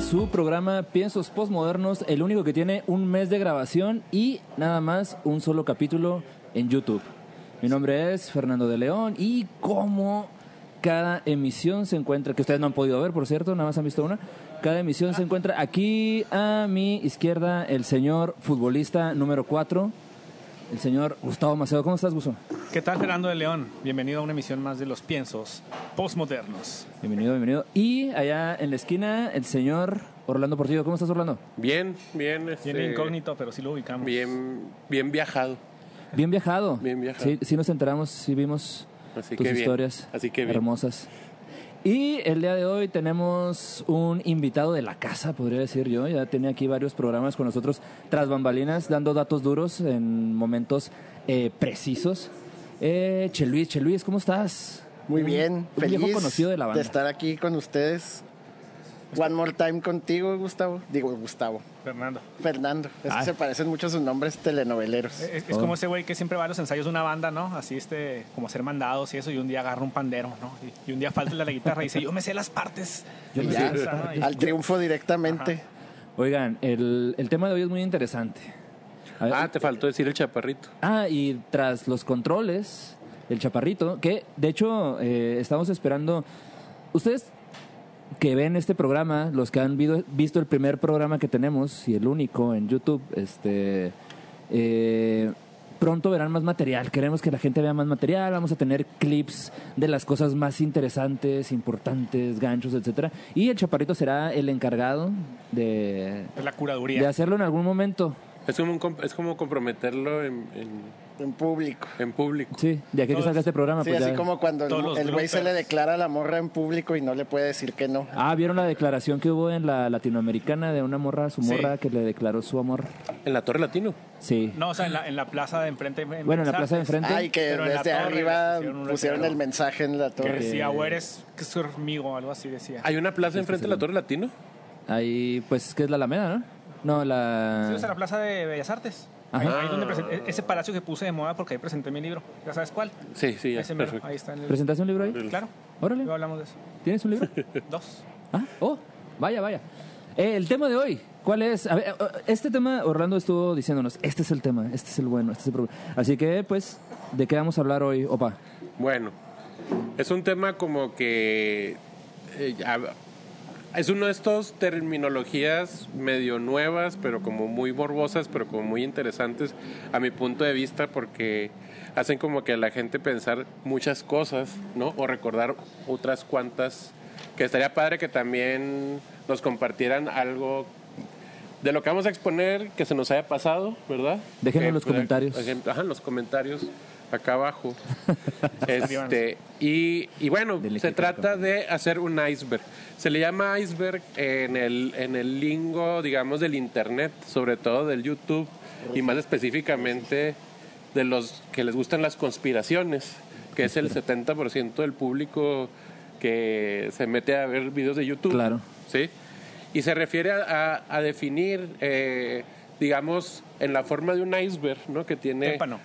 su programa Piensos Postmodernos, el único que tiene un mes de grabación y nada más un solo capítulo en YouTube. Mi nombre es Fernando de León y como cada emisión se encuentra, que ustedes no han podido ver, por cierto, nada más han visto una, cada emisión se encuentra aquí a mi izquierda el señor futbolista número 4, el señor Gustavo Maceo. ¿Cómo estás, Gusto? ¿Qué tal, Fernando de León? Bienvenido a una emisión más de Los Piensos Postmodernos. Bienvenido, bienvenido. Y allá en la esquina, el señor Orlando Portillo. ¿Cómo estás, Orlando? Bien, bien. Este, Bien incógnito, pero sí lo ubicamos. Bien, bien viajado. Bien viajado. Bien viajado. Sí, sí nos enteramos, sí vimos Así tus que bien. historias Así que bien. hermosas. Y el día de hoy tenemos un invitado de la casa, podría decir yo. Ya tenía aquí varios programas con nosotros tras bambalinas, dando datos duros en momentos eh, precisos. Eh, Che Luis, Che Luis, ¿cómo estás? Muy Un- bien, un feliz viejo conocido de la banda. estar aquí con ustedes. One more time contigo, Gustavo. Digo, Gustavo. Fernando. Fernando. Es Ay. que se parecen mucho sus nombres telenoveleros. Eh, Es, es como ese güey que siempre va a los ensayos de una banda, ¿no? Así, este, como ser mandados y eso, y un día agarra un pandero, ¿no? Y, y un día falta el de la guitarra y dice, yo me sé las partes. Yo Y me Y sé ya, las esa, ¿no? Y- al triunfo directamente. Oigan, el, el tema de hoy es muy interesante. A ver, Ah, te faltó decir el chaparrito. Ah, y tras los controles, el chaparrito, que de hecho eh, estamos esperando. Ustedes que ven este programa, los que han vido- visto el primer programa que tenemos y el único en YouTube, este. eh, Pronto verán más material, queremos que la gente vea más material, vamos a tener clips de las cosas más interesantes, importantes, ganchos, etcétera. Y el chaparrito será el encargado de, Es la de curaduría. hacerlo en algún momento. Es como, un com- es como comprometerlo en, en- En público. en público. Sí, de aquí a que Todos- salga este programa. Sí, pues así ya- como cuando Todos el- los el güey se le bloopers. declara a la morra en público y no le puede decir que no. Ah, ¿vieron la declaración que hubo en la latinoamericana de una morra, su Sí. morra, que le declaró su amor? En la Torre Latino. Sí. No, o sea, en la, en la plaza de enfrente. en Bueno, en la Bellas plaza de Artes, enfrente. Ay, que Pero en la desde torre arriba les pusieron un pusieron, letrero. el mensaje en la Que torre. decía, o eres que es hormigo, algo así decía. Hay una plaza enfrente de la Torre Latino. Ahí, pues, ¿qué es la Alameda, no? No, Sí, o la... sea, la plaza de Bellas Artes. Ahí, Ajá. ahí donde presenté- ese palacio que puse de moda porque ahí presenté mi libro. ¿Ya sabes cuál? Sí, sí, ya. Ese mero, Perfecto. ahí está en el libro. ¿Presentaste un libro ahí? Claro, Órale. luego hablamos de eso. ¿Tienes un libro? Dos. Ah, oh, vaya, vaya. Eh, el tema de hoy, ¿cuál es? A ver, eh, eh, este tema, Orlando estuvo diciéndonos, este es el tema, este es el bueno, este es el problema. Así que, pues, ¿de qué vamos a hablar hoy, opa? Bueno, es un tema como que. eh, ya- es uno de estos terminologías medio nuevas, pero como muy morbosas, pero como muy interesantes a mi punto de vista, porque hacen como que a la gente pensar muchas cosas, ¿no? O recordar otras cuantas. Que estaría padre que también nos compartieran algo de lo que vamos a exponer que se nos haya pasado, ¿verdad? Déjenlo en Que los pueda- comentarios. Ajá, en los comentarios acá abajo. este, y, y bueno, Del se equipo trata de hacer un iceberg. Se le llama iceberg en el, en el lingo, digamos, del internet, sobre todo del YouTube, y más específicamente de los que les gustan las conspiraciones, que es el 70% del público que se mete a ver videos de YouTube. Claro. ¿sí? Y se refiere a, a- a definir, eh, digamos, en la forma de un iceberg, ¿no? Que Eh, tiene Épano.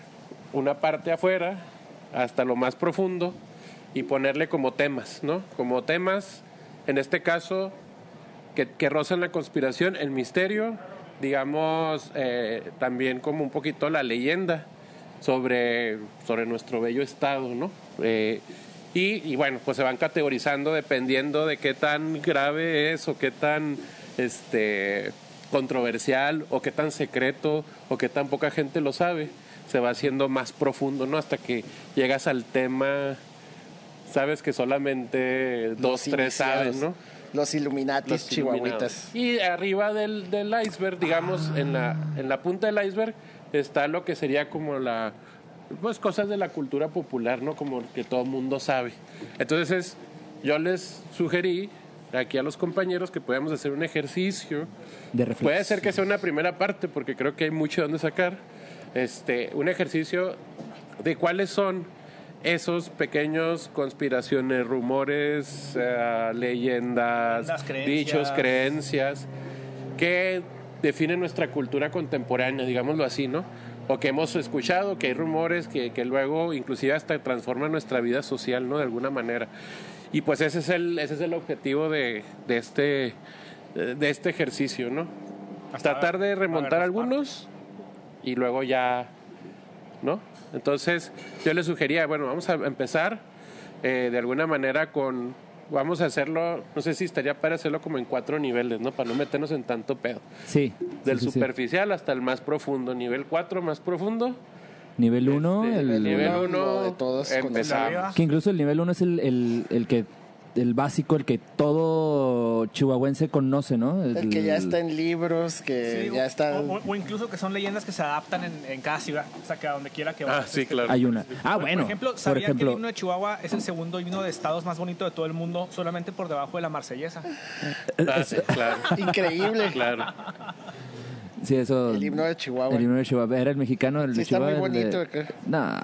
una parte afuera hasta lo más profundo y ponerle como temas, ¿no? Como temas, en este caso, que, que rozan la conspiración, el misterio, digamos, eh, también como un poquito la leyenda sobre, sobre nuestro bello estado, ¿no? Eh, y, y bueno, pues se van categorizando dependiendo de qué tan grave es o qué tan este, controversial o qué tan secreto o qué tan poca gente lo sabe. Se va haciendo más profundo, ¿no? Hasta que llegas al tema, sabes que solamente Los dos, tres saben, ¿no? iniciados, Los Illuminatis Los chihuahuitas. iluminados. Y arriba del, del iceberg, digamos, en, la, en la punta del iceberg, está lo que sería como la. Pues cosas de la cultura popular, ¿no? Como que todo el mundo sabe. Entonces, yo les sugerí aquí a los compañeros que podíamos hacer un ejercicio. De reflexión. Puede ser que sea una primera parte, porque creo que hay mucho donde sacar. Este, un ejercicio de cuáles son esos pequeños conspiraciones, rumores, eh, leyendas, Leyendas, creencias. dichos, creencias, que definen nuestra cultura contemporánea, digámoslo así, ¿no? O que hemos escuchado, que hay rumores que, que luego inclusive hasta transforman nuestra vida social, ¿no? De alguna manera. Y pues ese es el, ese es el objetivo de, de este eh, de este ejercicio, ¿no? Hasta Tratar ver- de a ver remontar las algunos y luego ya, ¿no? Entonces, yo le sugería, bueno, vamos a empezar eh, de alguna manera con. Vamos a hacerlo, no sé si estaría para hacerlo como en cuatro niveles, ¿no? Para no meternos en tanto pedo. Sí. Del sí, sí, sí. superficial hasta el más profundo. Nivel 4 más profundo. Nivel 1, Este, el, nivel uno, 1 lo de todos con- arriba. empezamos. Que incluso el nivel 1 es el, el, el que el básico, el que todo chihuahuense conoce, ¿no? El que ya está en libros, que Sí, o- Eh, ya está. O, o incluso que son leyendas que se adaptan en, en cada ciudad, o sea, que a donde quiera que Ah, vayas. sí, claro. Hay una. Ah, bueno. por ejemplo, por ¿sabían que el ejemplo himno de Chihuahua es el segundo himno de estados más bonito de todo el mundo, solamente por debajo de la marsellesa? Ah, sí, claro. Increíble. Claro. sí, eso, El himno de Chihuahua. El himno de Chihuahua. Era el mexicano, el Sí, de está Chihuahua. muy el de- bonito acá. Nah,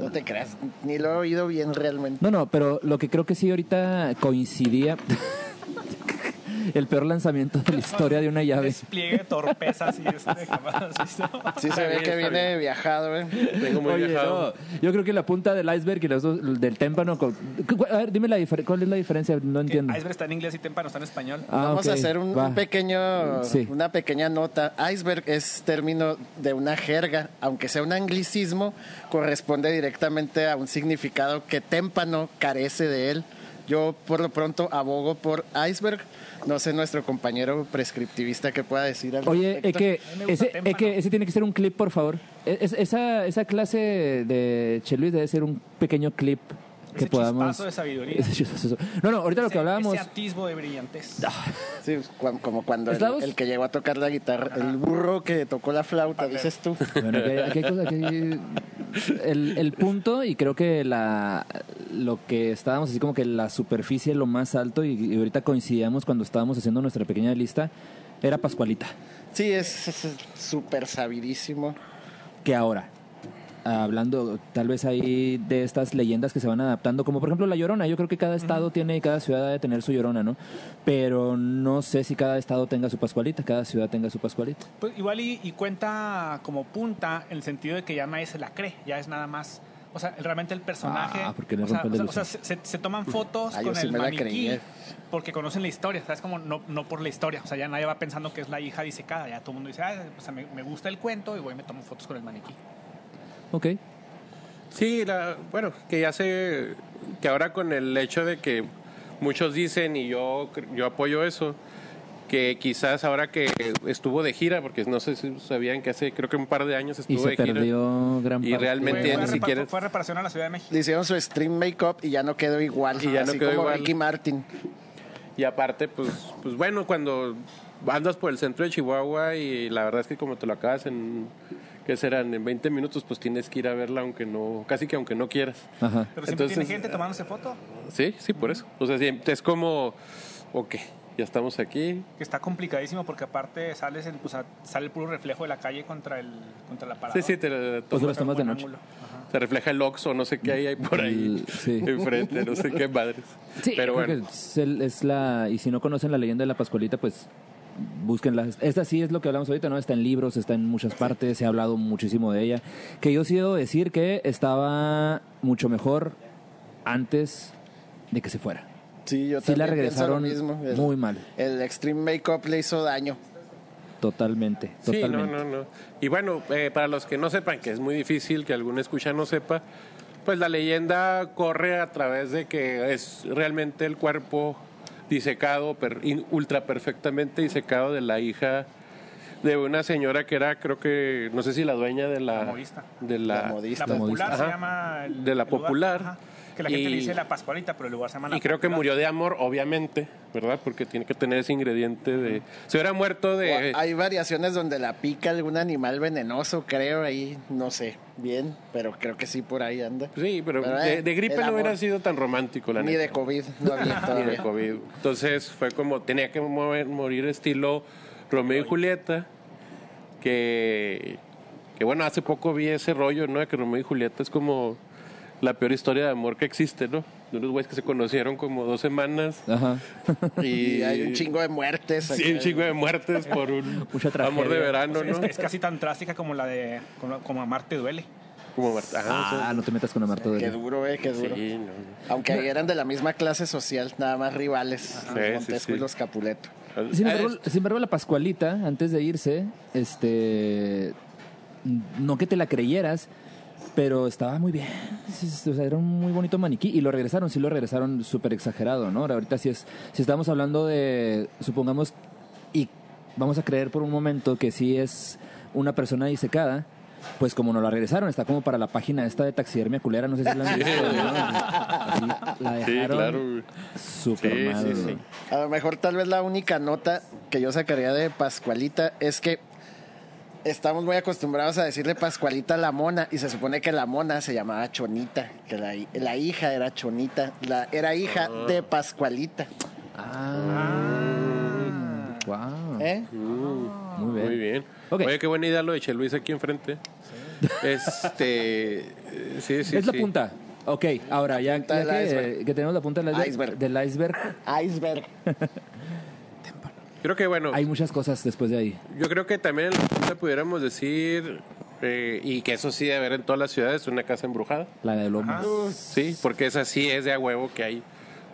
No te creas. Ni lo he oído bien realmente. No, no, pero lo que creo que sí ahorita coincidía. el peor lanzamiento de la historia de una llave. Despliegue, torpeza, así, este, jamás, así, ¿no? Sí se Está ve bien, que está viene viajado, ¿eh? Tengo muy Oye, viajado. no, yo creo que la punta del iceberg y los dos- del témpano. con- cu- cu- a ver, dime la diferencia. ¿Cuál es la diferencia? No entiendo. Iceberg está en inglés y Témpano está en español. Ah, Vamos a ok, hacer un, va. un pequeño, Sí. una pequeña nota. Iceberg es término de una jerga, aunque sea un anglicismo, corresponde directamente a un significado que témpano carece de él. Yo por lo pronto abogo por iceberg. No sé nuestro compañero prescriptivista que pueda decir algo. Oye, es que, A mí me gusta ese, témpano. es que ese tiene que ser un clip, por favor. E, Es- esa, esa clase de Che Luis debe ser un pequeño clip que Ese podamos. chispazo de sabiduría. Ese chispazo. No, no, ahorita lo que Ese- hablábamos. Ese atisbo de brillantez. Sí, cu- como cuando el, ¿Eslavos? el que llegó a tocar la guitarra, el burro que tocó la flauta, dices tú. Bueno, aquí hay, aquí hay cosas- aquí hay- el, el punto y creo que la lo que estábamos así como que la superficie lo más alto y, y ahorita coincidíamos cuando estábamos haciendo nuestra pequeña lista era Pascualita Sí, es es- es súper sabidísimo. que ahora hablando tal vez ahí de estas leyendas que se van adaptando como por ejemplo la llorona yo creo que cada estado tiene y cada ciudad debe tener su llorona no pero no sé si cada estado tenga su Pascualita cada ciudad tenga su Pascualita Pues igual y, y cuenta como punta en el sentido de que ya nadie se la cree, ya es nada más. O sea, el- realmente el personaje. Ah, porque le o sea, rompen o sea, la o sea, se, se- se toman fotos Ah, yo con sí el me la maniquí creí, eh. porque conocen la historia, ¿sabes? Como no, no por la historia. O sea, ya nadie va pensando que es la hija disecada. Ya todo el mundo dice, ah, o sea, me, me gusta el cuento y voy y me tomo fotos con el maniquí. ok Sí, la- bueno, que ya sé que ahora con el hecho de que muchos dicen, y yo, cre- yo apoyo eso, que quizás ahora que estuvo de gira, porque no sé si sabían que hace creo que un par de años estuvo y se de gira. perdió gran parte Y Fue, realmente- fue ni a repar- siquiera- fue a reparación a la Ciudad de México. Le hicieron su stream make-up y ya no quedó igual. Y ya no así quedó como igual. Ricky Martin. Y aparte, pues, pues bueno, cuando andas por el centro de Chihuahua y la verdad es que como te lo acabas en, ¿qué serán? En 20 minutos, pues tienes que ir a verla aunque no, casi que aunque no quieras. ajá Pero siempre tiene Entonces- eh, gente tomándose foto Sí, sí, por eso. O sea, sí, es como, ok, ya estamos aquí, que está complicadísimo porque aparte sales en, o sea, sale el puro reflejo de la calle contra el contra la parada. Sí, sí, te, te- Pues te- las tomas de Buen noche. ángulo. se refleja el Oxxo, no sé qué hay, hay por ahí El- sí. enfrente, no sé qué madres. Sí, creo Pero bueno, que es, el- es la. Y si no conocen la leyenda de la Pascualita, pues búsquenla. Esta sí es lo que hablamos ahorita, ¿no? Está en libros, está en muchas partes, se ha hablado muchísimo de ella. Que yo sí debo decir que estaba mucho mejor antes de que se fuera. Sí, yo Sí la también pienso lo regresaron mismo. El- muy mal, El extreme make-up le hizo daño. totalmente. sí, totalmente. no, no, no. Y bueno, eh, para los que no sepan, que es muy difícil que algún escucha no sepa, pues la leyenda corre a través de que es realmente el cuerpo disecado, per- in- ultra perfectamente disecado de la hija de una señora que era, creo que, no sé si la dueña de La la... modista. De la, La modista. La popular Ajá. se llama. el- De la el lugar, popular. ajá. que la gente Y- le dice la Pascualita, pero el lugar se llama la Y creo que Popular. murió de amor, obviamente, ¿verdad? Porque tiene que tener ese ingrediente de... Se hubiera muerto de... O hay variaciones donde la pica algún animal venenoso, creo, ahí, no sé, bien, pero creo que sí por ahí anda. Sí, pero Pero, de, eh, de gripe el no hubiera amor. sido tan romántico, la Ni neta. de COVID, no había Ni de todavía. COVID. Entonces fue como, tenía que mover- morir estilo Romeo y Julieta, que, que bueno, hace poco vi ese rollo, ¿no? De que Romeo y Julieta es como la peor historia de amor que existe, ¿no? De unos güeyes que se conocieron como dos semanas Ajá. y... Y hay un chingo de muertes. Sí, acá. un chingo de muertes por un Mucha amor de tragedia. verano, O sea, ¿no? es, es casi tan drástica como la de. Como, como Amarte Duele. Como Marta. Ah, Ah, no te metas con Amarto Qué Doria. duro, eh, qué sí, duro. sí, no. Aunque ahí eran de la misma clase social, nada más rivales, los Sí, sí, Montesco sí. y los Capuleto. Sin Ah, embargo, es- sin embargo, la Pascualita, antes de irse, este. No que te la creyeras, pero estaba muy bien. Sí, sí, O sea, era un muy bonito maniquí. Y lo regresaron, sí lo regresaron súper exagerado, ¿no? Ahora, Ahorita, si, es, si estamos hablando de. Supongamos. Y vamos a creer por un momento que sí es una persona disecada. Pues como no la regresaron, está como para la página esta de taxidermia culera, no sé si la han visto, ¿no? Así la sí, claro. dejaron güey. súper Sí, sí, mal, sí. güey. A lo mejor tal vez la única nota que yo sacaría de Pascualita es que estamos muy acostumbrados a decirle Pascualita a la mona y se supone que la mona se llamaba Chonita, que la, hi- la hija era Chonita, la, era hija de Pascualita. Ah. Wow. ¿eh? Muy bien. Muy bien. Ok. Oye, qué buena idea lo de Che Luis aquí enfrente. Este. eh, Sí, sí. es la sí. punta. Ok, ahora ya, ya punta del que, iceberg. que tenemos la punta del iceberg, Iceberg. del iceberg, Iceberg. Creo que bueno. hay muchas cosas después de ahí. Yo creo que también en la punta pudiéramos decir. eh, y que eso sí debe haber en todas las ciudades, una casa embrujada. La de Ah, Lomas. Sí, porque esa sí es de a huevo que hay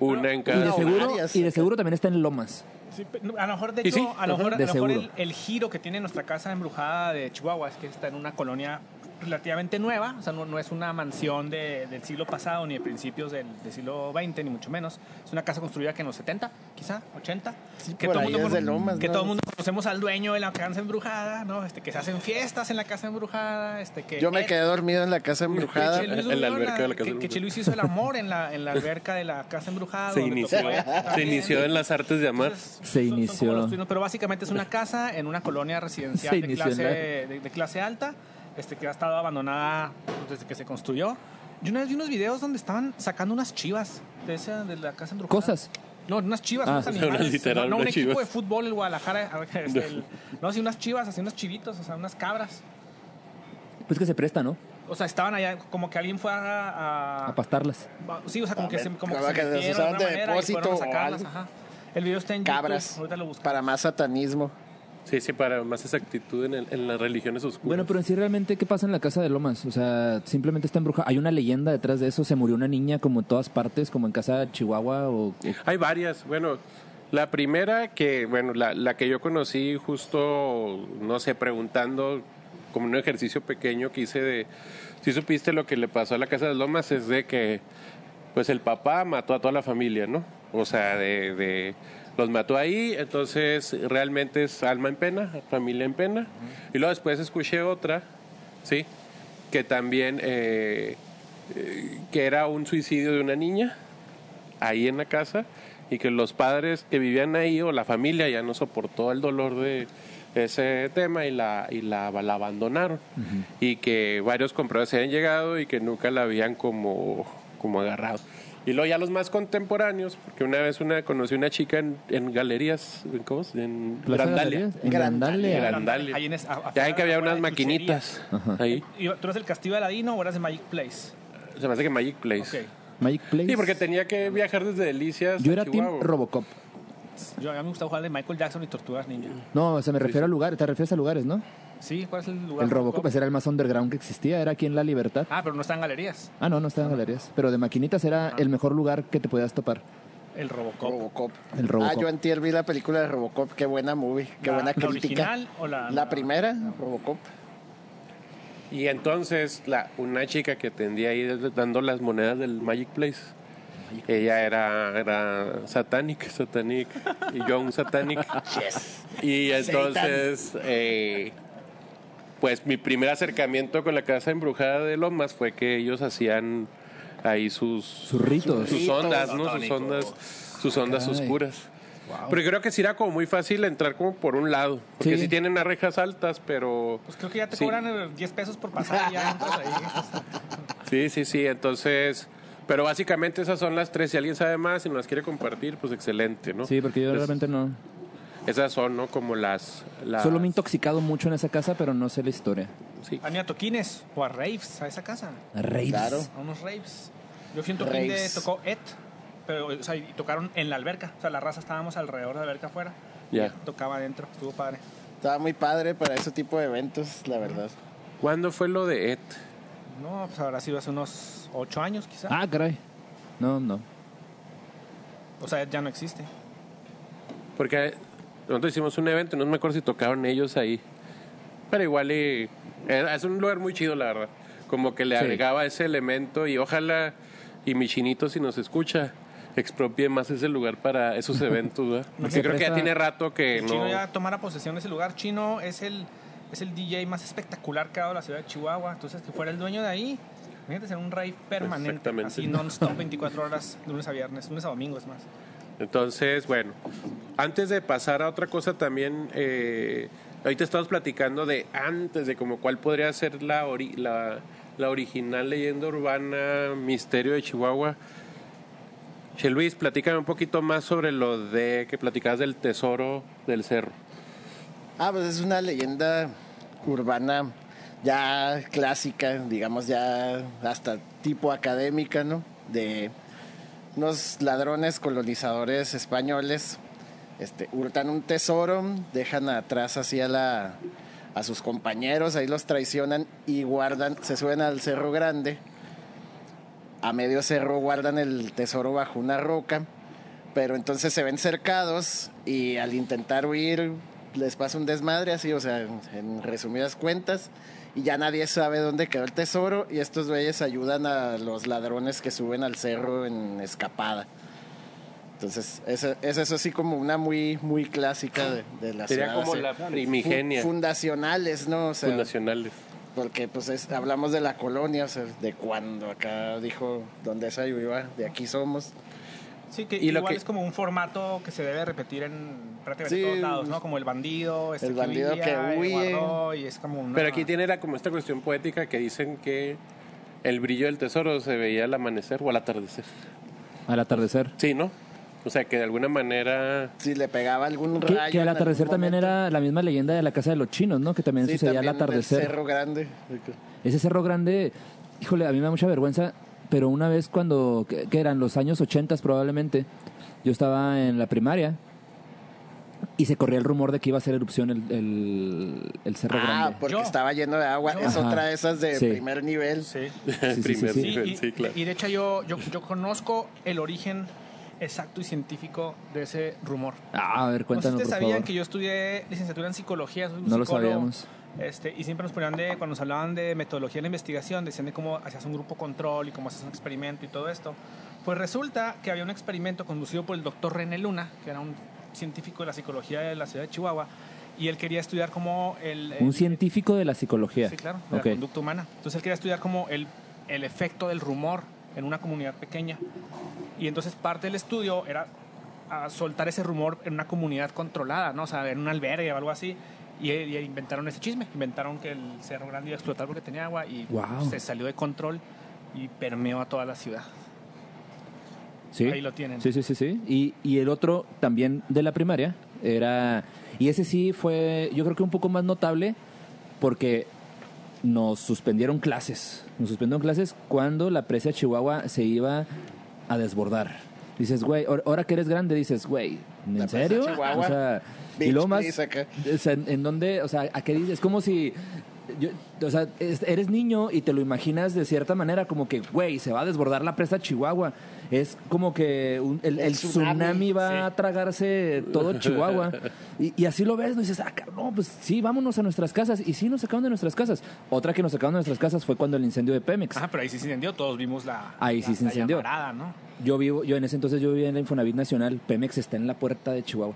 una en Y de, cada. seguro- seguro, varias, y de ok. seguro también está en Lomas. Sí, pe- no, a lo mejor, de Y hecho, sí, a lo mejor, de a lo mejor seguro. el, el giro que tiene nuestra casa embrujada de Chihuahua es que está en una colonia relativamente nueva, o sea, no, no es una mansión de- del siglo pasado ni de principios del, del siglo XX, ni mucho menos. Es una casa construida que en los 70, quizá, 80. Sí, que por ahí mundo es de cono- Lomas, que ¿no? todo el mundo conocemos al dueño de la casa embrujada, ¿no? Este, que se hacen fiestas en la casa embrujada, este, que... Yo me Ed- quedé dormido en la casa embrujada. que Che Luis En la alberca de la Uriola, casa que- Que embrujada. Che Luis hizo el amor en la, en la alberca de la casa embrujada. Se donde inició, tocó Ed se también. inició en las artes de amar. Entonces, Se son- son inició. como los trinos, pero básicamente es una casa en una colonia residencial Se de inició clase, en la- de, de clase alta, este, que ha estado abandonada pues, desde que se construyó. Y una vez vi unos videos donde estaban sacando unas chivas de, esa, de la casa embrujada. Cosas. No, unas chivas, Ah, unos sí, animales. unas literal, no, no un unas equipo chivas. de fútbol, el Guadalajara. este, el- no, así unas chivas, así unos chivitos, o sea, unas cabras. Pues que se presta, ¿no? O sea, estaban allá, como que alguien fue a- Ah. a- A pastarlas. Sí, o sea, como A que ver, se, como que como se que se metieron usaban alguna de manera y depósito fueron a o sacarlas, algo. ajá. El video está en Cabras YouTube. Ahorita lo buscamos. para más satanismo. Sí, sí, para más exactitud en, el- en las religiones oscuras. Bueno, pero en sí realmente, ¿qué pasa en la casa de Lomas? O sea, simplemente está embrujada. Hay una leyenda detrás de eso. Se murió una niña como en todas partes, como en casa de Chihuahua o... eh, o- Hay varias. Bueno, la primera que, bueno, la, la que yo conocí justo, no sé, preguntando como un ejercicio pequeño que hice de, si supiste lo que le pasó a la Casa de Lomas es de que, pues el papá mató a toda la familia, ¿no? O sea, de, de- los mató ahí, entonces realmente es alma en pena, familia en pena. Y luego después escuché otra, ¿sí? Que también, eh, eh, que era un suicidio de una niña ahí en la casa y que los padres que vivían ahí o la familia ya no soportó el dolor de ese tema y la, y la, la abandonaron. Y que varios compradores se habían llegado y que nunca la habían como, como agarrado. Y luego ya los más contemporáneos, porque una vez una conocí una chica en, en galerías, ¿en ¿cómo? se- En Plaza Grandalia. Galerías, en Grandalia. Grandalia. Grandalia. Ahí en es- a- ya afuera- ven que había afuera unas de maquinitas ahí. Y- ¿Tú eres el castillo de Aladino o eras de Magic Place? Se me hace que Magic Place. Ok. Magic Place. Sí, porque tenía que viajar desde Delicias. Yo a era Team Chihuahua. Robocop. Yo, a mí me gustaba jugar de Michael Jackson y Tortugas Ninja. Mm. No, o sea, me refiero a lugares. Te refieres a lugares, ¿no? Sí, ¿cuál es el lugar? El Robocop ese era el más underground que existía. Era aquí en La Libertad. Ah, pero no está en galerías. Ah, no, no estaba en galerías. Pero de maquinitas era el mejor lugar que te podías topar. El Robocop. Robocop. El Robocop. Ah, yo antier vi la película de Robocop. Qué buena movie. Qué ¿La- buena la crítica. original o la- la- primera, Robocop. Y entonces la, una chica que tendía ahí dando las monedas del Magic Place. Ella era, era satanic, satanic, y yo un satanic. Y entonces, eh, pues mi primer acercamiento con la casa embrujada de Lomas fue que ellos hacían ahí sus, Sus ritos. sus ondas, ¿no? Sus Satánico. ondas, sus ondas Caray. oscuras. Pero creo que sí era como muy fácil entrar como por un lado, porque Sí. sí, tienen las rejas altas, pero... Pues creo que ya te sí. cobran eh, 10 pesos por pasar y ya entras ahí. Sí, sí, sí. Entonces, pero básicamente esas son las tres. Si alguien sabe más y nos las quiere compartir, pues excelente, ¿no? Sí, porque yo Pues, Es- realmente no. Esas son, ¿no? Como las. las- Solo me he intoxicado mucho en esa casa, pero no sé la historia. Sí. A Niatoquines o a Raves, a esa casa. Raves. Claro. a unos raves. Yo siento que de- Raves. tocó Ed, pero o sea, y tocaron en la alberca. O sea, la raza estábamos alrededor de la alberca afuera. Ya. Y Ed Tocaba adentro, estuvo padre. Estaba muy padre para ese tipo de eventos, la verdad. ¿Cuándo fue lo de Ed? No, pues habrá sido hace unos ocho años quizá. Ah, caray. No, no. O sea, ya no existe. Porque nosotros hicimos un evento, no me acuerdo si tocaron ellos ahí. Pero igual y, era- es un lugar muy chido, la verdad. Como que le Sí. agregaba ese elemento y ojalá, y mi chinito si nos escucha, expropie más ese lugar para esos eventos, ¿verdad? Porque Se creo que ya presta- tiene rato que El Chino no... ya tomara posesión de ese lugar. Chino es el, es el DJ más espectacular que ha dado la ciudad de Chihuahua. Entonces, que fuera el dueño de ahí, imagínate ser un rave permanente. Exactamente. Así non-stop 24 horas, lunes a viernes, lunes a domingo es más. Entonces, bueno, antes de pasar a otra cosa también, eh, ahorita estamos platicando de antes, de como cuál podría ser la, ori- la, la original leyenda urbana, misterio de Chihuahua. Che Luis, platícame un poquito más sobre lo de que platicabas del tesoro del cerro. Ah, pues es una leyenda urbana ya clásica, digamos ya hasta tipo académica, ¿no? De unos ladrones colonizadores españoles, este, hurtan un tesoro, dejan atrás así a la a sus compañeros, ahí los traicionan y guardan, se suben al Cerro Grande. A medio cerro guardan el tesoro bajo una roca pero entonces se ven cercados y al intentar huir les pasa un desmadre así, o sea, en, en resumidas cuentas, y ya nadie sabe dónde quedó el tesoro y estos güeyes ayudan a los ladrones que suben al cerro en escapada. Entonces, esa, esa es así como una muy, muy clásica de, de la Sería ciudad, como así. la Fu- primigenia. Fundacionales, ¿no? O sea, Fundacionales. porque pues es- hablamos de la colonia, o sea, de cuando acá dijo, donde esa ayuda, de aquí somos. Sí, que Y lo igual que- es como un formato que se debe repetir en prácticamente Sí, todos lados, ¿no? Como el bandido, este el bandido huía, que el huye. guardó, y es como una- Pero aquí tiene la, como esta cuestión poética que dicen que el brillo del tesoro se veía al amanecer o al atardecer. Al atardecer. Sí, ¿no? O sea, que de alguna manera... Si le pegaba algún Que, rayo. que al en algún atardecer también momento. era la misma leyenda de la casa de los chinos, ¿no? Que también Sí, sucedía también al del atardecer. Cerro Grande. Ese cerro grande, híjole, a mí me da mucha vergüenza, pero una vez cuando, que que eran los años 80 probablemente, yo estaba en la primaria y se corría el rumor de que iba a hacer erupción el, el- el cerro Ah, grande. porque Yo. estaba lleno de agua. Yo. Es Ajá. otra de esas de Sí. primer nivel. Sí. Sí, sí, sí, Primer sí. nivel, y, sí, claro. y de hecho yo, yo, yo conozco el origen exacto y científico de ese rumor. Ah, a ver, cuéntanos, no sé por si ustedes sabían favor. que yo estudié licenciatura en psicología, soy un No lo psicólogo, sabíamos. Este, y siempre nos ponían de, cuando nos hablaban de metodología de la investigación, decían de cómo hacías un grupo control y cómo hacías un experimento y todo esto. Pues resulta que había un experimento conducido por el doctor René Luna, que era un científico de la psicología de la ciudad de Chihuahua, y él quería estudiar cómo el... eh, Un el- científico de la psicología. Sí, claro, de Ok. la conducta humana. Entonces él quería estudiar como el, el efecto del rumor en una comunidad pequeña. Y entonces parte del estudio era ah, soltar ese rumor en una comunidad controlada, ¿no? O sea, en un albergue o algo así. Y, y inventaron ese chisme. Inventaron que el Cerro Grande iba a explotar porque tenía agua y Wow. se salió de control y permeó a toda la ciudad. Sí. Ahí lo tienen. Sí, sí, sí, sí. Y, y el otro también de la primaria era. Y ese sí fue, yo creo que un poco más notable porque nos suspendieron clases. Nos suspendieron clases cuando la presa de Chihuahua se iba a desbordar. Dices, güey, ahor- ahora que eres grande, dices, güey, La ¿en presa de serio? Chihuahua. O sea, y Bitch, lo más. please, acá. O sea, ¿en, en dónde? O sea, ¿a qué dices? Es como si. yo- o sea, es- eres niño y te lo imaginas de cierta manera, como que, güey, se va a desbordar la presa Chihuahua. Es como que un- el, El el tsunami, tsunami, va a tragarse todo Chihuahua. y, y así lo ves, ¿no? Y dices, ah, car- no, pues sí, vámonos a nuestras casas. Y sí, nos sacaron de nuestras casas. Otra que nos sacaron de nuestras casas fue cuando el incendio de Pemex. Ah, pero ahí sí se incendió. Todos vimos la. Ahí la- sí se la incendió. llamarada, ¿no? Yo vivo, yo en ese entonces yo vivía en la Infonavit Nacional. Pemex está en la puerta de Chihuahua.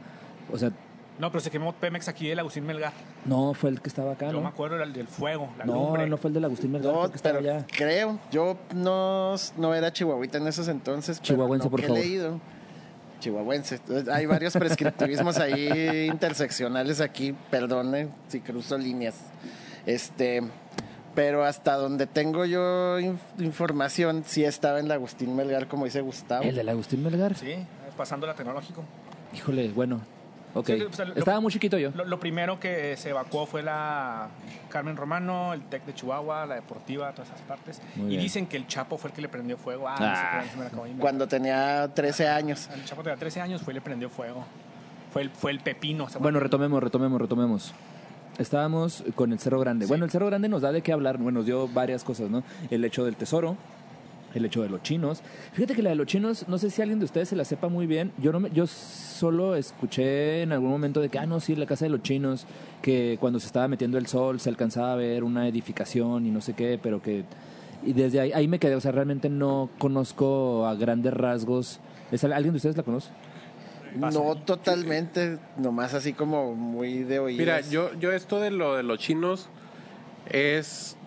O sea, No, pero se quemó Pemex aquí del Agustín Melgar. no fue el que estaba acá, Yo me Ah, ¿no? acuerdo del, del fuego, la No, lumbre. no fue el del Agustín Melgar, fue No, el que estaba pero allá. creo. Yo no, no era chihuahuita en esos entonces. pero Chihuahuense, lo por que favor. He leído. Chihuahuense. Hay varios prescriptivismos ahí interseccionales aquí. Perdone si cruzo líneas. Este. Pero hasta donde tengo yo inf- información, sí estaba en la Agustín Melgar, como dice Gustavo. ¿El del Agustín Melgar? Sí, pasando la tecnológico. Híjole, bueno. Ok. Sí, o sea, lo- Estaba muy chiquito yo. Lo, lo primero que se evacuó fue la Carmen Romano, el Tec de Chihuahua, la Deportiva, todas esas partes. Muy y bien. dicen que el Chapo fue el que le prendió fuego. Ah, Ah. no sé qué, se me la acabo de inventar. Cuando tenía 13 años. El Chapo tenía 13 años, fue y le prendió fuego. Fue el, fue el pepino. ¿se acuerdan? Bueno, retomemos, retomemos, retomemos. Estábamos con el Cerro Grande. Bueno, el Cerro Grande nos da de qué hablar. Bueno, nos dio varias cosas, ¿no? El hecho del tesoro, el hecho de los chinos. Fíjate que la de los chinos, no sé si alguien de ustedes se la sepa muy bien. Yo no me- yo solo escuché en algún momento de que, ah, no, sí, la casa de los chinos, que cuando se estaba metiendo el sol se alcanzaba a ver una edificación y no sé qué, pero que... Y desde ahí, ahí me quedé, o sea, realmente no conozco a grandes rasgos. ¿Es, al- ¿Alguien de ustedes la conoce? No totalmente, nomás así como muy de oídas. Mira, yo, yo esto de lo de los chinos es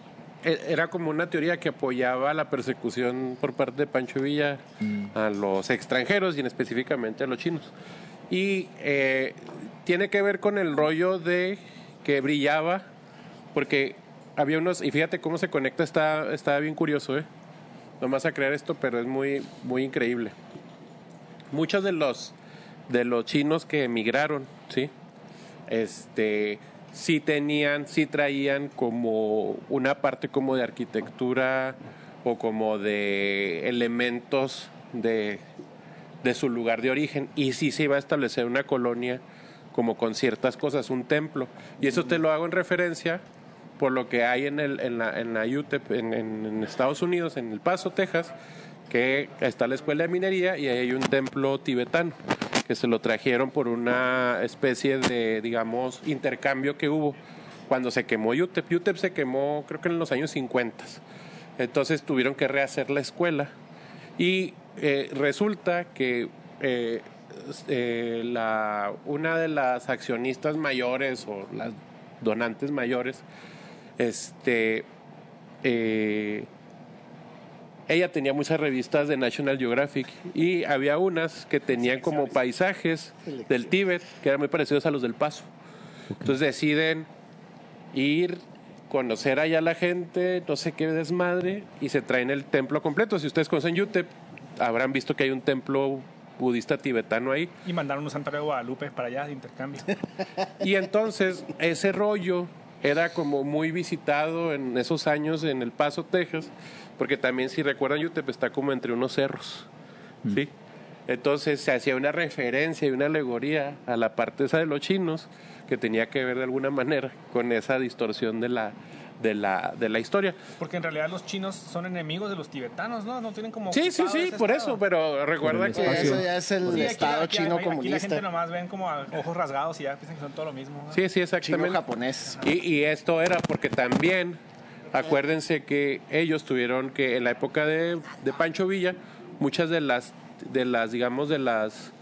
e- era como una teoría que apoyaba la persecución por parte de Pancho Villa a los extranjeros y en específicamente a los chinos. Y eh, tiene que ver con el rollo de que brillaba, porque había unos, y fíjate cómo se conecta, está, está bien curioso, ¿eh? Nomás a creer esto, pero es muy, muy increíble. Muchos de los, de los chinos que emigraron, ¿sí? este sí tenían, sí traían como una parte como de arquitectura o como de elementos de, de su lugar de origen y sí se iba a establecer una colonia como con ciertas cosas, un templo. Y eso te lo hago en referencia por lo que hay en, el, en, la, en la UTEP, en, en- en Estados Unidos, en El Paso, Texas, que está la escuela de minería y ahí hay un templo tibetano que se lo trajeron por una especie de, digamos, intercambio que hubo cuando se quemó UTEP. UTEP se quemó creo que en los años 50. Entonces tuvieron que rehacer la escuela y eh, resulta que eh, s- eh, la, una de las accionistas mayores o las donantes mayores, este, eh, ella tenía muchas revistas de National Geographic y había unas que tenían como paisajes del Tíbet que eran muy parecidos a los del Paso. Entonces deciden ir, conocer allá a la gente, no sé qué desmadre, y se traen el templo completo. Si ustedes conocen Yutep, habrán visto que hay un templo budista tibetano ahí. Y mandaron un Santuario de Guadalupe para allá de intercambio. Y entonces ese rollo era como muy visitado en esos años en El Paso, Texas, porque también si recuerdan Yutep está como entre unos cerros. ¿sí? Entonces se hacía una referencia y una alegoría a la parte esa de los chinos que tenía que ver de alguna manera con esa distorsión de la, de la, de la historia. Porque en realidad los chinos son enemigos de los tibetanos, ¿no? No tienen como. Sí, sí, ocupado sí, ese por estado. eso, pero recuerda el que... espacio. Eso ya es el Sí, aquí- Estado aquí- chino aquí la gente comunista, nomás ven como a ojos rasgados y ya piensan que son todo lo mismo. ¿no? Sí, sí, chino exactamente. japonés. Y, y esto era porque también, acuérdense que ellos tuvieron que en la época de, de Pancho Villa, muchas de las, de las, digamos, de las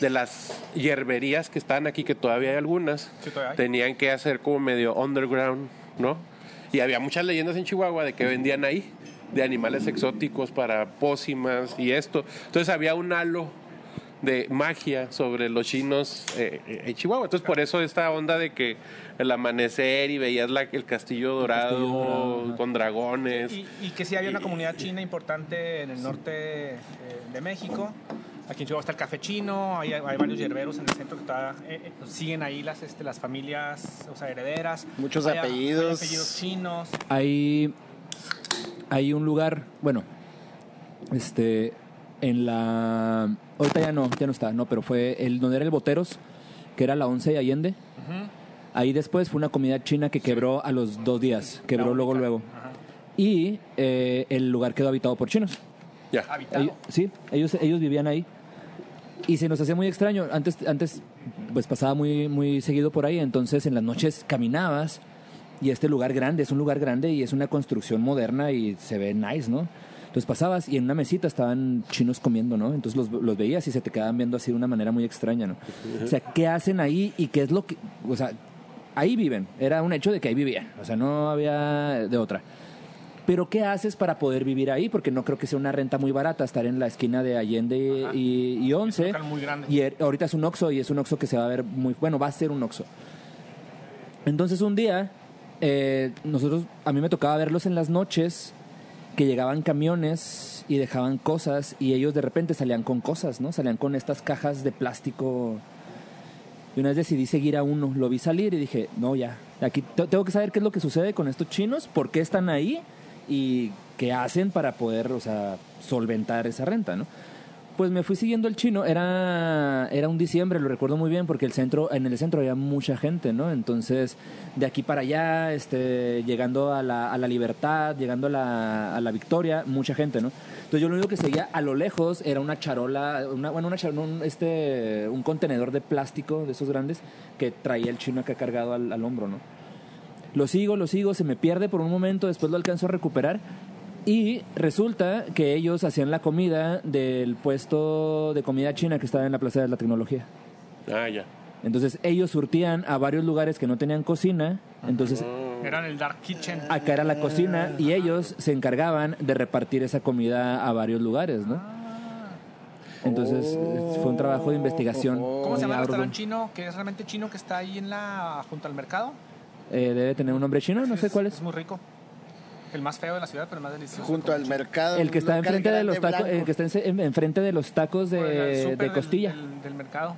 de las hierberías que estaban aquí, que todavía hay algunas, Sí, todavía hay. tenían que hacer como medio underground, ¿no? Y había muchas leyendas en Chihuahua de que vendían ahí, de animales exóticos para pócimas y esto. Entonces había un halo de magia sobre los chinos eh, eh, en Chihuahua. Entonces, por eso esta onda de que el amanecer y veías la- el castillo dorado, dorado, ajá. con dragones. Y, y que sí había una comunidad china importante en el norte eh, de México. Aquí en Chihuahua está el café chino, hay, hay varios yerberos en el centro que está, eh, eh, siguen ahí las, este, las familias, o sea, herederas. Muchos Hay- apellidos. hay apellidos chinos. hay hay un lugar, bueno, este en la ahorita ya no, ya no está, no, pero fue el donde era el Boteros, que era la 11 de Allende. Ahí después fue una comida china que quebró a los dos días, quebró luego única. luego. Ajá. Y eh, el lugar quedó habitado por chinos. Ya. Habitado. Ellos- sí, ellos, ellos vivían ahí. Y se nos hacía muy extraño. Antes, antes pues pasaba muy, muy seguido por ahí. Entonces en las noches caminabas y este lugar grande, es un lugar grande y es una construcción moderna y se ve nice, ¿no? Entonces pasabas y en una mesita estaban chinos comiendo, ¿no? Entonces los, los veías y se te quedaban viendo así de una manera muy extraña, ¿no? O sea, ¿qué hacen ahí y qué es lo que... O sea, ahí viven. Era un hecho de que ahí vivían. O sea, no había de otra. Pero ¿qué haces para poder vivir ahí? Porque no creo que sea una renta muy barata estar en la esquina de Allende y, y 11. local muy grande. Y er- ahorita es un Oxxo y es un Oxxo que se va a ver muy... Bueno, va a ser un Oxxo. Entonces un día, eh, nosotros, a mí me tocaba verlos en las noches que llegaban camiones y dejaban cosas y ellos de repente salían con cosas, ¿no? Salían con estas cajas de plástico. Y una vez decidí seguir a uno, lo vi salir y dije, no, ya, aquí te- tengo que saber qué es lo que sucede con estos chinos, por qué están ahí y qué hacen para poder, o sea, solventar esa renta, ¿no? Pues me fui siguiendo el chino. Era, era un diciembre, lo recuerdo muy bien, porque el centro, en el centro había mucha gente, ¿no? Entonces, de aquí para allá, este, llegando a la, a la libertad, llegando a la, a la victoria, mucha gente, ¿no? Entonces yo lo único que seguía a lo lejos era una charola, una, bueno, una charola, un, este, un contenedor de plástico de esos grandes que traía el chino acá cargado al, al hombro, ¿no? Lo sigo, lo sigo, se me pierde por un momento, después lo alcanzo a recuperar. Y resulta que ellos hacían la comida del puesto de comida china que estaba en la Plaza de la Tecnología. Ah, ya. Entonces ellos surtían a varios lugares que no tenían cocina. Entonces Eran el Dark Kitchen. acá era la cocina y ellos se encargaban de repartir esa comida a varios lugares, ¿no? Entonces fue un trabajo de investigación. ¿Cómo se llama el arduo. restaurante chino? Que es realmente chino que está ahí en la junto al mercado. Eh, debe tener un nombre chino, no sé cuál es. Es muy rico. El más feo de la ciudad, pero el más delicioso. Junto al mercado. El que está un local enfrente de los grande, tacos, el blanco. que está en- enfrente de los tacos Por el de, súper de del- costilla. Del, del mercado.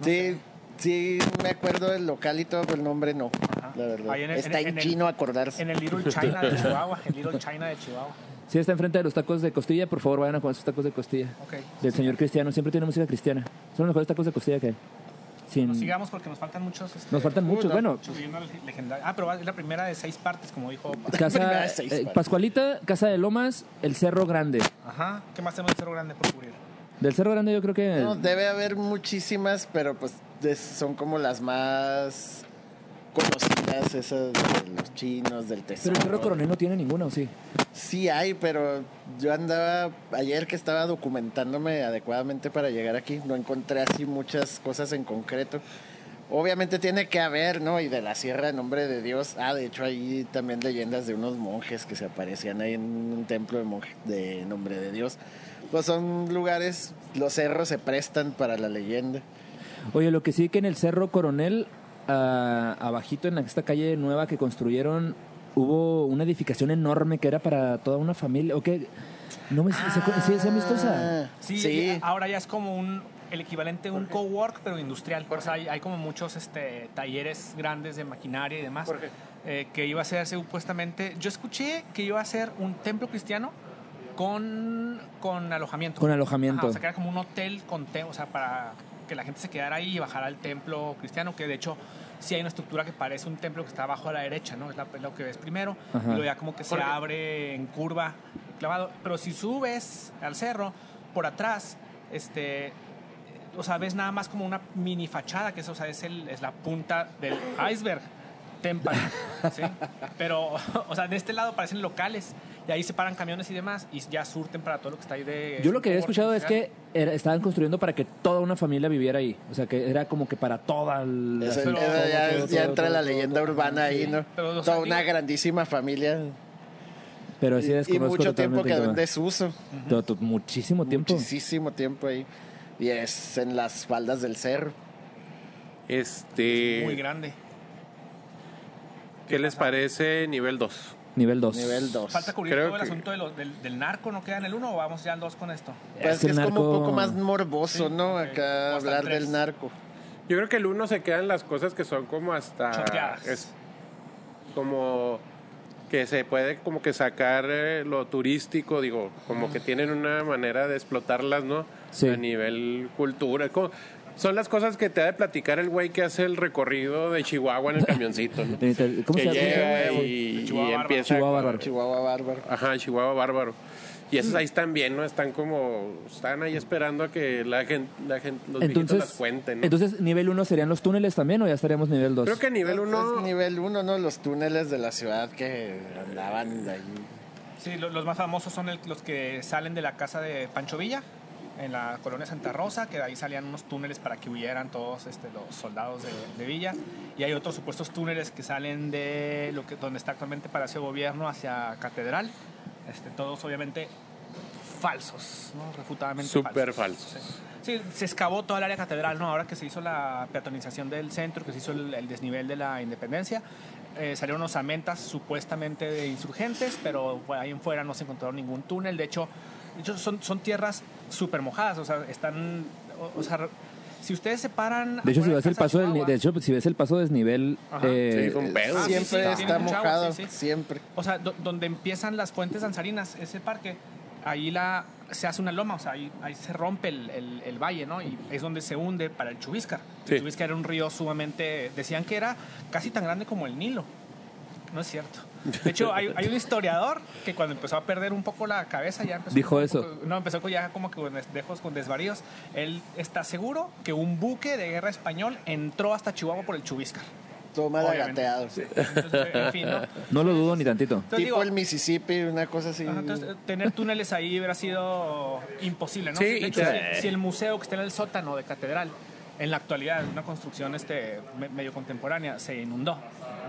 Sí, sí, me acuerdo del local y todo, pero el nombre no. Ajá. La verdad. Ahí en el- está en- en, en el- chino acordarse. En el Little China de Chihuahua. El Little China de Chihuahua. Si está enfrente de los tacos de costilla, por favor vayan a comer sus tacos de costilla. Ok. Del señor cristiano, siempre tiene música cristiana. Son los mejores tacos de costilla que hay. Sin- Nos sigamos porque nos faltan muchos. este, nos faltan muchos. Uno. Bueno, muchos y una legendaria. Ah, pero va- es la primera de seis partes, como dijo. Opa. casa, Primera seis, eh, pues. para. Pascualita, Casa de Lomas, El Cerro Grande. Ajá. ¿Qué más tenemos de Cerro Grande por cubrir? Del Cerro Grande yo creo que... No, debe haber muchísimas, pero pues des- son como las más conocidas, esas de los chinos, del pero tesoro. el Cerro Coronel no tiene ninguna, ¿o sí? Sí hay, pero yo andaba ayer que estaba documentándome adecuadamente para llegar aquí, no encontré así muchas cosas en concreto. Obviamente tiene que haber, ¿no? Y de la Sierra en nombre de Dios. Ah, de hecho hay también leyendas de unos monjes que se aparecían ahí en un templo de, monje- de nombre de Dios. Pues son lugares, los cerros se prestan para la leyenda. Oye, lo que sí que en el Cerro Coronel, ah, abajito en esta calle nueva que construyeron, hubo una edificación enorme que era para toda una familia. ¿O qué? No me... ¿se, acu- sí, ¿Se han visto esa? Ah, Sí, y ahora ya es como un el equivalente a un cowork pero industrial. O sea, hay, hay como muchos este, talleres grandes de maquinaria y demás eh, que iba a ser supuestamente. Yo escuché que iba a ser un templo cristiano con, con alojamiento. Con alojamiento. Ajá, o sea, que era como un hotel con te- o sea, para que la gente se quedara ahí y bajara al templo cristiano, que de hecho sí hay una estructura que parece un templo que está abajo a la derecha, ¿no? Es, la- es lo que ves primero. Ajá. Y luego ya como que se abre en curva, clavado. Pero si subes al cerro, por atrás, este... O sea, ves nada más como una mini fachada, que eso, o sea, es, el, es la punta del iceberg. Tempan, ¿sí? Pero, o sea, de este lado parecen locales. Y ahí se paran camiones y demás y ya surten para todo lo que está ahí de... Yo lo que había escuchado es Ya. que era- estaban construyendo para que toda una familia viviera ahí. O sea, que era como que para toda la... Eso- Pero- eso ya, todo, todo, ya todo, entra todo, la todo, leyenda todo. urbana ahí, Sí, ¿no? pero los Toda una antiguos- grandísima familia. Pero sí Y, y desconozco mucho tiempo totalmente quedó el en tema. desuso. Todo- todo- Muchísimo tiempo. Muchísimo tiempo ahí. Y es en las faldas del cerro. Este, Muy grande. ¿Qué les parece nivel 2? Nivel 2. Nivel 2. Falta cubrir Creo todo el que- asunto de lo- del, del narco, ¿no queda en el uno o vamos ya al dos con esto? Pues Es es que el es como narco- un poco más morboso, Sí, ¿no? ok. Hasta Acá hablar tres. del narco. Yo creo que el 1 se quedan las cosas que son como hasta... Choteadas. es como que se puede como que sacar eh, lo turístico, digo, como Mm. que tienen una manera de explotarlas, ¿no? Sí. A nivel cultura. como- son las cosas que te ha de platicar el güey que hace el recorrido de Chihuahua en el camioncito, ¿no? ¿Cómo se llama? ¿Cómo que se llega llama? y, De Chihuahua y Bárbaro. empieza Chihuahua con- Bárbaro. Mm. Chihuahua bárbaro. Ajá, Chihuahua Bárbaro. Y esos ahí están bien, ¿no? Están como, están ahí esperando a que la gente, la gente los viejitos las Entonces, cuenten. ¿no? entonces, nivel 1 serían los túneles también o ya estaríamos nivel 2? Creo que nivel Pues, Es 1, nivel 1, ¿no? Los túneles de la ciudad que andaban de ahí. Sí, lo- los más famosos son el- los que salen de la casa de Pancho Villa, en la colonia Santa Rosa, que de ahí salían unos túneles para que huyeran todos este, los soldados de, de Villa. Y hay otros supuestos túneles que salen de lo que, donde está actualmente Palacio de Gobierno hacia Catedral. Este, todos obviamente falsos, ¿no? refutadamente súper falsos. falso. Sí, se excavó toda el área catedral, ¿no? Ahora que se hizo la peatonización del centro, que se hizo el, el desnivel de la independencia, eh, salieron osamentas supuestamente de insurgentes, pero pues, ahí en fuera no se encontraron ningún túnel. De hecho, de hecho, son, son tierras súper mojadas, o sea, están. O, o sea, si ustedes se paran. De hecho, afuera si ves el Casa paso del, ni- Chihuahua, de hecho, si ves el paso desnivel, Ajá. eh, Sí, con pedo. Ah, sí, siempre sí, tiene está mucha agua, mojado, sí, sí. siempre. O sea, do- donde empiezan las fuentes danzarinas, ese parque, ahí la, se hace una loma, o sea, ahí, ahí se rompe el, el- el valle, ¿no? Y es donde se hunde para el Chubiscar. Sí. El Chubiscar era un río sumamente, decían que era casi tan grande como el Nilo. No es cierto. De hecho, hay, hay un historiador que cuando empezó a perder un poco la cabeza ya empezó... Dijo un eso. poco- no, empezó con- ya como que con des- dejos con desvaríos. Él está seguro que un buque de guerra español entró hasta Chihuahua por el Chubiscar. Toma de Obviamente. gateado. Entonces, en fin, ¿no? No lo dudo ni tantito. Entonces, Tipo digo, el Mississippi, una cosa así. Ajá, entonces, eh, tener túneles ahí hubiera sido imposible, ¿no? Sí, De y hecho, te- si, si el museo que está en el sótano de catedral, en la actualidad, una construcción este, me- medio contemporánea, se inundó.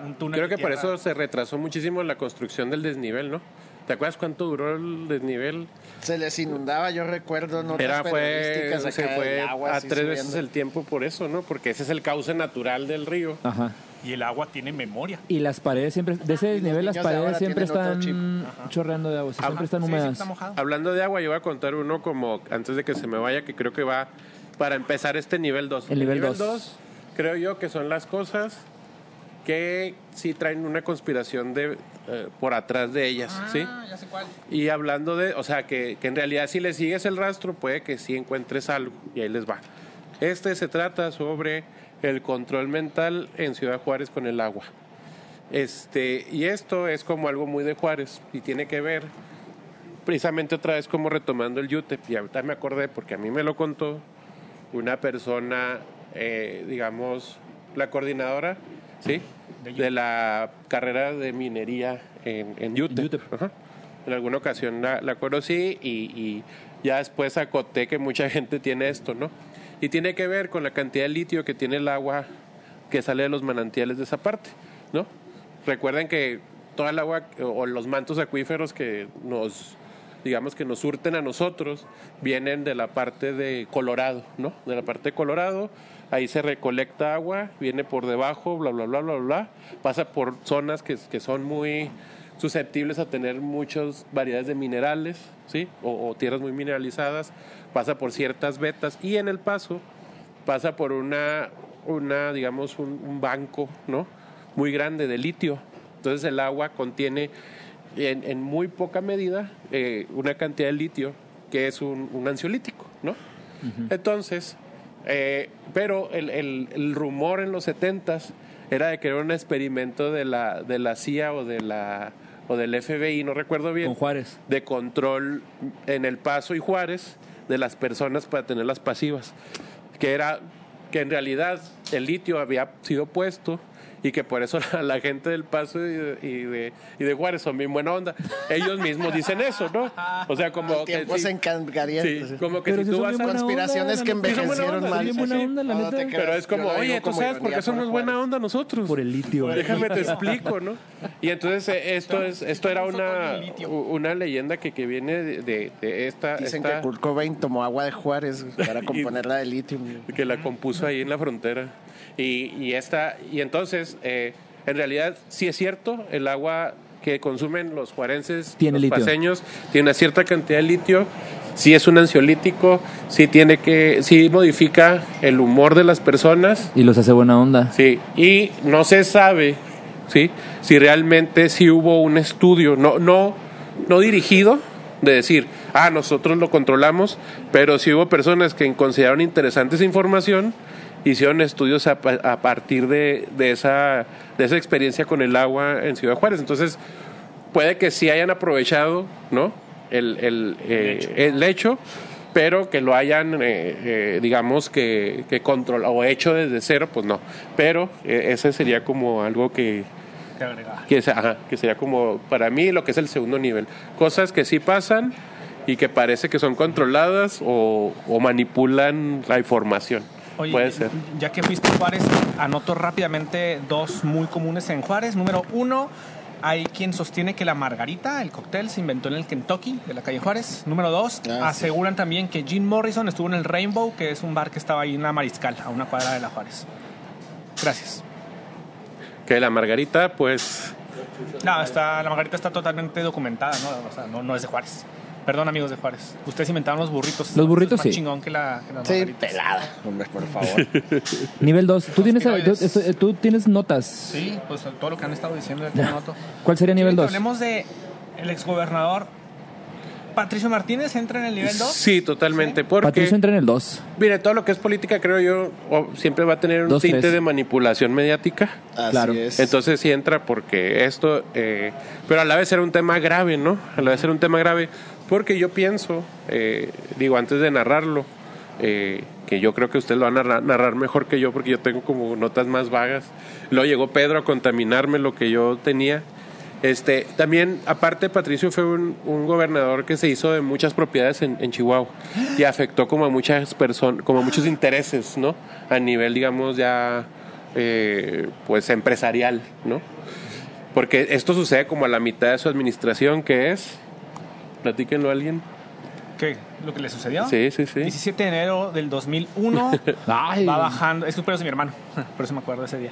Un túnel Creo de que por tierra. eso se retrasó muchísimo la construcción del desnivel, ¿no? ¿Te acuerdas cuánto duró el desnivel? Se les inundaba, yo recuerdo, no Era, fue, periodísticas se acá del fue agua, a así tres veces el subiendo. tiempo por eso, ¿no? Porque ese es el cauce natural del río. Ajá. Y el agua tiene memoria. Y las paredes siempre, de ese desnivel las niños de ahora paredes siempre tienen otro están chorreando de agua, o sea, siempre están Ah, Sí, sí, húmedas. está mojado. Hablando de agua, yo voy a contar uno como antes de que se me vaya, que creo que va para empezar este nivel 2. El nivel dos. creo yo que son las cosas que sí traen una conspiración de eh, por atrás de ellas, Ah, ¿sí? ya sé cuál. Y hablando de, o sea, que, que en realidad si le sigues el rastro, puede que sí encuentres algo. Y ahí les va. Este se trata sobre el control mental en Ciudad Juárez con el agua. Este, y esto es como algo muy de Juárez y tiene que ver precisamente otra vez como retomando el UTEP. Y ahorita me acordé porque a mí me lo contó una persona, eh, digamos, la coordinadora, ¿sí? De la carrera de minería en, en UTEP. En UTEP. Ajá. En alguna ocasión la, la conocí y, y ya después acoté que mucha gente tiene esto, ¿no? Y tiene que ver con la cantidad de litio que tiene el agua que sale de los manantiales de esa parte, ¿no? Recuerden que toda el agua o- o los mantos acuíferos que nos, digamos, que nos surten a nosotros, vienen de la parte de Colorado, ¿no? De la parte de Colorado, ahí se recolecta agua, viene por debajo, bla, bla, bla, bla, bla, pasa por zonas que, que son muy susceptibles a tener muchas variedades de minerales, ¿sí? O, o tierras muy mineralizadas, pasa por ciertas vetas y en el paso pasa por una, una digamos, un, un banco, ¿no? Muy grande de litio. Entonces el agua contiene en, en muy poca medida eh, una cantidad de litio que es un, un ansiolítico, ¿no? Entonces, eh, pero el, el- el rumor en los 70s era de que era un experimento de la, de la CIA o de la o del FBI, no recuerdo bien Con Juárez. de control en El Paso y Juárez de las personas para tenerlas pasivas. Que era que en realidad el litio había sido puesto y que por eso la, la gente del Paso y de, y de- y de Juárez son bien buena onda. Ellos mismos dicen eso, ¿no? O sea, como que. Ah, Tiempos sí, encangarientos. sí, como que Pero si sí tú son vas bien a. buena pues, Conspiraciones onda, que la neta. envejecieron Sí, son buena onda, mal. sí, son buena onda, la No, no neta. te creas, Pero es como, yo lo digo oye, tú como sabes por ironía qué somos Juárez. buena onda nosotros. Por el litio. Déjame te explico, ¿no? Y entonces eh, esto es esto era una, litio. u- una leyenda que, que viene de, de- de esta, Dicen esta- que Kurt Cobain tomó agua de Juárez para componerla de litio. que la compuso ahí en la frontera. Y, y esta, y entonces, eh, en realidad, sí es cierto, el agua que consumen los juarenses, Tiene los litio. paseños, tiene una cierta cantidad de litio, sí es un ansiolítico, sí tiene que, sí modifica el humor de las personas, Y los hace buena onda. sí, y no se sabe, sí, si realmente sí hubo un estudio, no, no, no dirigido de decir, ah, nosotros lo controlamos, pero sí hubo personas que consideraron interesante esa información, hicieron estudios a, pa- a partir de, de esa, de esa experiencia con el agua en Ciudad Juárez. Entonces, puede que sí hayan aprovechado, ¿no? El, el, eh, el hecho, pero que lo hayan, eh, eh, digamos, que, que controlado o hecho desde cero, pues no. Pero eh, ese sería como algo que, Te agregaba. que, es- ajá, que sería como para mí lo que es el segundo nivel. Cosas que sí pasan y que parece que son controladas o, o manipulan la información. Oye, Puede ser. Ya que fuiste a Juárez, anoto rápidamente dos muy comunes en Juárez. Número uno, hay quien sostiene que la margarita, el cóctel, se inventó en el Kentucky, de la calle Juárez. Número dos, Ah, aseguran también que Jim Morrison estuvo en el Rainbow, que es un bar que estaba ahí en la Mariscal, a una cuadra de la Juárez. Gracias. Que la margarita, pues, No, está, la margarita está totalmente documentada, ¿no? O sea, no, no es de Juárez. Perdón, amigos de Juárez. Ustedes inventaron los burritos. Los burritos, Eso es sí. más chingón que la, que las Sí, margaritas. pelada. Hombre, por favor. Nivel 2. ¿Tú tienes, yo- Conspiroides. esto- eh, tú tienes notas. Sí, pues todo lo que han estado diciendo, ya te noto. ¿Cuál sería nivel Sí, 2? Hablemos de el exgobernador Patricio Martínez entra en el nivel 2. Sí, totalmente. Porque, Patricio entra en el 2. mire, todo lo que es política, creo yo, o- siempre va a tener un Dos, tinte tres. de manipulación mediática. Así Claro. es. Entonces sí entra porque esto, eh, pero a la vez era un tema grave, ¿no? A la vez era un tema grave porque yo pienso, eh, digo, antes de narrarlo, eh, que yo creo que usted lo va a narrar, narrar mejor que yo porque yo tengo como notas más vagas. Luego llegó Pedro a contaminarme lo que yo tenía. Este, también, aparte, Patricio fue un, un gobernador que se hizo de muchas propiedades en, en Chihuahua y afectó como a muchas personas, como a muchos intereses, ¿no? A nivel, digamos, ya, eh, pues, empresarial, ¿no? Porque esto sucede como a la mitad de su administración, que es, platíquenlo a alguien. ¿Qué? ¿Lo que le sucedió? Sí, sí, sí. 17 de enero del 2001 Ay. va bajando, es un pero de mi hermano, por eso me acuerdo de ese día.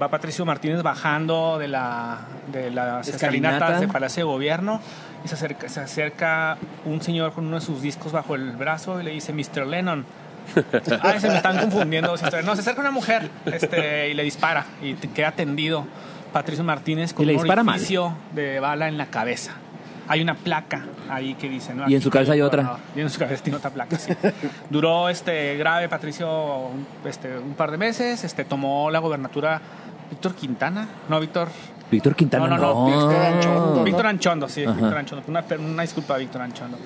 Va Patricio Martínez bajando de, la, de las Escalinata. escalinatas del Palacio de Gobierno y se acerca, se acerca un señor con uno de sus discos bajo el brazo y le dice, Mr. Lennon. Ay, se me están confundiendo. dos historias. No, se acerca una mujer este, y le dispara y te- queda tendido Patricio Martínez con Y le un dispara mal. orificio de bala en la cabeza. Hay una placa ahí que dice, Ah, ¿no? Y en Aquí su cabeza hay el otra. gobernador. Y en su cabeza tiene otra placa, sí. Duró este grave Patricio un, este, un par de meses, este tomó la gobernatura Víctor Quintana, no Víctor Víctor Quintana, no, no. no, no. Víctor Anchondo, Víctor Anchondo, sí, Ajá. Víctor Anchondo. Una, per- una disculpa, Víctor Anchondo.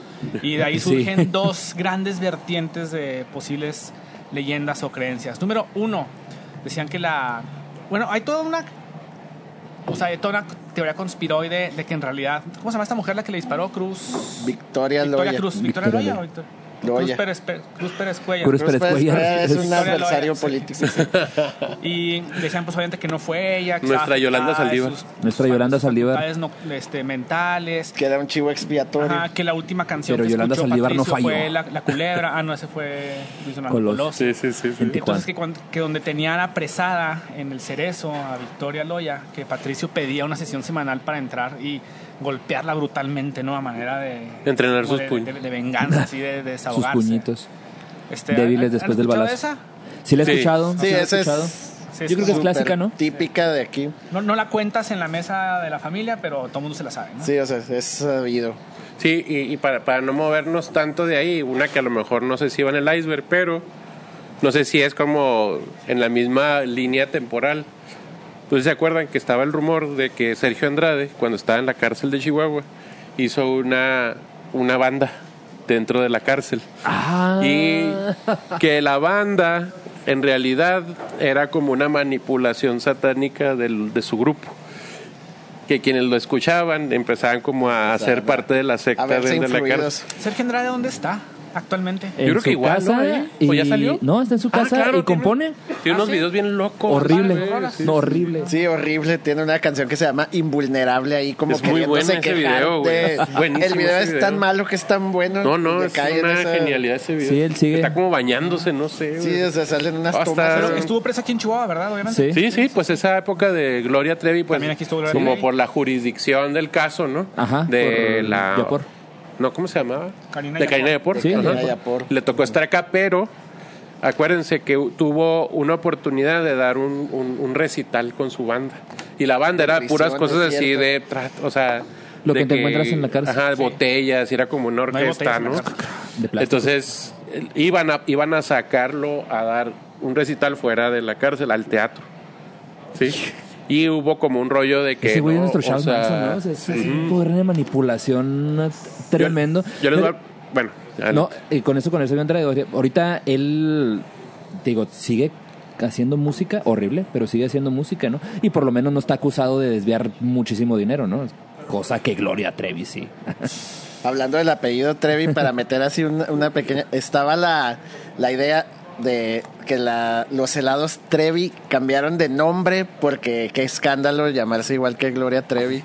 Y de ahí surgen Sí. dos grandes vertientes de posibles leyendas o creencias. Número uno, decían que la... Bueno, hay toda una... O sea, hay toda una teoría conspiroide de que en realidad... ¿Cómo se llama esta mujer la que le disparó? Cruz... Victoria Loya. Cruz. Victoria Victoria Loya. Loya. o Victor- Loya. Cruz Pérez, Pe- Cruz Pérez Cuellar. Cruz Cruz Pérez Pérez Cuellar Cuellar es es- un Victoria adversario Loya, sí. político. Y decían pues obviamente que no fue ella. que Nuestra estaba Yolanda afectada de Saldívar. sus- Nuestra Yolanda sus Saldívar. facultades no- este, mentales. Queda un chivo expiatorio. Ajá, que la última canción Pero que Yolanda escuchó Saldívar no Patricio falló. fue la, La culebra. Ah, no, ese fue Luis Donaldo Colos. Colosio. Sí, sí, sí. sí. En Tijuana. Entonces, que, cuando- que donde tenían apresada en el cerezo a Victoria Loya, que Patricio pedía una sesión semanal para entrar y golpearla brutalmente, ¿no? A manera de. Entrenar como sus de- puños. De, de venganza, así, de, de Sus desahogarse. puñitos. Este, débiles ¿han- han después del escuchado balazo. esa? Sí, la he Sí. escuchado. Sí, la he esa es escuchado. Sí, Yo creo que es súper clásica, ¿no? Típica de aquí. No, no la cuentas en la mesa de la familia, pero todo el mundo se la sabe, ¿no? Sí, o sea, es sabido. Sí, y, y para, para no movernos tanto de ahí, una que a lo mejor no sé si va en el iceberg, pero no sé si es como en la misma línea temporal. Entonces, ¿se acuerdan que estaba el rumor de que Sergio Andrade, cuando estaba en la cárcel de Chihuahua, hizo una, una banda dentro de la cárcel? Ah. Y que la banda, en realidad, era como una manipulación satánica del- de su grupo. Que quienes lo escuchaban empezaban como a ser parte de la secta A verse de, de la influidos. cárcel. Sergio Andrade, ¿dónde está actualmente? en creo que su igual, casa ¿no? Ahí. ¿O ya y- salió? No, está en su Ah, casa claro, y tiene- compone. Tiene unos ¿Ah, sí? videos bien locos. Horrible. Vale, sí, No, horrible. Sí, horrible. Tiene una canción que se llama Invulnerable ahí, como Es que muy bueno ese video, güey. Buenísimo El video es ese tan video. malo que es tan bueno. No, no, que es cae en una esa- genialidad ese video. Sí, él sigue. Está como bañándose, no sé. Sí, güey. o sea, salen unas Hasta- tomas. Pero así. estuvo preso aquí en Chihuahua, ¿verdad? Obviamente. Sí. Sí, sí, pues esa época de Gloria Trevi, pues También aquí estuvo Gloria como Trevi. por la jurisdicción del caso, ¿no? Ajá, De por la... Yapor. No, ¿cómo se llamaba? Karina de Yapor. Karina Yapor. Sí, Ajá. Karina Yapor. Le tocó estar acá, pero acuérdense que tuvo una oportunidad de dar un, un- un recital con su banda. Y la banda era Prisión, puras cosas es así cierto. de... tra- O sea... Lo de que te encuentras en la cárcel. Ajá, botellas, y era como una No hay botellas orquesta, en la ¿no? cárcel. De plástico. Entonces eh, iban a, iban a sacarlo a dar un recital fuera de la cárcel al teatro. ¿Sí? Y hubo como un rollo de que. Ese güey no, es nuestro o Charles sea, Manson, ¿no? O sea, es es un poder de manipulación yo- tremendo. Yo, les voy Pero- a- Ah, No, Bueno, y con eso, con eso yo entré. Ahorita él, digo, sigue haciendo música, horrible, pero sigue haciendo música, ¿no? Y por lo menos no está acusado de desviar muchísimo dinero, ¿no? Cosa que Gloria Trevi sí. Hablando del apellido Trevi, para meter así una, una pequeña. Estaba la, la idea de que la, los helados Trevi cambiaron de nombre porque qué escándalo llamarse igual que Gloria Trevi.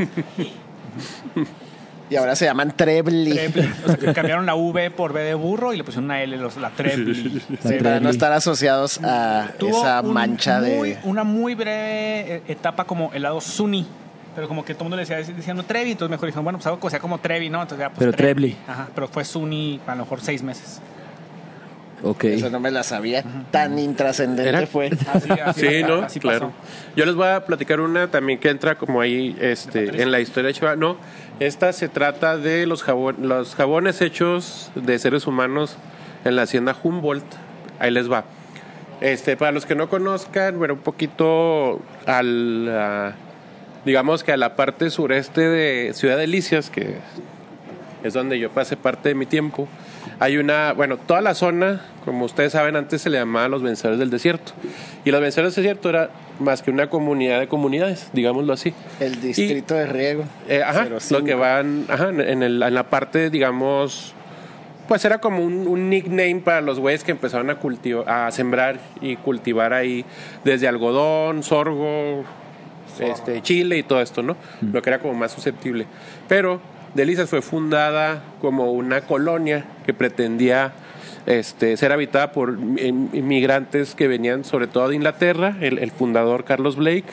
y ahora se llaman Trebli. Trebli. O sea, que cambiaron la V por B de burro y le pusieron una L, los- la Trebli. La Sí, para no Trebli. estar asociados a Tuvo esa un mancha muy- de. Una muy breve eh, etapa como helado Sunny. Pero como que todo el mundo le decía, diciendo Trevi, entonces mejor dijeron, bueno, pues algo que sea como Trevi, ¿no? Entonces ya, pues, Pero Trebli. Ajá, pero fue Sunny a lo mejor seis meses. Ok. Eso no me la sabía. Tan intrascendente ¿Era? fue. Así, así, Sí, ¿no? así claro. pasó. Yo les voy a platicar una también que entra como ahí este, en la historia de Chihuahua. No, esta se trata de los, jabon- los jabones hechos de seres humanos en la hacienda Humboldt. Ahí les va. Este, para los que no conozcan, bueno, un poquito al... ah, digamos que a la parte sureste de Ciudad Delicias, que es donde yo pasé parte de mi tiempo, hay una, bueno, toda la zona, como ustedes saben, antes se le llamaba los vencedores del desierto. Y los vencedores del desierto era más que una comunidad de comunidades, digámoslo así. El distrito de riego. Y, eh, ajá, lo 05. que van, ajá, en, el- en la parte, digamos, pues era como un, un nickname para los güeyes que empezaron a, cultivar, a sembrar y cultivar ahí desde algodón, sorgo, este, chile y todo esto, ¿no? Mm. Lo que era como más susceptible. Pero Delicias fue fundada como una colonia que pretendía este, ser habitada por im- inmigrantes que venían sobre todo de Inglaterra. El, el fundador Carlos Blake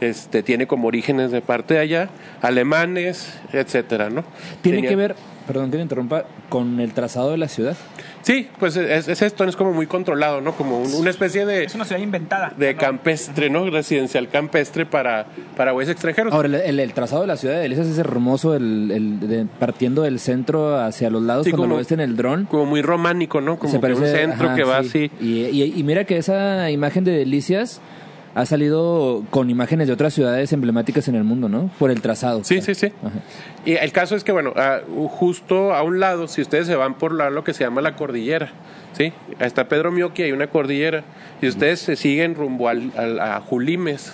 este, tiene como orígenes de parte de allá, alemanes, etcétera, ¿no? Tiene Tenía- que ver, perdón que te interrumpa, con el trazado de la ciudad. Sí, pues es, es esto, es como muy controlado, ¿no? Como un- una especie de, Es una ciudad inventada. de ¿no? campestre, ¿no? Residencial campestre para, para güeyes extranjeros. Ahora, el, el- el trazado de la ciudad de Delicias es hermoso, el, el de- partiendo del centro hacia los lados Sí, cuando como- lo ves en el dron. como muy románico, ¿no? Como se que parece un centro ajá, que va sí. así. Y, y- y mira que esa imagen de Delicias ha salido con imágenes de otras ciudades emblemáticas en el mundo, ¿no? Por el trazado. Sí, sí, sí. Ajá. Y el caso es que, bueno, ah, justo a un lado, si ustedes se van por la- lo que se llama la cordillera, ¿sí? Ahí Está Pedro Mioqui, hay una cordillera. Y ustedes se siguen rumbo al, al- a Julimes,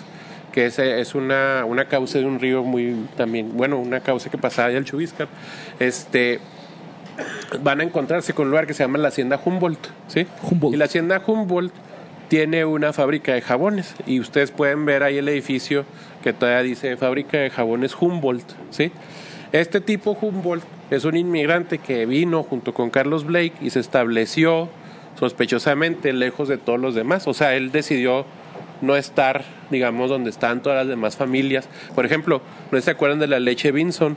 que es, eh, es una, una cauce de un río muy también, bueno, una cauce que pasaba allá al Chubiscar. Este, van a encontrarse con un lugar que se llama la Hacienda Humboldt, ¿sí? Humboldt. Y la Hacienda Humboldt tiene una fábrica de jabones y ustedes pueden ver ahí el edificio que todavía dice fábrica de jabones Humboldt, ¿sí? Este tipo Humboldt es un inmigrante que vino junto con Carlos Blake y se estableció sospechosamente lejos de todos los demás, o sea, él decidió no estar, digamos, donde están todas las demás familias. Por ejemplo, ¿no se acuerdan de la leche Vinson?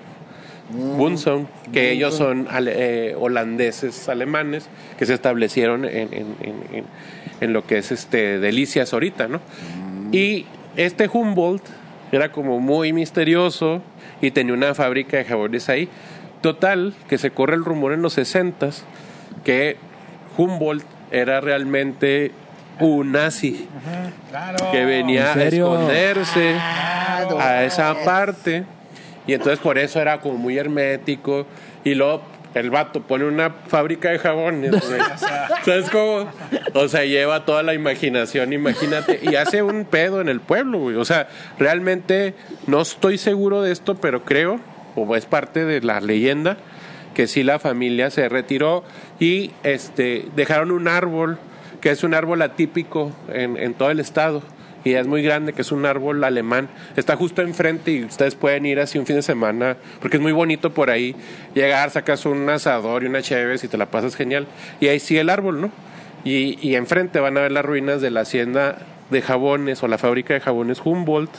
Bunson, que ellos son ale- eh, holandeses alemanes que se establecieron en, en- en- en- en lo que es este Delicias ahorita, ¿no? Y este Humboldt era como muy misterioso y tenía una fábrica de jabones ahí. Total, que se corre el rumor en los 60s que Humboldt era realmente un nazi Claro. que venía ¿En a serio? esconderse no a esa parte y entonces por eso era como muy hermético y luego el vato pone una fábrica de jabones, güey. ¿Sabes cómo? O sea, lleva toda la imaginación, imagínate, y hace un pedo en el pueblo, güey. O sea, realmente no estoy seguro de esto, pero creo, o es parte de la leyenda, que sí la familia se retiró y este dejaron un árbol que es un árbol atípico en, en todo el estado y es muy grande que es un árbol alemán está justo enfrente y ustedes pueden ir así un fin de semana porque es muy bonito por ahí llegar sacas un asador y una chévere y te la pasas genial y ahí sigue el árbol no y, y enfrente van a ver las ruinas de la hacienda de jabones o la fábrica de jabones Humboldt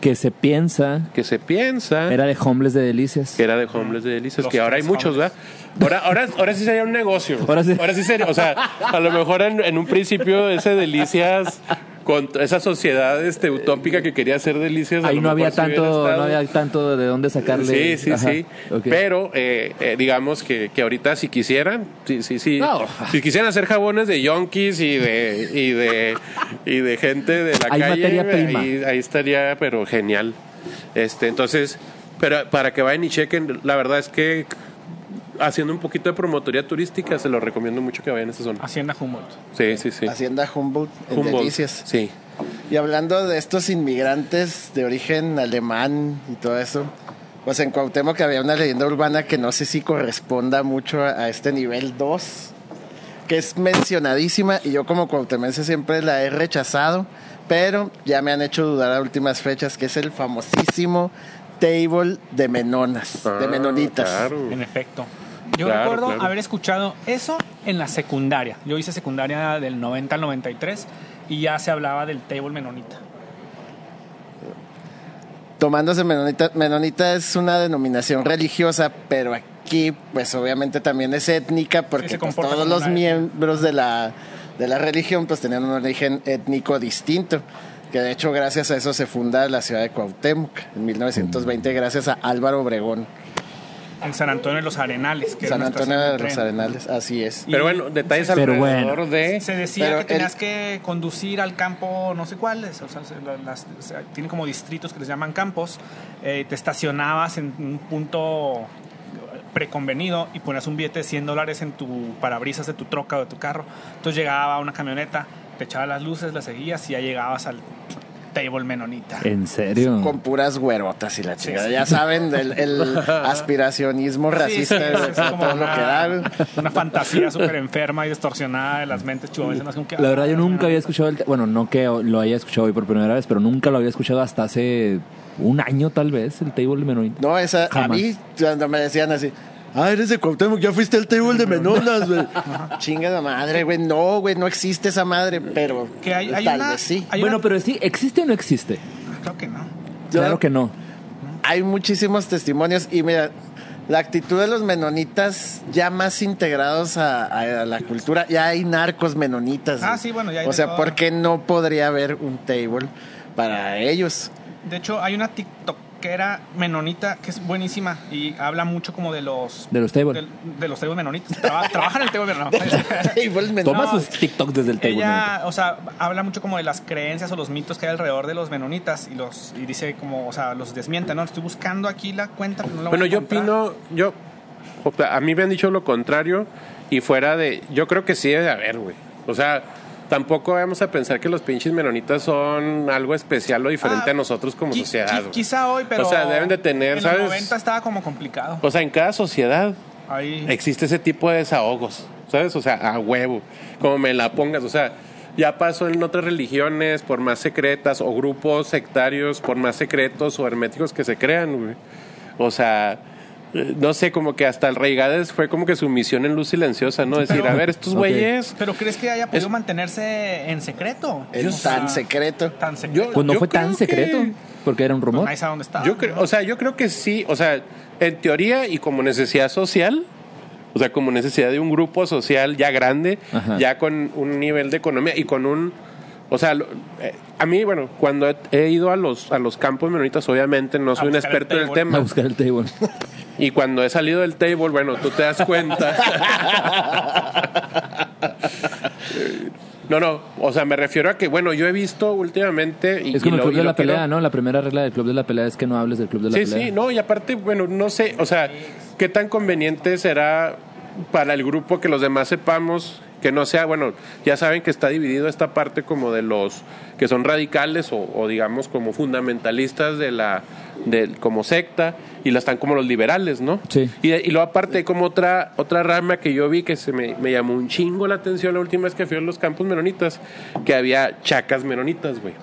Que se piensa que se piensa era de homeless de Delicias. que era de homeless de delicias, Los que ahora hay tres muchos, homeless. ¿verdad? Ahora, ahora, ahora sí sería un negocio. Ahora sí. sería, o sea, a lo mejor en, en un principio ese delicias con esa sociedad este utópica que quería hacer delicias. a Ahí lo no había mejor sí hubiera tanto, no estado. había tanto de dónde sacarle. Sí, sí, Ajá, sí. ok. Pero eh, eh, digamos que, que ahorita si quisieran, sí, sí, sí. No. Si quisieran hacer jabones de yonkis y de y de y de gente de la Hay calle, materia prima. Ahí, ahí estaría, pero genial. Este, entonces, pero para que vayan y chequen, la verdad es que haciendo un poquito de promotoría turística se los recomiendo mucho que vayan a esta Ah, zona. Hacienda Humboldt. Sí, sí, sí. Hacienda Humboldt en Humboldt. Delicias. Sí. Y hablando de estos inmigrantes de origen alemán y todo eso, pues en Cuauhtémoc había una leyenda urbana que no sé si corresponda mucho a, a este nivel 2, que es mencionadísima y yo como cuauhtemense siempre la he rechazado, pero ya me han hecho dudar a últimas fechas, que es el famosísimo table de menonas, de Ah, menonitas. claro. En efecto. Yo Claro, recuerdo claro. haber escuchado eso en la secundaria. Yo hice secundaria del 90 al 93 y ya se hablaba del table menonita. Tomándose menonita, menonita es una denominación religiosa, pero aquí, pues obviamente también es étnica, porque Sí, se pues, comporta todos como los una miembros de la, de la religión pues tenían un origen étnico distinto. Que de hecho, gracias a eso se funda la ciudad de Cuauhtémoc en 1920, gracias a Álvaro Obregón, En San Antonio de los Arenales. Que San era nuestra Antonio estación de los tren. Arenales. Así es. Pero bueno, detalles Pero alrededor bueno. de... Se decía Pero que el- tenías que conducir al campo, no sé cuál, es, o sea, se- la- las- o sea, tienen como distritos que les llaman campos, eh, te estacionabas en un punto preconvenido y ponías un billete de 100 dólares en tu parabrisas de tu troca o de tu carro. Entonces llegaba una camioneta, te echaba las luces, las seguías y ya llegabas al table menonita. ¿En serio? Con puras güerotas y la chingada. sí. Ya saben, del el aspiracionismo racista, Sí, sí, sí, de es todo como lo que da. güey. una fantasía súper enferma y distorsionada de las mentes chihuahuenses. La verdad, "Ah, yo nunca había escuchado el. te- Bueno, no que lo haya escuchado hoy por primera vez, pero nunca lo había escuchado hasta hace un año, tal vez, el table menor. No, esa, a Jamás. mí, cuando me decían así, ah, eres de Cuauhtémoc, ya fuiste al table de Menonas, güey. Chinga la madre, güey. No, güey, no existe esa madre, pero Que hay- hay tal una- vez sí. hay bueno, una- pero sí, ¿existe o no existe? Creo que no. Yo- Claro que no. Hay muchísimos testimonios y mira, la actitud de los menonitas ya más integrados a, a la cultura, ya hay narcos menonitas. Ah, güey. sí, bueno, ya hay O de sea, todo. ¿por qué no podría haber un table para ellos? De hecho, hay una TikTokera menonita que es buenísima y habla mucho como de los... De los table. De, de los table menonitas. Traba- trabaja en el table menonita. Table menonitas. Toma No, sus TikToks desde el table menor. Ella, o sea, habla mucho como de las creencias o los mitos que hay alrededor de los menonitas y los y dice como, o sea, los desmienta, ¿no? Estoy buscando aquí la cuenta, pero no la voy Bueno, a yo encontrar. opino, yo, o sea, a mí me han dicho lo contrario y fuera de, yo creo que sí debe de haber, güey. O sea, tampoco vamos a pensar que los pinches melonitas son algo especial o diferente Ah, a nosotros como Qui- sociedad. qui- güey. Quizá hoy, pero... O sea, deben de tener, en los 90 ¿sabes? estaba como complicado. O sea, en cada sociedad Ahí... existe ese tipo de desahogos, ¿sabes? O sea, a huevo, como me la pongas, o sea, ya pasó en otras religiones, por más secretas, o grupos sectarios, por más secretos o herméticos que se crean, güey. O sea, eh, no sé, como que hasta el Rey Gades fue como que su misión en luz silenciosa, ¿no? Decir, Pero- a ver, estos Ok. güeyes... ¿Pero crees que haya podido Es- mantenerse en secreto? Es O sea, tan secreto. Tan secreto. pues, Pues no Yo fue tan creo que- secreto, porque era un rumor. Nadie sabe dónde estaba. Yo creo, o sea, yo creo que sí, o sea, en teoría y como necesidad social, o sea, como necesidad de un grupo social ya grande, Ajá. ya con un nivel de economía y con un, o sea, lo- eh, a mí, bueno, cuando he, he ido a los a los campos menonitas, obviamente no soy un buscar el experto en el table. A tema, buscar el table. y cuando he salido del table, bueno, tú te das cuenta. no, no, o sea, me refiero a que, bueno, yo he visto últimamente... Y, Es como y el lo- club y de lo la quiero- pelea, ¿no? La primera regla del club de la pelea es que no hables del club de la Sí, pelea. sí, no, y aparte, bueno, no sé, o sea, qué tan conveniente será para el grupo que los demás sepamos que no sea, bueno, ya saben que está dividido esta parte como de los que son radicales o, o digamos como fundamentalistas de la, de, como secta, y la están como los liberales, ¿no? Sí. Y, y luego aparte hay como otra, otra rama que yo vi que se me, me llamó un chingo la atención la última vez que fui a los campos menonitas, que había chacas menonitas, güey.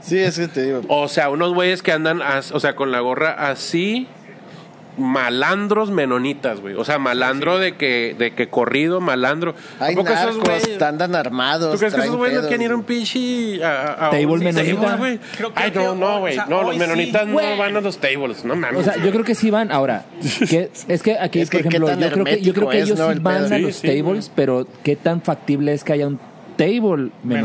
Sí, es que te digo. O sea, unos güeyes que andan, as- o sea, con la gorra así, malandros menonitas, güey. O sea, malandro de que de que corrido, malandro. Hay ¿A poco esos narcos, güeyes- andan armados. ¿Tú crees que traen esos güeyes no pedos, quieren ir a un pinche a- a- a Table un menonita. table, güey? Creo que- Ay, no, creo- no, güey. o sea, no, los hoy menonitas sí, no güey. van a los tables, no mames. O sea, yo creo que sí van. Ahora, que- es que aquí, Es que por ejemplo, qué tan yo creo que, yo creo que hermético ellos es, ¿no? sí el van pedo. a Sí, los sí, tables, pero ¿qué tan factible es que haya un table menonita?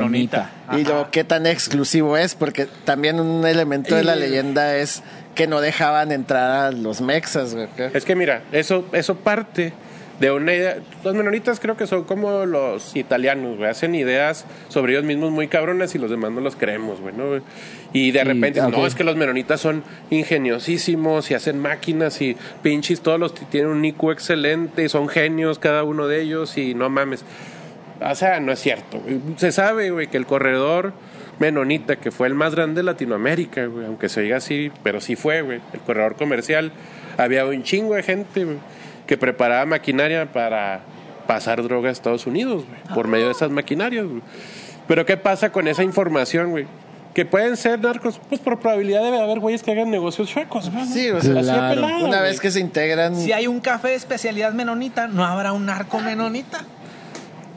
Menonita. Y lo que tan exclusivo es, porque también un elemento de la Y- leyenda es que no dejaban entrar a los mexas, güey. Es que mira, eso, eso parte de una idea. Los menonitas creo que son como los italianos, güey. Hacen ideas sobre ellos mismos muy cabronas y los demás no los creemos, güey. ¿no? Y de Y, repente, ah, ok. no, es que los menonitas son ingeniosísimos y hacen máquinas y pinches, todos los t- tienen un IQ excelente y son genios cada uno de ellos y no mames. O sea, no es cierto. güey. Se sabe, güey, que el corredor menonita, que fue el más grande de Latinoamérica, güey, aunque se diga así, pero sí fue, güey, el corredor comercial. Había un chingo de gente, güey, que preparaba maquinaria para pasar droga a Estados Unidos, güey, por medio de esas maquinarias, güey. Pero ¿qué pasa con esa información, güey? Que pueden ser narcos, pues por probabilidad debe haber güeyes que hagan negocios chuecos, güey. Sí, o sea, Así de Claro. pelado, una güey. vez que se integran, Si hay un café de especialidad menonita, no habrá un narco menonita. Ah,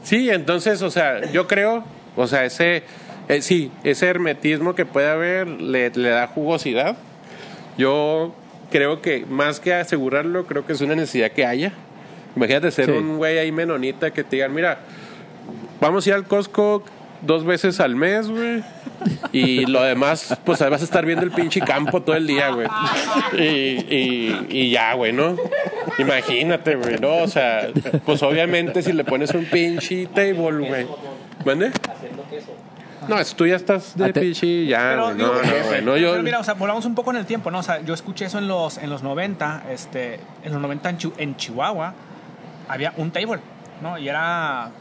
Sí, entonces, o sea, yo creo, o sea, ese, eh, sí, ese hermetismo que puede haber le, le da jugosidad. Yo creo que más que asegurarlo, creo que es una necesidad que haya. Imagínate ser Sí. un güey ahí menonita que te digan, mira, vamos a ir al Costco dos veces al mes, güey. Y lo demás, pues vas a estar viendo el pinche campo todo el día, güey. Y, y- y ya, güey, ¿no? Imagínate, güey, ¿no? O sea, pues obviamente si le pones un pinche table, güey. ¿Mande? No, es- tú ya estás de Ah, te- pinche, ya, Pero, güey. digo, No, no, pero- güey, no, yo... pero mira, o sea, volvamos un poco en el tiempo, ¿no? O sea, yo escuché eso en los, en los 90, este, en los 90 en, Chi- en Chihuahua había un table, ¿no? Y era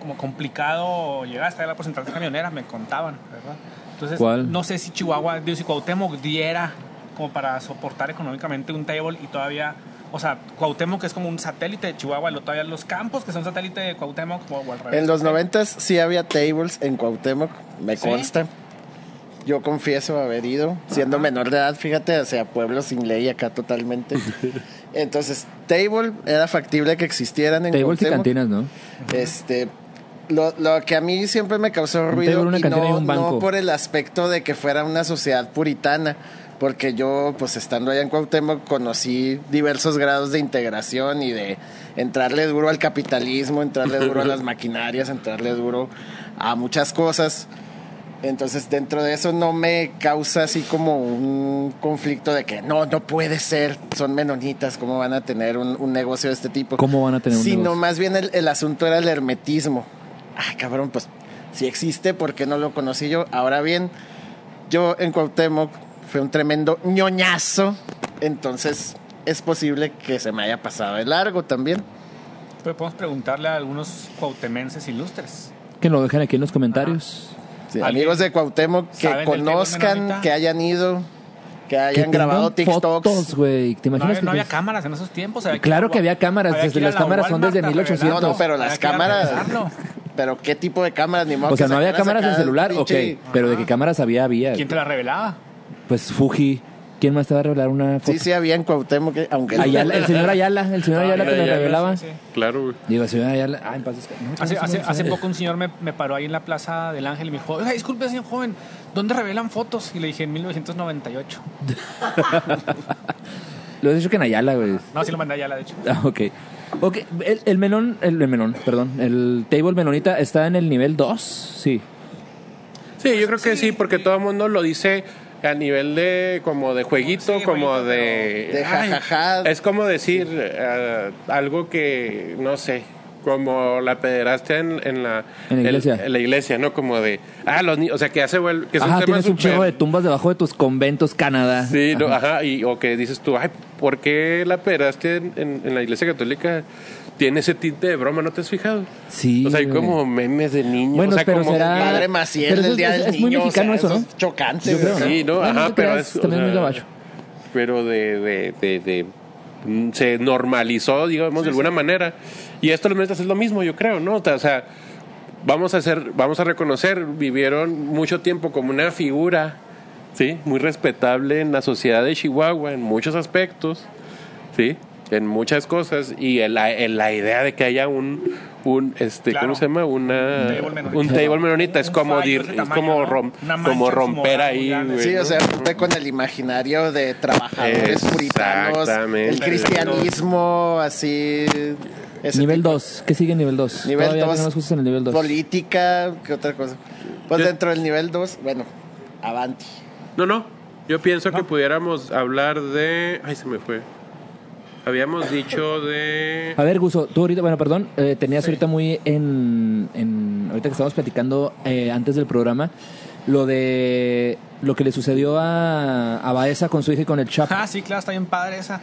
como complicado llegar hasta la porcentaje camionera, me contaban, ¿verdad? Entonces, ¿Cuál? no sé si Chihuahua, digo, si Cuauhtémoc diera como para soportar económicamente un table y todavía... O sea, Cuauhtémoc que es como un satélite de Chihuahua, y luego todavía los campos que son satélite de Cuauhtémoc o, o al revés. En los noventas sí había tables en Cuauhtémoc, me ¿Sí? consta. Yo confieso haber ido, siendo menor de edad, fíjate, o sea, pueblo sin ley acá totalmente. Entonces, table era factible que existieran en Tables y Cuauhtémoc. cantinas, ¿no? Este, lo, lo que a mí siempre me causó ruido table, una y cantina y no, un banco. no por el aspecto de que fuera una sociedad puritana, porque yo, pues estando allá en Cuauhtémoc, conocí diversos grados de integración y de entrarle duro al capitalismo, entrarle duro a las maquinarias, entrarle duro a muchas cosas. Entonces, dentro de eso no me causa así como un conflicto de que no, no puede ser, son menonitas, ¿cómo van a tener un, un negocio de este tipo? ¿Cómo van a tener un Sino negocio? más bien el, el asunto era el hermetismo. Ah, cabrón, pues si existe, ¿por qué no lo conocí yo? Ahora bien, yo en Cuauhtémoc fue un tremendo ñoñazo, entonces es posible que se me haya pasado de largo también. Pero Pues podemos preguntarle a algunos cuautemenses ilustres. Que lo dejen aquí en los comentarios. Sí, ¿Alguien amigos de Cuauhtémoc sabe que del table conozcan, menonita? que hayan ido, que hayan que grabado tengan TikToks. fotos, güey. ¿Te No imaginas había, que no había pues- cámaras en esos tiempos. había que Claro ir a- que había cámaras, había que desde ir a las la cámaras son Walmart desde a 1800. revelarlo, No, no, pero las había que ir a cámaras- revelarlo. Pero qué tipo de cámaras, ni modo O sea, que no había sacaras cámaras acá del el celular, ok. pinche- Pero de qué cámaras había, había. ¿Quién te la revelaba? Pues Fuji. ¿Quién más te va a revelar una foto? Sí, sí, había en Cuauhtémoc, que- aunque Ayala, el señor Ayala, el señor Ayala Ah, que me Ayala, revelaba. sí, sí. Claro, güey. Digo, el señor Ayala. Ah, en paz descanse. No, Hace, no, no, hace, no, hace no. poco un señor me, me paró ahí en la Plaza del Ángel y me dijo, oiga, disculpe, señor joven, ¿dónde revelan fotos? Y le dije, en 1998. Lo has dicho que en Ayala, güey. No, sí lo mandé ya, la de hecho. Ah, ok. Ok, el, el melón, el, el melón, perdón, el table melonita está en el nivel 2, sí. Sí, yo creo que sí, porque todo el mundo lo dice a nivel de como de jueguito, Sí, como jueguito, de, pero- De ay, jajaja. Es como decir eh, algo que no sé, como la pederastia en, en la En la el- iglesia. en la iglesia, no como de ah los ni- o sea que hace vuel- que es Ajá, un tema tienes un súper- chorro de tumbas debajo de tus conventos, Canadá. Sí, no, ajá, y, o que dices tú, ay, ¿por qué la pederastia en, en- en la iglesia católica tiene ese tinte de broma? ¿No te has fijado? Sí, O sea, hay güey. como memes de niños. Bueno, o sea, pero como será- Padre Maciel Ah, Pero eso del es- Día es- del es muy Niño, o sea, mexicano eso, es ¿no? chocante, Yo creo, güey. Sí, no, Bueno, ajá, no te pero creas, es. o también es sea, muy gabacho. Pero de. de, de, de- mm, se normalizó, digamos, de alguna manera. Y esto los metas es lo mismo, yo creo, ¿no? O sea, vamos a hacer, vamos a reconocer, vivieron mucho tiempo como una figura, ¿sí? Muy respetable en la sociedad de Chihuahua, en muchos aspectos, ¿sí? En muchas cosas. Y en la, en la idea de que haya un. un este, Claro. ¿Cómo se llama? Una, Un table menonita. un table menonita. Es Un como, fallo de dir- ese es tamaño, como, ¿no? rom- Una mancha como como romper grande, ahí, grande. güey, Sí, ¿no? o sea, fue con el imaginario de trabajadores puritanos, el Exactamente. cristianismo, así. ese Nivel tipo. 2, ¿qué sigue en nivel 2? Nivel Todavía 2. tenemos cosas en el nivel 2. Política, ¿qué otra cosa? Pues Yo- dentro del nivel 2, bueno, avanti. No, no. Yo pienso que pudiéramos hablar de. Ay, se me fue. Habíamos dicho de. A ver, Guso, tú ahorita, bueno, perdón, eh, tenías ahorita muy en, en- Ahorita que estábamos platicando eh, antes del programa, lo de. Lo que le sucedió a, a Baeza con su hija y con el Chapo. Ah, sí, claro, está bien padre esa.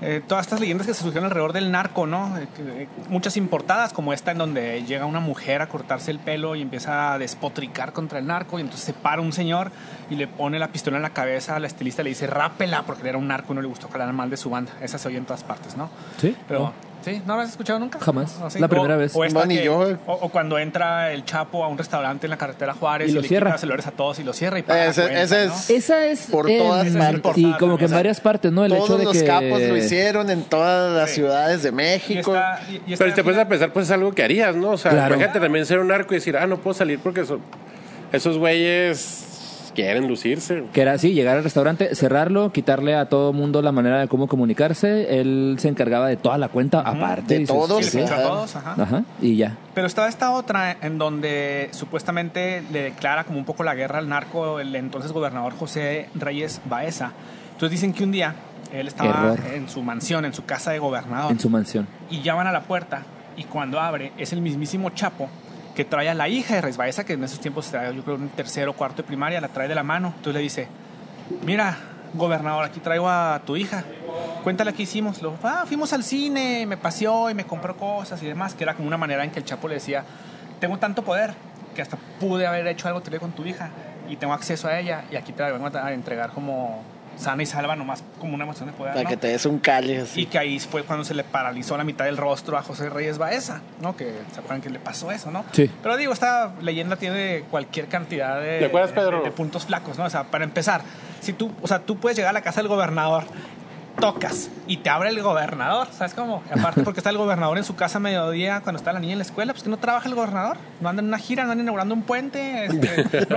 Eh, todas estas leyendas que se surgieron alrededor del narco, ¿no? Eh, que- eh, muchas importadas, como esta en donde llega una mujer a cortarse el pelo y empieza a despotricar contra el narco, y entonces se para un señor y le pone la pistola en la cabeza, la estilista le dice, rápela, porque él era un narco y no le gustó que hablaran mal de su banda. Esa se oye en todas partes, ¿no? ¿Sí? Pero, No. ¿sí? ¿No la has escuchado nunca? Jamás. No, sí. La primera vez. esta Bueno, y que- yo, eh. o, o cuando entra el Chapo a un restaurante en la carretera Juárez Y y, lo cierra. le cierra. quita los celulares a todos y lo cierra y paga la Ese- cuenta, ese ¿no? es- Esa es. Por todas y- partes. Y como que en varias partes, ¿no? El hecho Todos de los que. capos lo hicieron en todas las Sí. ciudades de Y México. esta- y- y esta Pero si te pones gira- a pensar, pues es algo que harías, ¿no? O sea, Claro. imagínate también ser un arco y decir, ah, no puedo salir porque son- esos güeyes quieren lucirse. Que era así, llegar al restaurante, cerrarlo, quitarle a todo mundo la manera de cómo comunicarse. Él se encargaba de toda la cuenta, aparte. De dices, todos, sí. Le pinchó a Ajá. todos, ajá. Ajá, y ya. Pero estaba esta otra en donde supuestamente le declara como un poco la guerra al narco el entonces gobernador José Reyes Baeza. Entonces dicen que un día él estaba Error. en su mansión, en su casa de Ah, gobernador, En su mansión. y llaman a la puerta y cuando abre es el mismísimo Chapo que trae a la hija de Reyes Baeza, que en esos tiempos trae yo creo un tercero o cuarto de primaria, la trae de la mano. Entonces le dice, mira, gobernador, aquí traigo a tu hija. Cuéntale qué hicimos. Lo, ah, fuimos al cine, me paseó y me compró cosas y demás, que era como una manera en que el Chapo le decía, tengo tanto poder que hasta pude haber hecho algo terrible con tu hija y tengo acceso a ella y aquí te la vengo a a entregar como sana y salva, nomás como una emoción de poder. Para ¿no? que te des un cali Y así. que ahí fue cuando se le paralizó la mitad del rostro a José Reyes Baeza, ¿no? Que se acuerdan que le pasó eso, ¿no? Sí. Pero digo, esta leyenda tiene cualquier cantidad de, ¿Te acuerdas, Pedro? de- de puntos flacos, ¿no? O sea, para empezar, si tú, o sea, tú puedes llegar a la casa del gobernador, tocas y te abre el gobernador, ¿sabes cómo? Y Aparte porque está el gobernador en su casa a mediodía cuando está la niña en la escuela, pues que no trabaja el gobernador, no anda en una gira, no anda inaugurando un puente, este, no,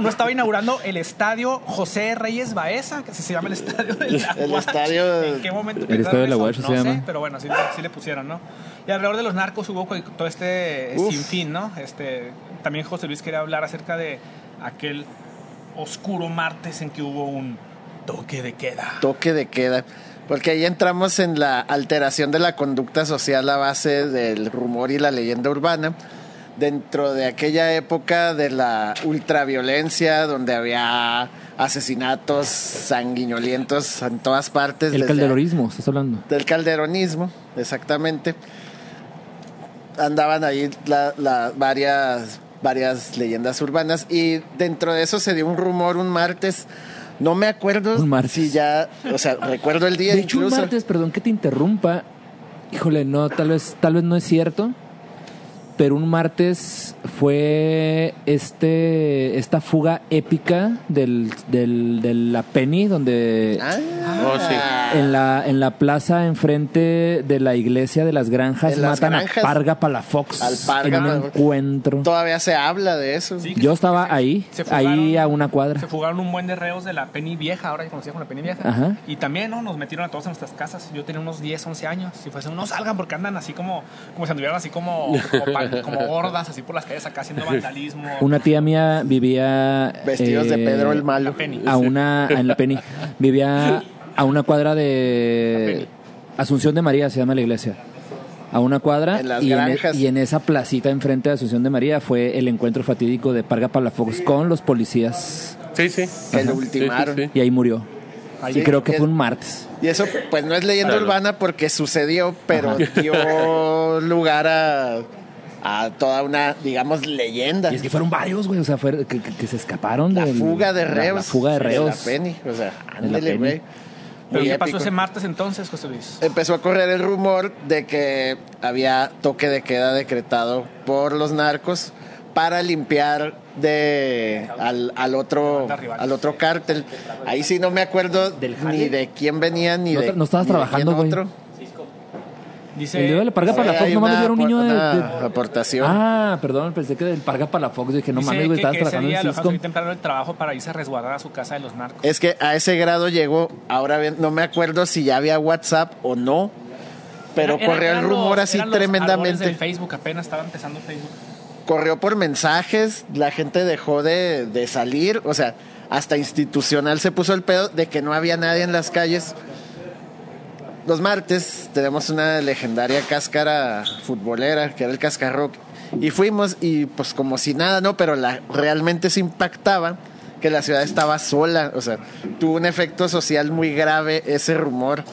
no estaba inaugurando el estadio José Reyes Baeza, que así se llama el estadio del El Aguache. estadio- ¿En qué momento El estadio del eso? Aguache no se sé, llama. pero bueno, sí, le- sí le pusieron, ¿no? Y alrededor de los narcos hubo co- todo este Uf. sinfín, ¿no? Este, también José Luis quería hablar acerca de aquel oscuro martes en que hubo un toque de queda. Toque de queda. Porque ahí entramos en la alteración de la conducta social a base del rumor y la leyenda urbana. Dentro de aquella época de la ultraviolencia, donde había asesinatos sanguinolientos en todas partes. El desde- calderorismo, estás hablando. del calderonismo, exactamente. Andaban ahí la- la- varias, varias leyendas urbanas y dentro de eso se dio un rumor un martes. No me acuerdo Un martes. si ya, o sea, recuerdo el día De hecho, un incluso. martes, perdón que te interrumpa. Híjole, no, tal vez, tal vez no es cierto. Pero un martes fue este esta fuga épica del, del, de la Penny, donde Ah, Oh, sí. en la en la plaza enfrente de la iglesia de las granjas En las matan granjas. a Parga Palafox Al Parga en un Palafox. encuentro. Todavía se habla de eso. Sí, Yo estaba ahí, Se fugaron- ahí a una cuadra. Se fugaron un buen de reos de la Penny Vieja, ahora que conocida como la Penny Vieja. Ajá. Y también, ¿no? Nos metieron a todos en nuestras casas. Yo tenía unos 10, 11 años. Si fuese, no salgan porque andan así como, como si anduvieran así como, como, pan- como gordas, así por las calles acá haciendo vandalismo. Una tía mía vivía Vestidos de eh, Pedro el La Malo. Penny. a una en la Penny. Vivía a una cuadra La Penny. de Asunción de María se llama la iglesia. A una cuadra En las y, en, e- granjas. y en esa placita enfrente de Asunción de María fue el encuentro fatídico de Parga Palafox con los policías Sí, sí. Que Ajá. lo ultimaron. y ahí murió. Ahí- y creo que el- fue un martes. Y eso, pues no es leyenda Claro. urbana porque sucedió, pero dio lugar a, a toda una, digamos, leyenda. Y es que fueron varios, güey, o sea, fue- que, que- que se escaparon La del- fuga de la- reos. La, fuga de En reos. la Penny. O sea, En la ándele, Penny. güey. ¿Pero Muy qué épico. pasó ese martes entonces, José Luis? Empezó a correr el rumor de que había toque de queda decretado por los narcos para limpiar de al, al otro Levantar rivales. al otro cártel. Ahí sí no me acuerdo ni de quién venía ni No de tra- no estabas ni de trabajando, quién güey. otro. Dice, El de la Parga Sí, hay Palafox no mames, una yo era un niño de- apo- de, una aportación. Ah, perdón, pensé que del Parga Palafox. Dije, no dice mames, güey, que, estabas que ese trabajando día en lo dejaron Cisco. salir temprano del trabajo para irse a resguardar a su casa de los narcos. Es que a ese grado llegó, ahora bien, no me acuerdo si ya había WhatsApp o no, pero Era- corrió el eran los- rumor así eran los albores tremendamente. del Facebook, apenas estaba empezando Facebook. corrió por mensajes, la gente dejó de, de salir, o sea, hasta institucional se puso el pedo de que no había nadie en las calles. Los martes tenemos una legendaria cáscara futbolera, que era el cascarrock, y fuimos y pues como si nada, ¿no? Pero la, realmente se impactaba que la ciudad estaba sola, o sea, tuvo un efecto social muy grave ese rumor,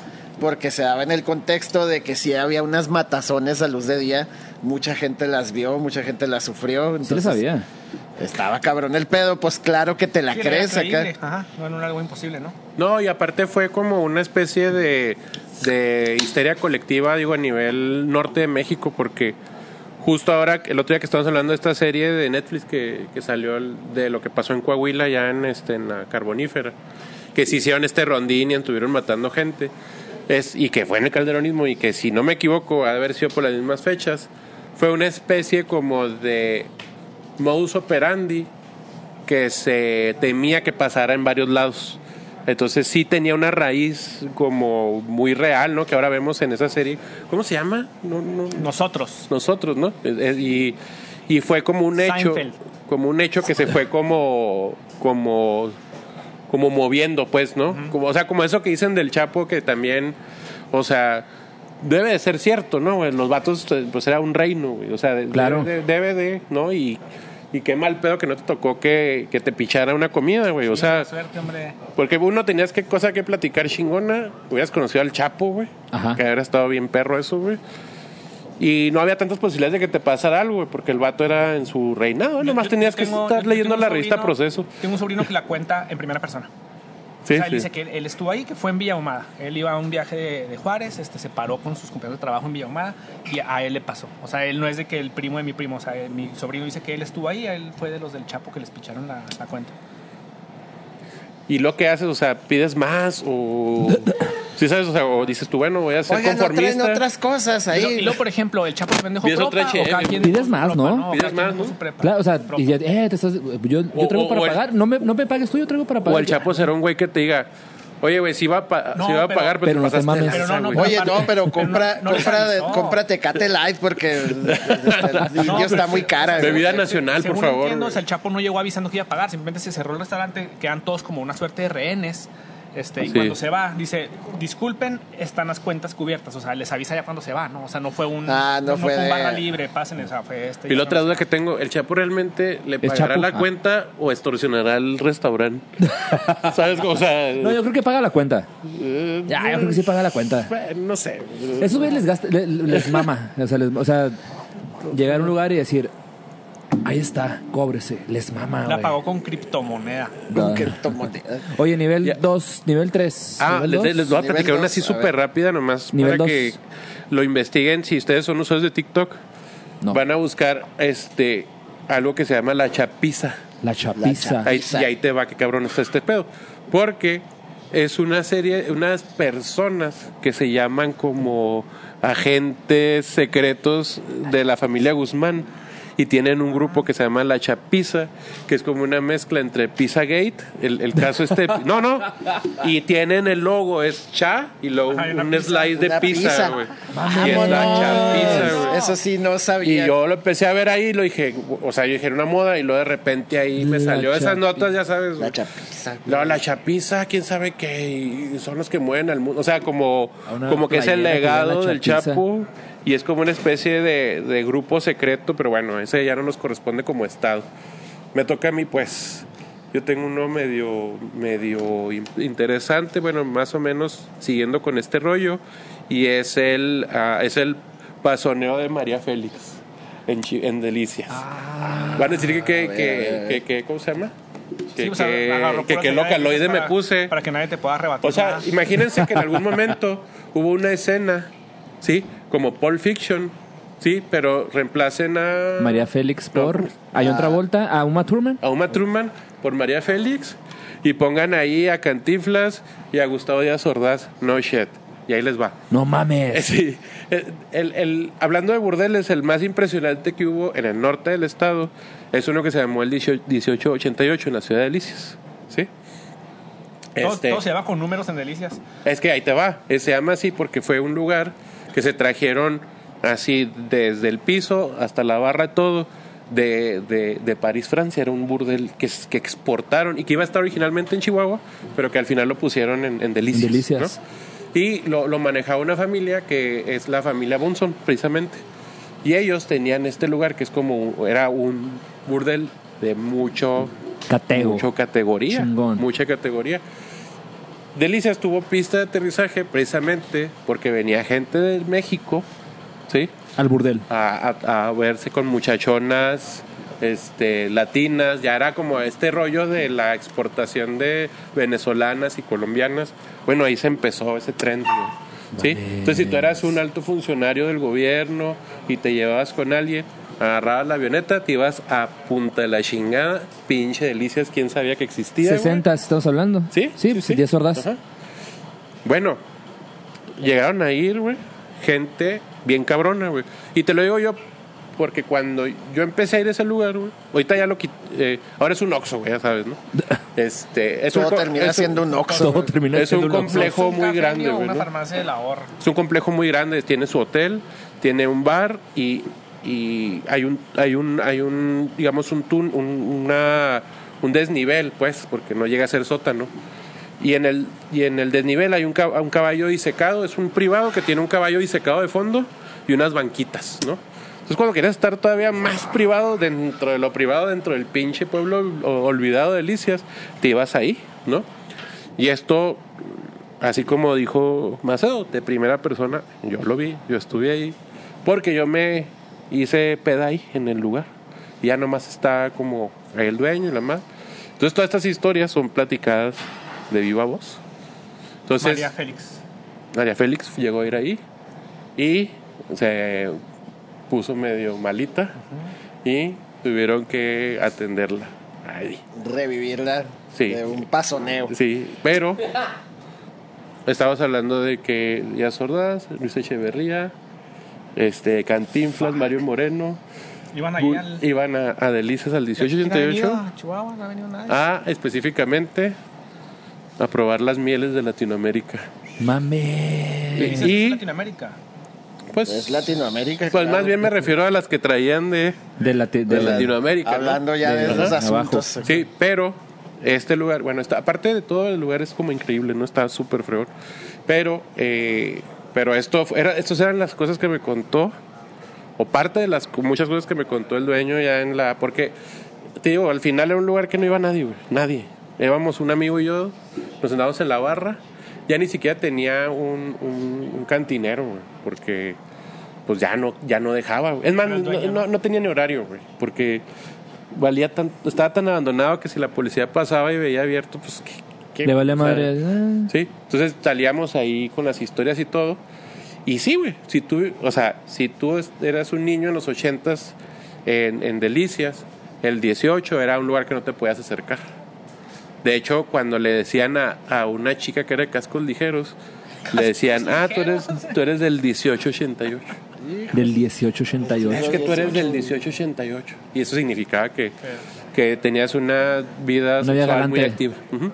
porque se daba en el contexto de que si había unas matazones a luz de día, mucha gente las vio, mucha gente las sufrió, Sí le entonces sabía. estaba cabrón el pedo, pues claro que te la Sí, era crees acá. creíble, Ajá, no era algo imposible, ¿no? No, y aparte fue como una especie de, de histeria colectiva, digo, a nivel norte de México, porque justo ahora, el otro día que estábamos hablando de esta serie de Netflix que, que salió el- de lo que pasó en Coahuila, ya en, este, en la carbonífera, que se hicieron este rondín y estuvieron matando gente, es, y que fue en el calderonismo, y que si no me equivoco, ha de haber sido por las mismas fechas, fue una especie como de modus operandi que se temía que pasara en varios lados. Entonces sí tenía una raíz como muy real, ¿no? Que ahora vemos en esa serie. ¿Cómo se llama? No, no, Nosotros. nosotros, ¿no? Es- es- Y, y fue como un hecho, Seinfeld. como un hecho que se fue como, como, como moviendo, pues, ¿no? Como, o sea, como eso que dicen del Chapo, que también, o sea, debe de ser cierto, ¿no? güey? Los vatos, eh, pues era un reino, güey. o sea, de- Claro. debe, de, debe de, ¿no? Y, y qué mal pedo que no te tocó que, que te pichara una comida, güey. O sea, Suerte, hombre. porque uno tenías que cosa que platicar chingona. Hubieras conocido al Chapo, güey. Ajá. Que hubiera estado bien perro eso, güey. Y no había tantas posibilidades de que te pasara algo, güey, porque el vato era en su reinado. nomás Yo- tenías yo que tengo- yo estar tengo leyendo un la revista sobrino- Proceso. Tengo un sobrino que la cuenta en primera persona. Sí, o sea, él sí. dice que él, él estuvo ahí, que fue en Villa Ahumada. Él iba a un viaje de, de Juárez, este, se paró con sus compañeros de trabajo en Villa Ahumada y a él le pasó. O sea, él no es de que el primo de mi primo, o sea, mi sobrino dice que él estuvo ahí, él fue de los del Chapo que les picharon la, la cuenta. Y lo que haces, o sea, pides más o... sí, ¿sabes? O sea, o dices tú, bueno, voy a ser Oigan, no traen conformista. otras cosas Y, lo- ahí. y luego, por ejemplo, el Chapo se vende Pides propa, otra o cada cheve. quien Pides con más, propa, ¿no? O Pides cada quien más, con ¿no? su prepa. Claro, o sea, Propa. y ya, eh, te estás- yo, yo O- traigo o- para o el- pagar, no, me, no me pagues tú, yo traigo para pagar. O el Chapo será un güey que te diga, oye, güey, si va a, pa- No, sí va a pero- pagar, pero, Pero no te te pasaste mames. de lanza, Pero no, no, güey. pero- Oye, no, pero compra, no les compra, de, avisó. compra Tecate Light porque el, No, indio está pero- muy cara. güey. Bebida nacional, por Según favor. entiendo, güey. o sea, el Chapo no llegó avisando que iba a pagar, simplemente se cerró el restaurante, quedan todos como una suerte de rehenes. Este, y Sí. cuando se va, dice, disculpen, están las cuentas cubiertas. O sea, les avisa ya cuando se va, ¿no? O sea, no fue un, Ah, no fue un de- barra libre, pasen, o sea, fue este. Y la ya otra no- duda que tengo, ¿el Chapo realmente le ¿Es pagará Chapo? la Ah. cuenta o extorsionará el restaurante? ¿Sabes? O sea, No, yo creo que paga la cuenta. eh, Ya, yo creo que sí paga la cuenta. bueno, no sé. Esos güeyes les, gasta- le- les, mama. O sea, les- o sea, llegar a un lugar y decir, ahí está, cóbrese, les mama. La güey. pagó con criptomoneda. Con criptomoneda. Oye, nivel Ya. 2, nivel 3. Ah, les, les voy a Nivel platicar una dos, así a súper ver. rápida nomás Nivel para dos. que lo investiguen. Si ustedes son usuarios de TikTok, No. van a buscar este algo que se llama la chapiza. La chapiza. Ahí- y Chapiza. ahí te va, que cabrón está este pedo. Porque es una serie, unas personas que se llaman como agentes secretos de la familia Guzmán y tienen un grupo que se llama La Chapiza, que es como una mezcla entre Pizza Gate, el, el caso este, no, no, y tienen el logo, es cha y luego Ajá, y una un pizza. slice de Una pizza, pizza. güey. Y es La Chapiza, güey. Vámonos. Eso sí, no sabía. Y yo lo empecé a ver ahí y lo dije, o sea, yo dije era una moda y luego de repente ahí me La salió esas chapi- notas, ya sabes. La güey. chapiza. Luego la chapiza, quién sabe qué, y son los que mueven al mundo. O sea, como, A una como que es el playera que diga la legado del chapiza. Chapo y es como una especie de, de grupo secreto, pero bueno, ese ya no nos corresponde como Estado. Me toca a mí, pues. Yo tengo uno medio, medio in- interesante, bueno, más o menos siguiendo con este rollo, y es el, ah, es el pasoneo de María Félix en, Chi- en Delicias. Ah, Van a decir que, que, que, que, que- ¿cómo se llama? Que, Sí, o sea, que- agarró que, puras que ideas localoide me para- puse. Para que nadie te pueda rebatir. O sea, nada. imagínense que en algún momento hubo una escena, ¿sí? Como Pulp Fiction, ¿sí? Pero reemplacen a... María Félix por. Hay Ah. otra vuelta a Uma Thurman. A Uma Truman por María Félix y pongan ahí a Cantiflas y a Gustavo Díaz Ordaz. No shit. Y ahí les va. No Eh, mames. Sí. Eh, El, el- hablando de burdeles, el más impresionante que hubo en el norte del estado es uno que se llamó el 18 1888 en la ciudad de Delicias. ¿Sí? todo, Este- todo se va con números en delicias. es que ahí te va. Eh, Se llama así porque fue un lugar que se trajeron así desde el piso hasta la barra, todo de, de- de París, Francia. Era un burdel que, s- que exportaron y que iba a estar originalmente en Chihuahua, pero que al final lo pusieron en, en Delicias. En Delicias. ¿no? Y lo, lo manejaba una familia que es la familia Bonson, precisamente. Y ellos tenían este lugar que es como, un- era un burdel de mucho Catego. mucho categoría. Chingón. Mucha categoría. Delicias tuvo pista de aterrizaje precisamente porque venía gente de México, ¿sí? Al burdel. A, a- a verse con muchachonas este, latinas. Ya era como este rollo de la exportación de venezolanas y colombianas. Bueno, ahí se empezó ese tren, ¿sí? Entonces, si tú eras un alto funcionario del gobierno y te llevabas con alguien, agarrabas la avioneta, te ibas a punta de la chingada, pinche delicias, quién sabía que existía. güey? 60 estamos hablando. ¿Sí? Sí, pues, Díaz Ordaz. Ajá. Bueno, llegaron a ir, güey, gente bien cabrona, güey. Y te lo digo yo Porque cuando yo empecé a ir a ese lugar, güey, ahorita ya lo quité. ahora es un Oxxo, güey, ya sabes, ¿no? Este, es Todo co- termina es siendo un Oxxo. Todo termina Es siendo un un Oxxo. complejo Un muy café grande, mío, güey, Una ¿no? farmacia de la ahorro. Es un complejo muy grande, tiene su hotel, tiene un bar y, y hay un hay un hay un digamos un tun- un, una- un desnivel, pues, porque no llega a ser sótano. Y en el y en el desnivel hay un, ca- un caballo disecado, es un privado que tiene un caballo disecado de fondo y unas banquitas, ¿no? Entonces cuando querías estar todavía más privado dentro de lo privado, dentro del pinche pueblo o- olvidado de Licias, te ibas ahí, ¿no? Y esto así como dijo Macedo, de primera persona, yo lo vi, yo estuve ahí, porque yo me hice peda ahí en el lugar. Ya nomás está como ahí el dueño y la más. Entonces todas estas historias son platicadas de viva voz. Entonces, María Félix. María Félix llegó a ir ahí y se puso medio malita y tuvieron que atenderla ahí. Revivirla Sí. de un pasoneo. Sí, pero estabas hablando de que Díaz Ordaz, Luis Echeverría, este Cantinflas, Mario Moreno, Iban ahí Gu- al. iban a, a Delicias al ¿Quién ha venido 1888 a Chihuahua, no ha venido nadie. a específicamente a probar las mieles de Latinoamérica. Mame. Dices, y- es Latinoamérica. Pues, Es Latinoamérica. pues claro. más bien me refiero a las que traían de, De la, te- de de la- Latinoamérica. ¿no? Hablando ya de, Del- esos Ajá. asuntos. Sí, pero este lugar, bueno, está, aparte de todo, el lugar es como increíble, ¿no? Está súper fregón. Pero, eh, pero esto, fu- era, estas eran las cosas que me contó, o parte de las co- muchas cosas que me contó el dueño ya en la. Porque, te digo, al final era un lugar que no iba nadie, güey, nadie. Íbamos un amigo y yo, nos sentábamos en la barra, ya ni siquiera tenía un, un- un cantinero, güey, porque pues ya no, ya no dejaba. güey. Es más, Era el dueño, no, no- no tenía ni horario, güey, porque valía tan, estaba tan abandonado que si la policía pasaba y veía abierto, pues ¿qué- qué? Le vale O sea, madre. Ah. Sí, entonces salíamos ahí con las historias y todo. Y sí, güey, si tú, o sea, si tú es- eras un niño en los ochentas en, en Delicias, el 18 era un lugar que no te podías acercar. De hecho, cuando le decían a, a una chica que era de cascos ligeros, le decían, ah, tú eres, tú eres del 1888. eh, Del Es 1888. que tú eres del 1888. Y eso significaba que, que tenías una vida Una vida sexual muy galante. activa. Ujú.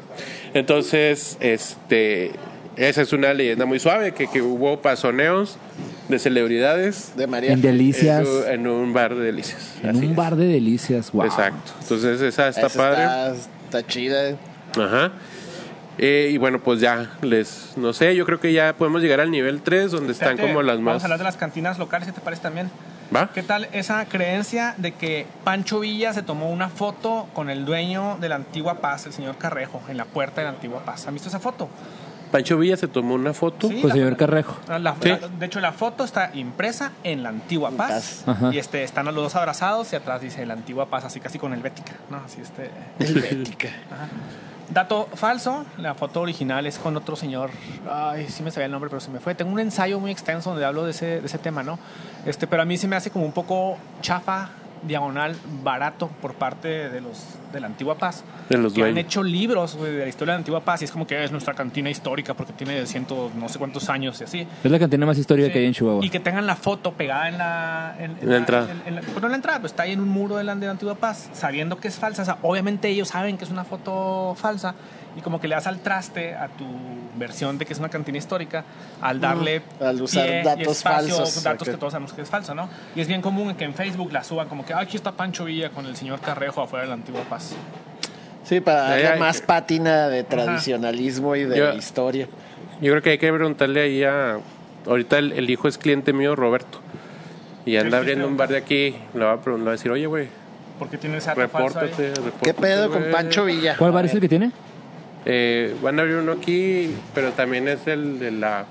Entonces, este, esa es una leyenda muy suave, que, que hubo pasoneos de celebridades De María. En delicias. en un- en un bar de delicias. En eh, Así un es. bar de delicias. Wow. Exacto. Entonces, esa está Esa padre. Está, está chida. Ajá. Eh, y bueno, pues ya les, no sé, yo creo que ya podemos llegar al nivel 3, donde están Espérate, como las Vamos más... a hablar de las cantinas locales, ¿qué te parece también? ¿Va? ¿Qué tal esa creencia de que Pancho Villa se tomó una foto con el dueño de la antigua paz, el señor Carrejo, en la puerta de la antigua paz? ¿Han visto esa foto? Pancho Villa se tomó una foto. Sí, Pues la- señor Carrejo. La- la- Sí. de hecho, la foto está impresa en la antigua Paz. paz. Ajá. Y este, están los dos abrazados y atrás dice la antigua paz, así casi con el Bética. ¿no? Así este, Helvética. Dato falso, la foto original es con otro señor, ay, sí me sabía el nombre, pero se me fue. Tengo un ensayo muy extenso donde hablo de ese, de ese tema, ¿no? Este, pero a mí se me hace como un poco chafa, diagonal, barato por parte de los de la Antigua Paz. De los que han dueños. hecho libros güey, de la historia de la Antigua Paz y es como que es nuestra cantina histórica porque tiene cientos, no sé cuántos años y así. Es la cantina más histórica que hay en Chihuahua. Y que tengan la foto pegada en la... En, en la entrada. en- en la- pues no en la entrada, pues está ahí en un muro de la, de la Antigua Paz, sabiendo que es falsa. O sea, obviamente ellos saben que es una foto falsa y como que le das al traste a tu versión de que es una cantina histórica Mm. al darle al usar pie y datos falsos, datos ok. que todos sabemos que es falso no y es bien común que en Facebook la suban como que "Ah, aquí está Pancho Villa con el señor Carrejo afuera de la Antigua Paz Sí, para Ay, darle ay, más que- pátina de tradicionalismo y de Yo- Pues, historia. Yo creo que hay que preguntarle ahí a. Ahorita el, el hijo es cliente mío, Roberto. Y anda sí, abriendo sí. un bar de aquí. Le va a, pre- le va a decir, oye, güey, porque tiene ese dato falso ahí. repórtate, repórtate. ¿Qué pedo con pues, güey". Pancho Villa? ¿Cuál bar es el que tiene? Eh, van a abrir uno aquí, pero también es el de la.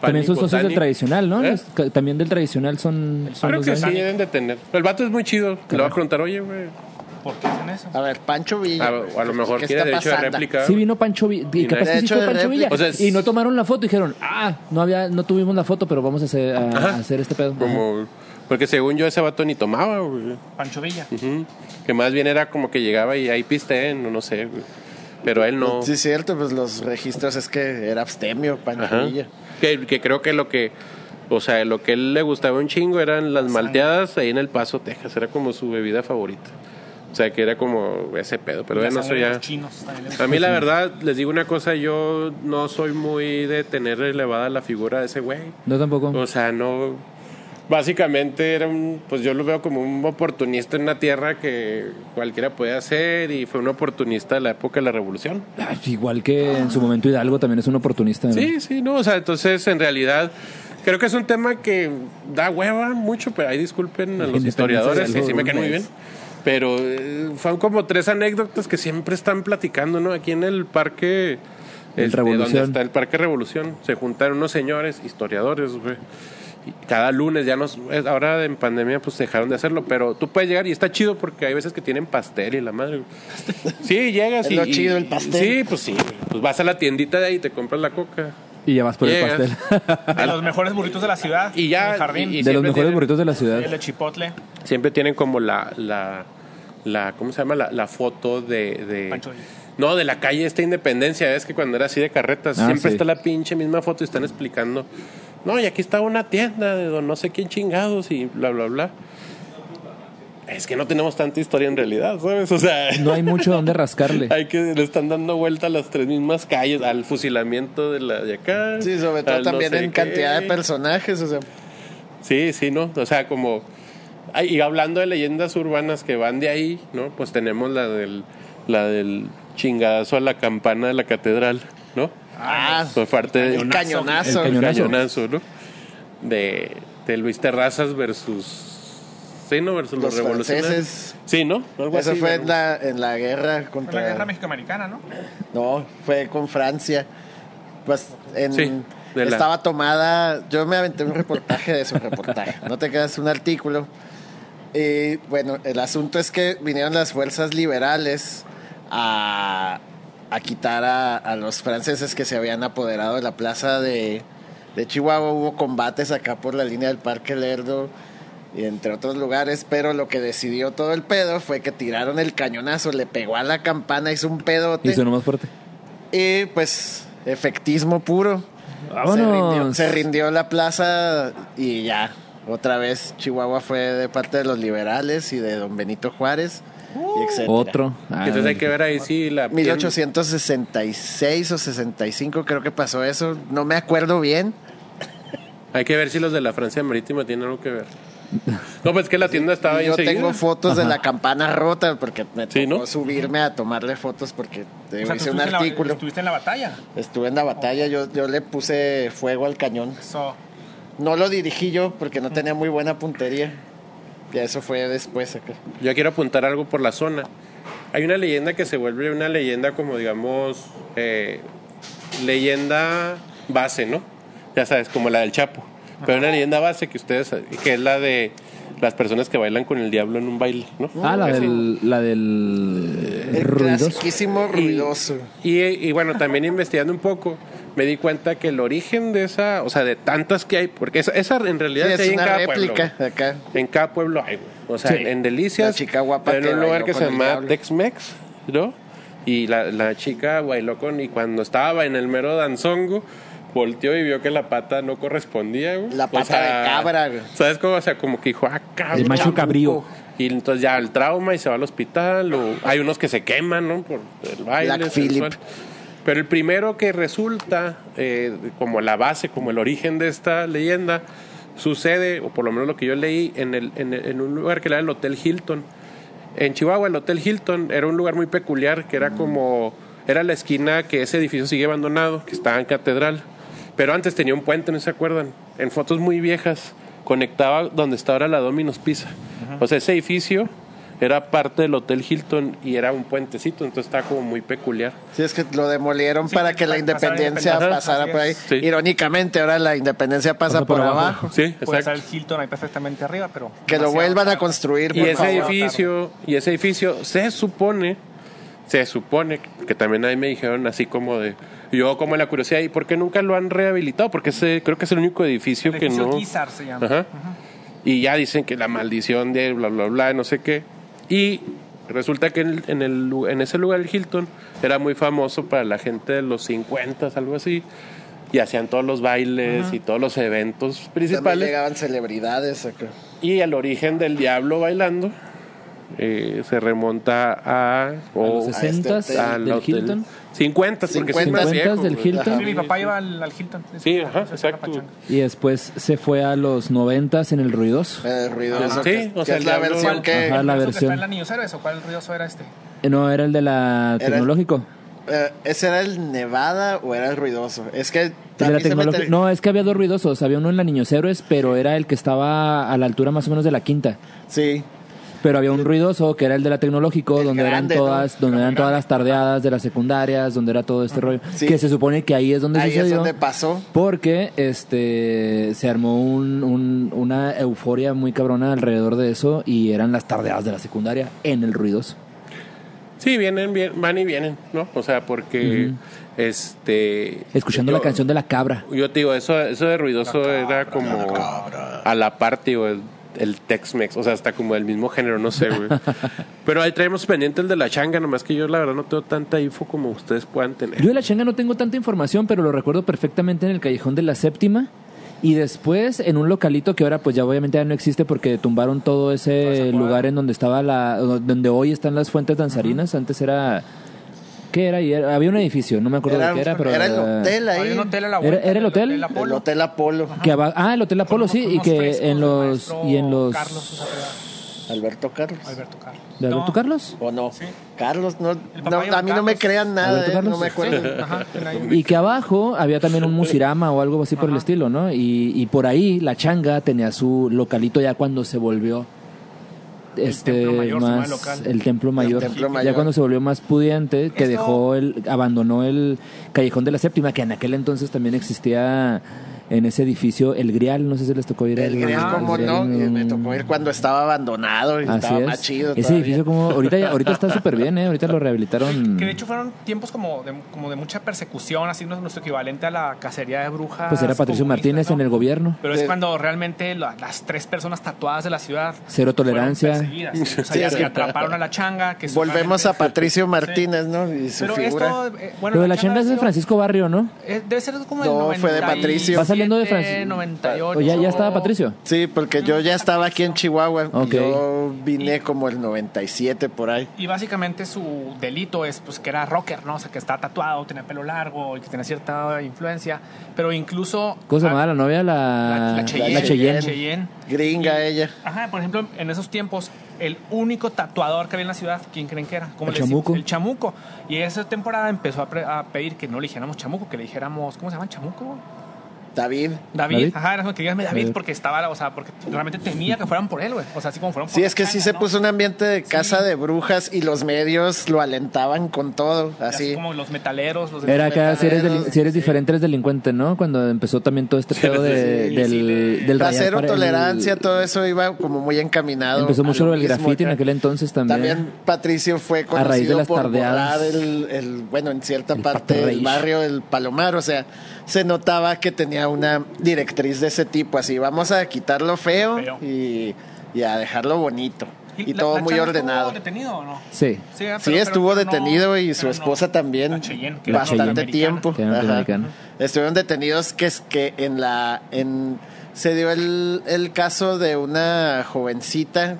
También sus Panic socios del Botanic. tradicional, ¿no? ¿Eh? Los ca- También del tradicional son, son Creo los que sí, dueños. deben de tener. El vato es muy chido. Le va a preguntar, oye, güey. ¿por qué hacen eso? A ver, Pancho A, Villa. o a lo mejor ¿Qué quiere está derecho de pasando? réplica. Sí vino Pancho Villa. Y capaz de que sí hecho, fue de Pancho Villa. réplica. O sea, es- y no tomaron la foto y dijeron, ah, no había, no tuvimos la foto, pero vamos a hacer, a Ajá. hacer este pedo. Como. Porque según yo, ese vato ni tomaba, güey. Pancho Villa Ujú. Que más bien era como que llegaba y ahí piste, no, no sé, güey. Pero él no. Sí, es cierto, pues los registros es que era abstemio, Pancho Ajá. Villa. Que, que creo que lo que O sea, lo que a él le gustaba un chingo eran las malteadas ahí en El Paso, Texas. Era como su bebida favorita. O sea, que era como ese pedo. Pero La bueno, eso sangre de ya... los chinos también le- A mí la verdad, les digo una cosa, yo no soy muy de tener elevada la figura de ese güey. No tampoco. O sea, no. Básicamente era un. Pues yo lo veo como un oportunista en una tierra que cualquiera puede hacer y fue un oportunista de la época de la revolución. Ah, igual que en su momento Hidalgo también es un oportunista. ¿no? Mm. Sí, sí, no. O sea, entonces en realidad. Creo que es un tema que da hueva mucho, pero ahí disculpen a los independencia historiadores, del que sí me sur, caen muy pues. bien. Pero eh, son como tres anécdotas que siempre están platicando, ¿no? Aquí en el parque. este, El Donde Revolución. está el Parque Revolución. Se juntaron unos señores, historiadores, güey. Y cada lunes ya nos. es- Ahora en pandemia, pues dejaron de hacerlo, pero tú puedes llegar y está chido porque hay veces que tienen pastel y la madre. güey. Sí, llegas Es y. lo y- chido, el pastel. Sí, pues sí. güey. Pues vas a la tiendita de ahí y te compras la coca. Y ya vas por Llegas. el pastel. De los mejores burritos de la ciudad. Y ya, En el jardín. de y- y- los siempre mejores tienen- burritos de la ciudad. el de Chipotle. Siempre tienen como la. la, la ¿Cómo se llama? La, la foto de. de- Pancho Villa. no, de la calle esta Independencia, ves que cuando era así de carretas, Ah, siempre sí. está la pinche misma foto y están explicando. No, y aquí está una tienda de don no sé quién chingados y bla, bla, bla. Es que no tenemos tanta historia en realidad, ¿sabes? O sea, No hay mucho donde rascarle. hay que le están dando vuelta a las tres mismas calles, al fusilamiento de la de acá. Sí, sobre todo al Ah, no también sé en qué. cantidad de personajes, o sea, Sí, sí, ¿no? O sea, como... ay, Y hablando de leyendas urbanas que van de ahí, ¿no? Pues tenemos la del, la del chingadazo a la campana de la catedral, ¿no? Ah, Por parte de... el cañonazo. El cañonazo. cañonazo, ¿no? De, de Luis Terrazas versus... Sí, ¿no? Versus los, Los revolucionarios. franceses. Sí, ¿no? Algo Eso así, fue ¿no? en la, en la guerra Fue contra... la guerra mexicoamericana, ¿no? No, fue con Francia. Pues en- Sí, de la- estaba tomada. Yo me aventé un reportaje de eso, un reportaje. No te quedas un artículo. Y bueno, el asunto es que vinieron las fuerzas liberales a, a quitar a, a los franceses que se habían apoderado de la plaza de, de Chihuahua. Hubo combates acá por la línea del Parque Lerdo y entre otros lugares, pero lo que decidió todo el pedo fue que tiraron el cañonazo, le pegó a la campana, hizo un pedote. Y sonó más fuerte. Y pues, efectismo puro. Se rindió, Vámonos. se rindió la plaza y ya. Otra vez Chihuahua fue de parte de los liberales y de don Benito Juárez. y etcétera. Uh. Otro. Ah, Entonces hay que ver ahí si la... 1866 o 65 creo que pasó eso. No me acuerdo bien. Hay que ver si los de la Francia Marítima tienen algo que ver. No, pues que la tienda estaba ahí Yo enseguida. tengo fotos de la campana rota porque me Sí, tocó ¿no? subirme a tomarle fotos porque eh, O sea, tú hice un estuviste en la- artículo. estuviste en la batalla. Estuve en la batalla, yo, yo le puse fuego al cañón. Eso. No lo dirigí yo porque no tenía muy buena puntería. Ya eso fue después acá. Yo quiero apuntar algo por la zona. Hay una leyenda que se vuelve una leyenda como, digamos, eh, leyenda base, ¿no? Ya sabes, como la del Chapo. Pero una leyenda base que ustedes, que es la de las personas que bailan con el diablo en un baile, ¿no? Ah, la del, la del El ruidoso. clasiquísimo ruidoso. Y, y bueno, también investigando un poco, me di cuenta que el origen de esa, o sea, de tantas que hay, porque esa, esa en Sí, realidad sí es hay en una cada pueblo, réplica de acá. En cada pueblo hay, güey. O sea, Sí. en- en Delicias. La chica guapa En que un lugar bailó que con se el llama diablo. Tex-Mex, ¿no? Y la, la chica bailó con. Y cuando estaba en el mero danzongo, volteó y vio que la pata no correspondía, güey. La O pata de cabra, güey. ¿Sabes cómo? O sea, como que dijo, ah, cabrón. El macho cabrío. Y entonces ya el trauma y se va al hospital. O hay unos que se queman, ¿no? Por el baile. Black sexual. Phillip. Pero el primero que resulta eh, como la base, como el origen de esta leyenda, sucede, o por lo menos lo que yo leí, en, el, en, el- en un lugar que era el Hotel Hilton. En Chihuahua, el Hotel Hilton era un lugar muy peculiar, que era como, era la esquina que ese edificio sigue abandonado, que está en Catedral. Pero antes tenía un puente, ¿no se acuerdan? En fotos muy viejas, conectaba donde está ahora la Domino's Pizza. O sea, ese edificio era parte del Hotel Hilton y era un puentecito, entonces estaba como muy peculiar. Sí, es que lo demolieron Sí, para que la para pasar la independencia independencia, pasara así por ahí. es. Sí. Irónicamente, ahora la independencia pasa Pasa por, por abajo. abajo. Sí, Puede exacto. estar el Hilton ahí perfectamente arriba, pero. Que lo demasiado vuelvan a tarde. construir, Y por ese favor. edificio, y ese edificio se supone, se supone, que también ahí me dijeron así como de, yo como la curiosidad, ¿y por qué nunca lo han rehabilitado? Porque ese, creo que es el único edificio, El que edificio no... Guizar se llama. Ajá. Y ya dicen que la maldición de bla, bla, bla, no sé qué. Y resulta que en, el- en el, lu- en ese lugar, el Hilton, era muy famoso para la gente de los 50, algo así, y hacían todos los bailes y todos los eventos También principales. llegaban celebridades acá. Y el origen del diablo bailando eh, se remonta a, a o- los 60 este hotel. a del los del- Hilton. 50, porque 50 50 50 del Hilton. Sí, mi papá iba al, al Hilton. Este, Sí, ajá, Esa era exacto. pachanga. Y después se fue a los 90 en el ruidoso. El Eh, ruidoso. Sí, que- o que sea, es el la diablo- versión que. Ajá. Ah, la ¿Eso que versión. está en la Niños Héroes o cuál ruidoso era este? Eh, No, era el de la Era- tecnológico. eh, ¿Ese era el Nevada o era el ruidoso? Es que. El de la también se me tecnológica. ter- No, es que había dos ruidosos. Había uno en la Niños Héroes, pero era el que estaba a la altura más o menos de la quinta. Sí. Pero había un ruidoso que era el de la tecnológico, El donde grande, eran ¿no? todas, donde eran todas las tardeadas de las secundarias, donde era todo este rollo. Sí. Que se supone que ahí es donde Ahí sucedió. es donde pasó. Porque este se armó un- un- una euforia muy cabrona alrededor de eso y eran las tardeadas de la secundaria en el ruidoso. Sí, vienen, bien, van y vienen, ¿no? O sea, porque este Escuchando yo- la canción de la cabra. Yo te digo, eso, eso de ruidoso era como a la parte o el, el Tex-Mex, o sea, hasta como del mismo género, no sé, güey. Pero ahí traemos pendiente el de la changa, nomás que yo la verdad no tengo tanta info como ustedes puedan Yo tener. de la changa no tengo tanta información, pero lo recuerdo perfectamente en el callejón de la séptima. Y después en un localito que ahora pues ya obviamente ya no existe porque tumbaron todo ese lugar en donde estaba la donde hoy están las fuentes danzarinas, antes era ¿qué era? Y era- había un edificio, no me acuerdo de Era, qué era, pero era el hotel ahí. Había un hotel a la ¿Era- vuelta. era el hotel? El Apolo. hotel Apolo. que aba- ah, el Hotel Apolo, Unos- sí, y unos que frescos en del los maestro y en los Carlos Sosa Alberto Carlos. Alberto Carlos. ¿De Alberto No, Carlos? ¿O no? Sí. Carlos, no, El papá no, llama a mí no me Carlos. crean nada, ¿Alberto eh, Carlos? no me Sí, acuerdan. ajá, en ahí. Y que abajo había también un musirama o algo así por el estilo, ¿no? Y, y por ahí la changa tenía su localito ya cuando se volvió este templo mayor, su más local. el templo mayor. templo ya mayor. cuando se volvió más pudiente que Esto- dejó el abandonó el callejón de la séptima que en aquel entonces también existía en ese edificio el Grial no sé si les tocó ir al- El Grial, al cómo no, Grial, y me mm. tocó ir cuando estaba abandonado y Así estaba es. más chido. Ese todavía. edificio como ahorita ya- ahorita está súper bien, eh, ahorita lo rehabilitaron. Que de hecho fueron tiempos como de, como de mucha persecución, así no es nuestro equivalente a la cacería de brujas. pues era Patricio comunistas, Martínez ¿no? en el gobierno. Pero es De- cuando realmente la- las tres personas tatuadas de la ciudad. Cero fueron tolerancia. perseguidas. O sea, Sí, ya es que que- atraparon a la changa. Que Pues Volvemos a seguramente- Patricio Martínez, ¿no? Y su Pero figura. esto. eh, bueno, Lo de la changa es de ha sido- Francisco Barrio, ¿no? eh, Debe ser como No, el fue de Patricio. Va saliendo de Francisco. 97, 98. ¿O ya, ya estaba Patricio? Sí, porque yo ya estaba aquí en Chihuahua. Ok. Yo vine como el 97 por ahí. Y básicamente su delito es pues que era rocker, ¿no? O sea, que estaba tatuado, tenía pelo largo y que tenía cierta influencia. Pero incluso. ¿Cómo se Ah, llamaba la novia? La, La, la Cheyenne. Ah, la Cheyenne. Cheyenne. Gringa ella. Ajá, por ejemplo, en esos tiempos, el único tatuador que había en la ciudad, ¿quién creen que era? ¿Cómo El le decimos? chamuco. El chamuco. Y esa temporada empezó a, pre- a pedir que no le dijéramos chamuco, que le dijéramos, ¿cómo se llama? ¿Chamuco? David. David. ¿David? Ajá, era como que díganme David David. porque estaba, o sea, porque realmente temía que fueran por él, güey. O sea, así como fueron por Sí, la es que sí changa, se ¿no? puso un ambiente de casa de brujas y los medios lo alentaban con todo, Y Así así. como los metaleros, los Era acá, si eres, Verdaderos, deli- si eres diferente, eres delincuente, ¿no? Cuando empezó también todo este pedo de, sí, del, sí, de- del La rayar cero para- el- tolerancia, todo eso iba como muy encaminado. Empezó a mucho lo el mismo graffiti en acá. aquel entonces también. También Patricio fue raíz de conocido las por tardeadas. borrar el, el- bueno, en cierta El parte Pato del Reyes. barrio el Palomar, o sea, se notaba que tenía una directriz de ese tipo, así, vamos a quitar lo feo, Feo. Y, y a dejarlo bonito, y, la- todo la muy changa ordenado. ¿Estuvo detenido o no? Sí. Sí, ah, Sí, pero- estuvo pero- pero no- detenido y su pero no. esposa también La Cheyenne, que era bastante norteamericana. tiempo. Que era Ajá. norteamericana. Estuvieron detenidos que es que en la en se dio el, el caso de una jovencita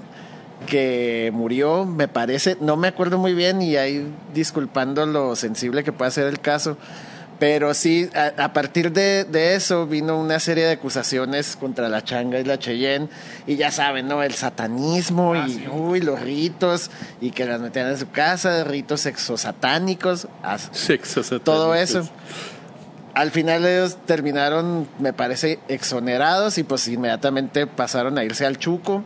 que murió, me parece, no me acuerdo muy bien y ahí disculpando lo sensible que pueda ser el caso. Pero sí, a, a partir de, de eso vino una serie de acusaciones contra la changa y la Cheyenne. Y ya saben, ¿no? El satanismo Ah, y sí. uy, los ritos. Y que las metían en su casa, ritos sexosatánicos. as- Sexo satánico. Todo eso. Al final ellos terminaron, me parece, exonerados y pues inmediatamente pasaron a irse al Chuco.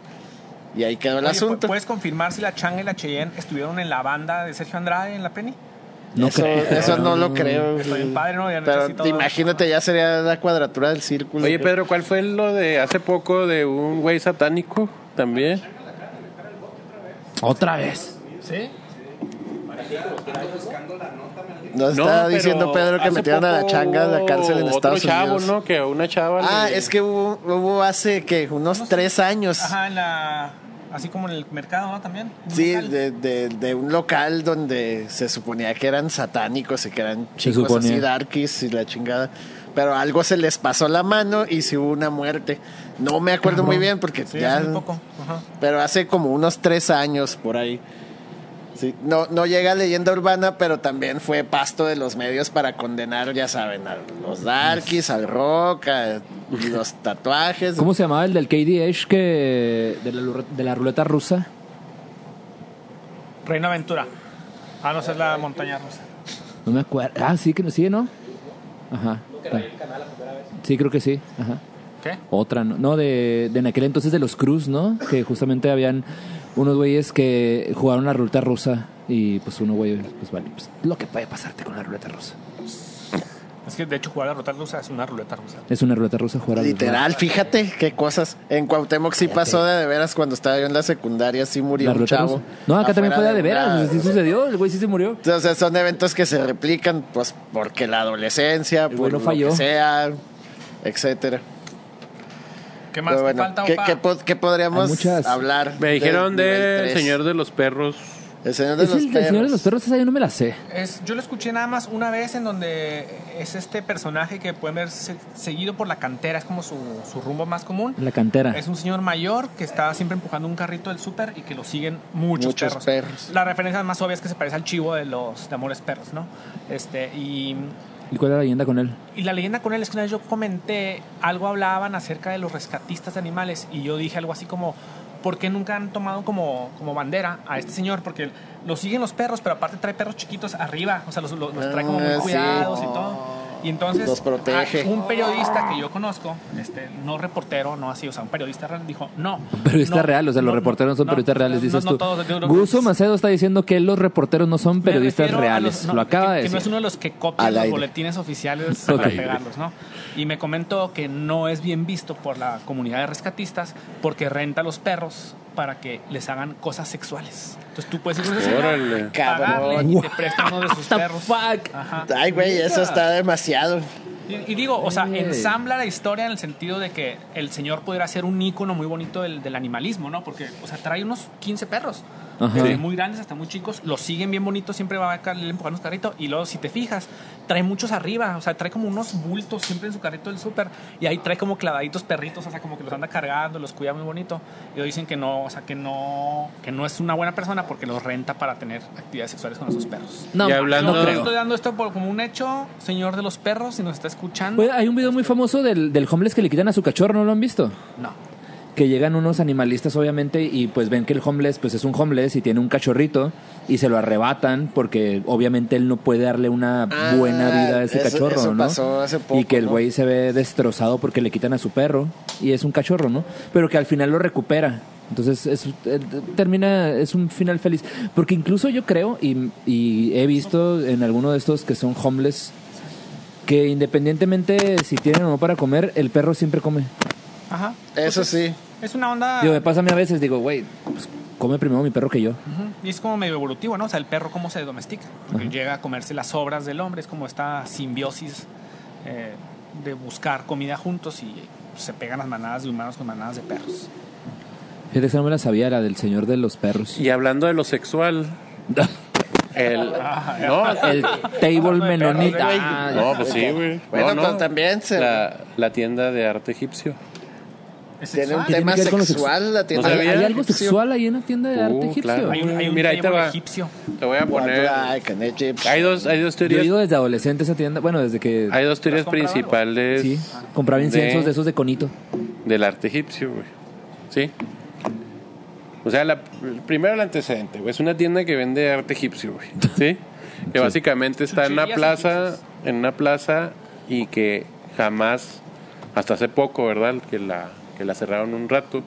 Y ahí quedó el Oye, pues, asunto. ¿pu- ¿Puedes confirmar si la Changa y la Cheyenne estuvieron en la banda de Sergio Andrade en la Penny? No eso, creo. eso no Mm. lo creo. Está bien padre, ¿no? Ya no es así Pero todo- imagínate, ya sería la cuadratura del círculo. Oye, Pedro, ¿cuál fue lo de hace poco de un güey satánico también? Otra vez. Sí. Nos No, está pero diciendo Pedro que hace metieron a la poco changa a la hubo cárcel en otro Estados chavo, Unidos. ¿no? Que una chava. Ah, le- es que hubo, hubo hace que unos tres años. Ajá, en la. así como en el mercado, ¿no? También. un Sí, local. de, de- de un local donde se suponía que eran satánicos y que eran Se chicos así suponía. darkies y la chingada. Pero algo se les pasó la mano y sí hubo una muerte. No me acuerdo muy bien porque Sí, ya... hace muy poco. Ajá. Pero hace como unos tres años por ahí. Sí, no, no llega a leyenda urbana, pero también fue pasto de los medios para condenar, ya saben, a los darkies, al rock, a los tatuajes. ¿Cómo se llamaba el del KDH que de la, ru- de la ruleta rusa? Reino Aventura. Ah, no, esa es la montaña rusa. No me acuerdo. Ah, sí, que no- sí, ¿no? Ajá. Sí, creo que sí. Ajá. ¿Qué? Otra, ¿no? No, de, de en aquel entonces de los Cruz, ¿no? Que justamente habían unos güeyes que jugaron la ruleta rusa y pues uno güey, pues vale, pues, lo que puede pasarte con la ruleta rusa. Es que de hecho jugar a la ruleta rusa es una ruleta rusa. Es una ruleta rusa jugar a la Literal, fíjate qué cosas. En Cuauhtémoc sí pasó de, de veras cuando estaba yo en la secundaria, sí murió la un ruleta chavo. rusa. No, acá también fue afuera de, de veras, una- o sea, sí sucedió, el güey sí se murió. O sea, son eventos que se replican, pues, porque la adolescencia, por güey no lo falló. que sea, etcétera. ¿Qué más Pero te bueno, falta, ¿qué, opa? qué pod- qué podríamos Hay muchas. hablar? Me del dijeron nivel del tres? Señor de los Perros. El Señor de Es los el, del Señor de los Perros. Perros, esa yo no me la sé. Es- yo lo escuché nada más una vez en donde es este personaje que pueden ver se- seguido por la cantera, es como su, su rumbo más común. La cantera. Es un señor mayor que está siempre empujando un carrito del súper y que lo siguen muchos, Muchos perros. perros. La referencia más obvia es que se parece al chivo de los de Amores Perros, ¿no? Este, y, ¿Y cuál era la leyenda con él? y la leyenda con él es que una vez yo comenté, algo hablaban acerca de los rescatistas de animales y yo dije algo así como, ¿por qué nunca han tomado como, como bandera a este señor? Porque lo siguen los perros, pero aparte trae perros chiquitos arriba, o sea, los, los- los trae como Ah, muy sí. cuidados y todo. Y entonces Los protege. ah, un periodista que yo conozco, este, no reportero, no así, o sea, un periodista real, dijo, no. Un periodista no, real, o sea, no, los reporteros no son no, periodistas no, reales, no, dices no tú. todos, yo creo que- Guso Macedo está diciendo que los reporteros no son Me periodistas refiero a los- reales. no, Lo acaba que- de Que no decir. es uno de los que Al copian los aire. boletines oficiales Al para aire. pegarlos, ¿no? Y me comentó que no es bien visto por la comunidad de rescatistas porque renta a los perros para que les hagan cosas sexuales. Entonces tú puedes ir con ese señor, Órale. pagarle Cabrón. y te presta uno de sus the perros. fuck? Ajá. Ay, güey, eso está demasiado. Y, y digo, o sea, Ey. ensambla la historia en el sentido de que el señor pudiera ser un ícono muy bonito del, del animalismo, ¿no? Porque, o sea, trae unos 15 perros, Ajá. desde Sí. muy grandes hasta muy chicos, los siguen bien bonitos, siempre va a ca- le empujando su carrito, y luego, si te fijas, trae muchos arriba, o sea, trae como unos bultos siempre en su carrito del súper, y ahí trae como clavaditos perritos, o sea, como que los anda cargando, los cuida muy bonito, y luego dicen que no, o sea, que no, que no es una buena persona porque los renta para tener actividades sexuales con esos perros. No, Y hablando- no No, creo. estoy dando esto por, como un hecho, señor de los perros, si nos está escuchando. Oye, Pues, hay un video muy famoso del, del homeless que le quitan a su cachorro, ¿no lo han visto? No. Que llegan unos animalistas, obviamente, y pues ven que el homeless pues es un homeless y tiene un cachorrito y se lo arrebatan porque obviamente él no puede darle una Ah, buena vida a ese eso- cachorro, eso ¿no? pasó hace poco, y que el ¿no? güey se ve destrozado porque le quitan a su perro y es un cachorro, ¿no? Pero que al final lo recupera. Entonces es- eh, termina, es un final feliz. Porque incluso yo creo, y, y he visto en alguno de estos que son homeless, que independientemente si tienen o no para comer, el perro siempre come. Ajá. Eso sí. Es una onda. Digo, me pasa a mí a veces, digo, güey, pues come primero mi perro que yo. Ujú. Y es como medio evolutivo, ¿no? O sea, el perro cómo se domestica. Porque llega a comerse las obras del hombre. Es como esta simbiosis eh, de buscar comida juntos y se pegan las manadas de humanos con manadas de perros. Fíjate, esa no me la sabía, la del señor de los perros. Y hablando de lo sexual, el. Ah, No, El table menonita. güey. Ah, ya. no, pues sí, güey. Bueno, No, no. pero también se- La, la tienda de arte egipcio. ¿Es Tiene sexual? un ¿Tiene tema que ver con lo sexual la tienda. No ¿Hay, sabía. hay algo egipcio. sexual ahí en la tienda de arte Uh, egipcio? claro. Hay un, hay un Mira, ahí te table va. egipcio. Te voy a poner. Like an Egypt. Hay dos, hay dos Yo he teorías. ido desde adolescente a esa tienda. Bueno, desde que. Hay dos ¿Has teorías comprado principales sí, compraba inciensos de esos de conito. del arte egipcio, güey. ¿Sí? O sea, la, primero el antecedente, güey. Es una tienda que vende arte egipcio, güey. ¿Sí? Que básicamente está en una Chucherías plaza, egipcias. en una plaza y que jamás, hasta hace poco, ¿verdad? Que la, que la cerraron un rato.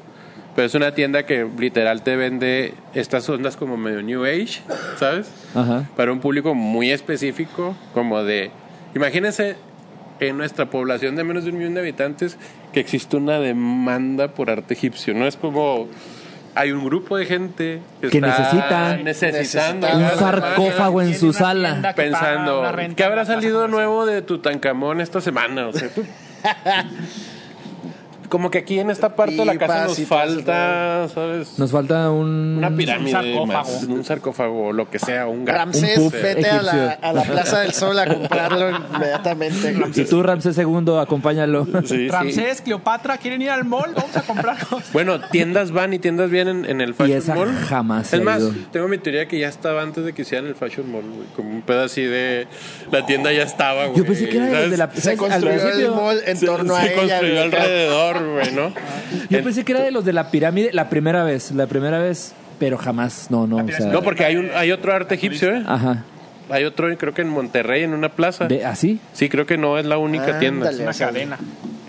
Pero es una tienda que literal te vende estas ondas como medio New Age, ¿sabes? Ajá. para un público muy específico, como de, imagínense en nuestra población de menos de un millón de habitantes que existe una demanda por arte egipcio, no es como hay un grupo de gente que, Que necesita. está necesitando Necesita. Un cada semana, sarcófago en Tiene su una sala. tienda que paga pensando una renta qué habrá en la plaza salido comercial. nuevo de Tutankamón esta semana, O sea, Como que aquí en esta parte de la casa Pipas nos y todo eso, falta, ¿sabes? Nos falta un... Una pirámide, Un sarcófago. más, un sarcófago, o lo que sea, un gato. Ramsés, puff vete a la, egipcio. a la Plaza del Sol a comprarlo inmediatamente. Y tú, Ramsés II, acompáñalo. Sí, sí. Ramsés, Cleopatra, ¿quieren ir al mall? Vamos a comprar cosas. Bueno, tiendas van y tiendas vienen en el Fashion esa Mall. jamás se Es ha más, ido. tengo mi teoría que ya estaba antes de que hicieran el Fashion Mall, güey. Como un pedazo así de. La tienda ya estaba, güey. Yo pensé que era ¿sabes? desde la... Se ¿sabes? Al construyó el principio- mall en Se, torno se a construyó ella. güey. alrededor, güey, ¿no? Yo En- pensé que era de los de la pirámide la primera vez, la primera vez, pero jamás, no, no, o sea, No, porque hay, un, hay otro arte egipcio, ¿eh? ajá, Hay otro, creo que en Monterrey, en una plaza. de, así. Sí, creo que no es la única tienda. Ándale. Una cadena.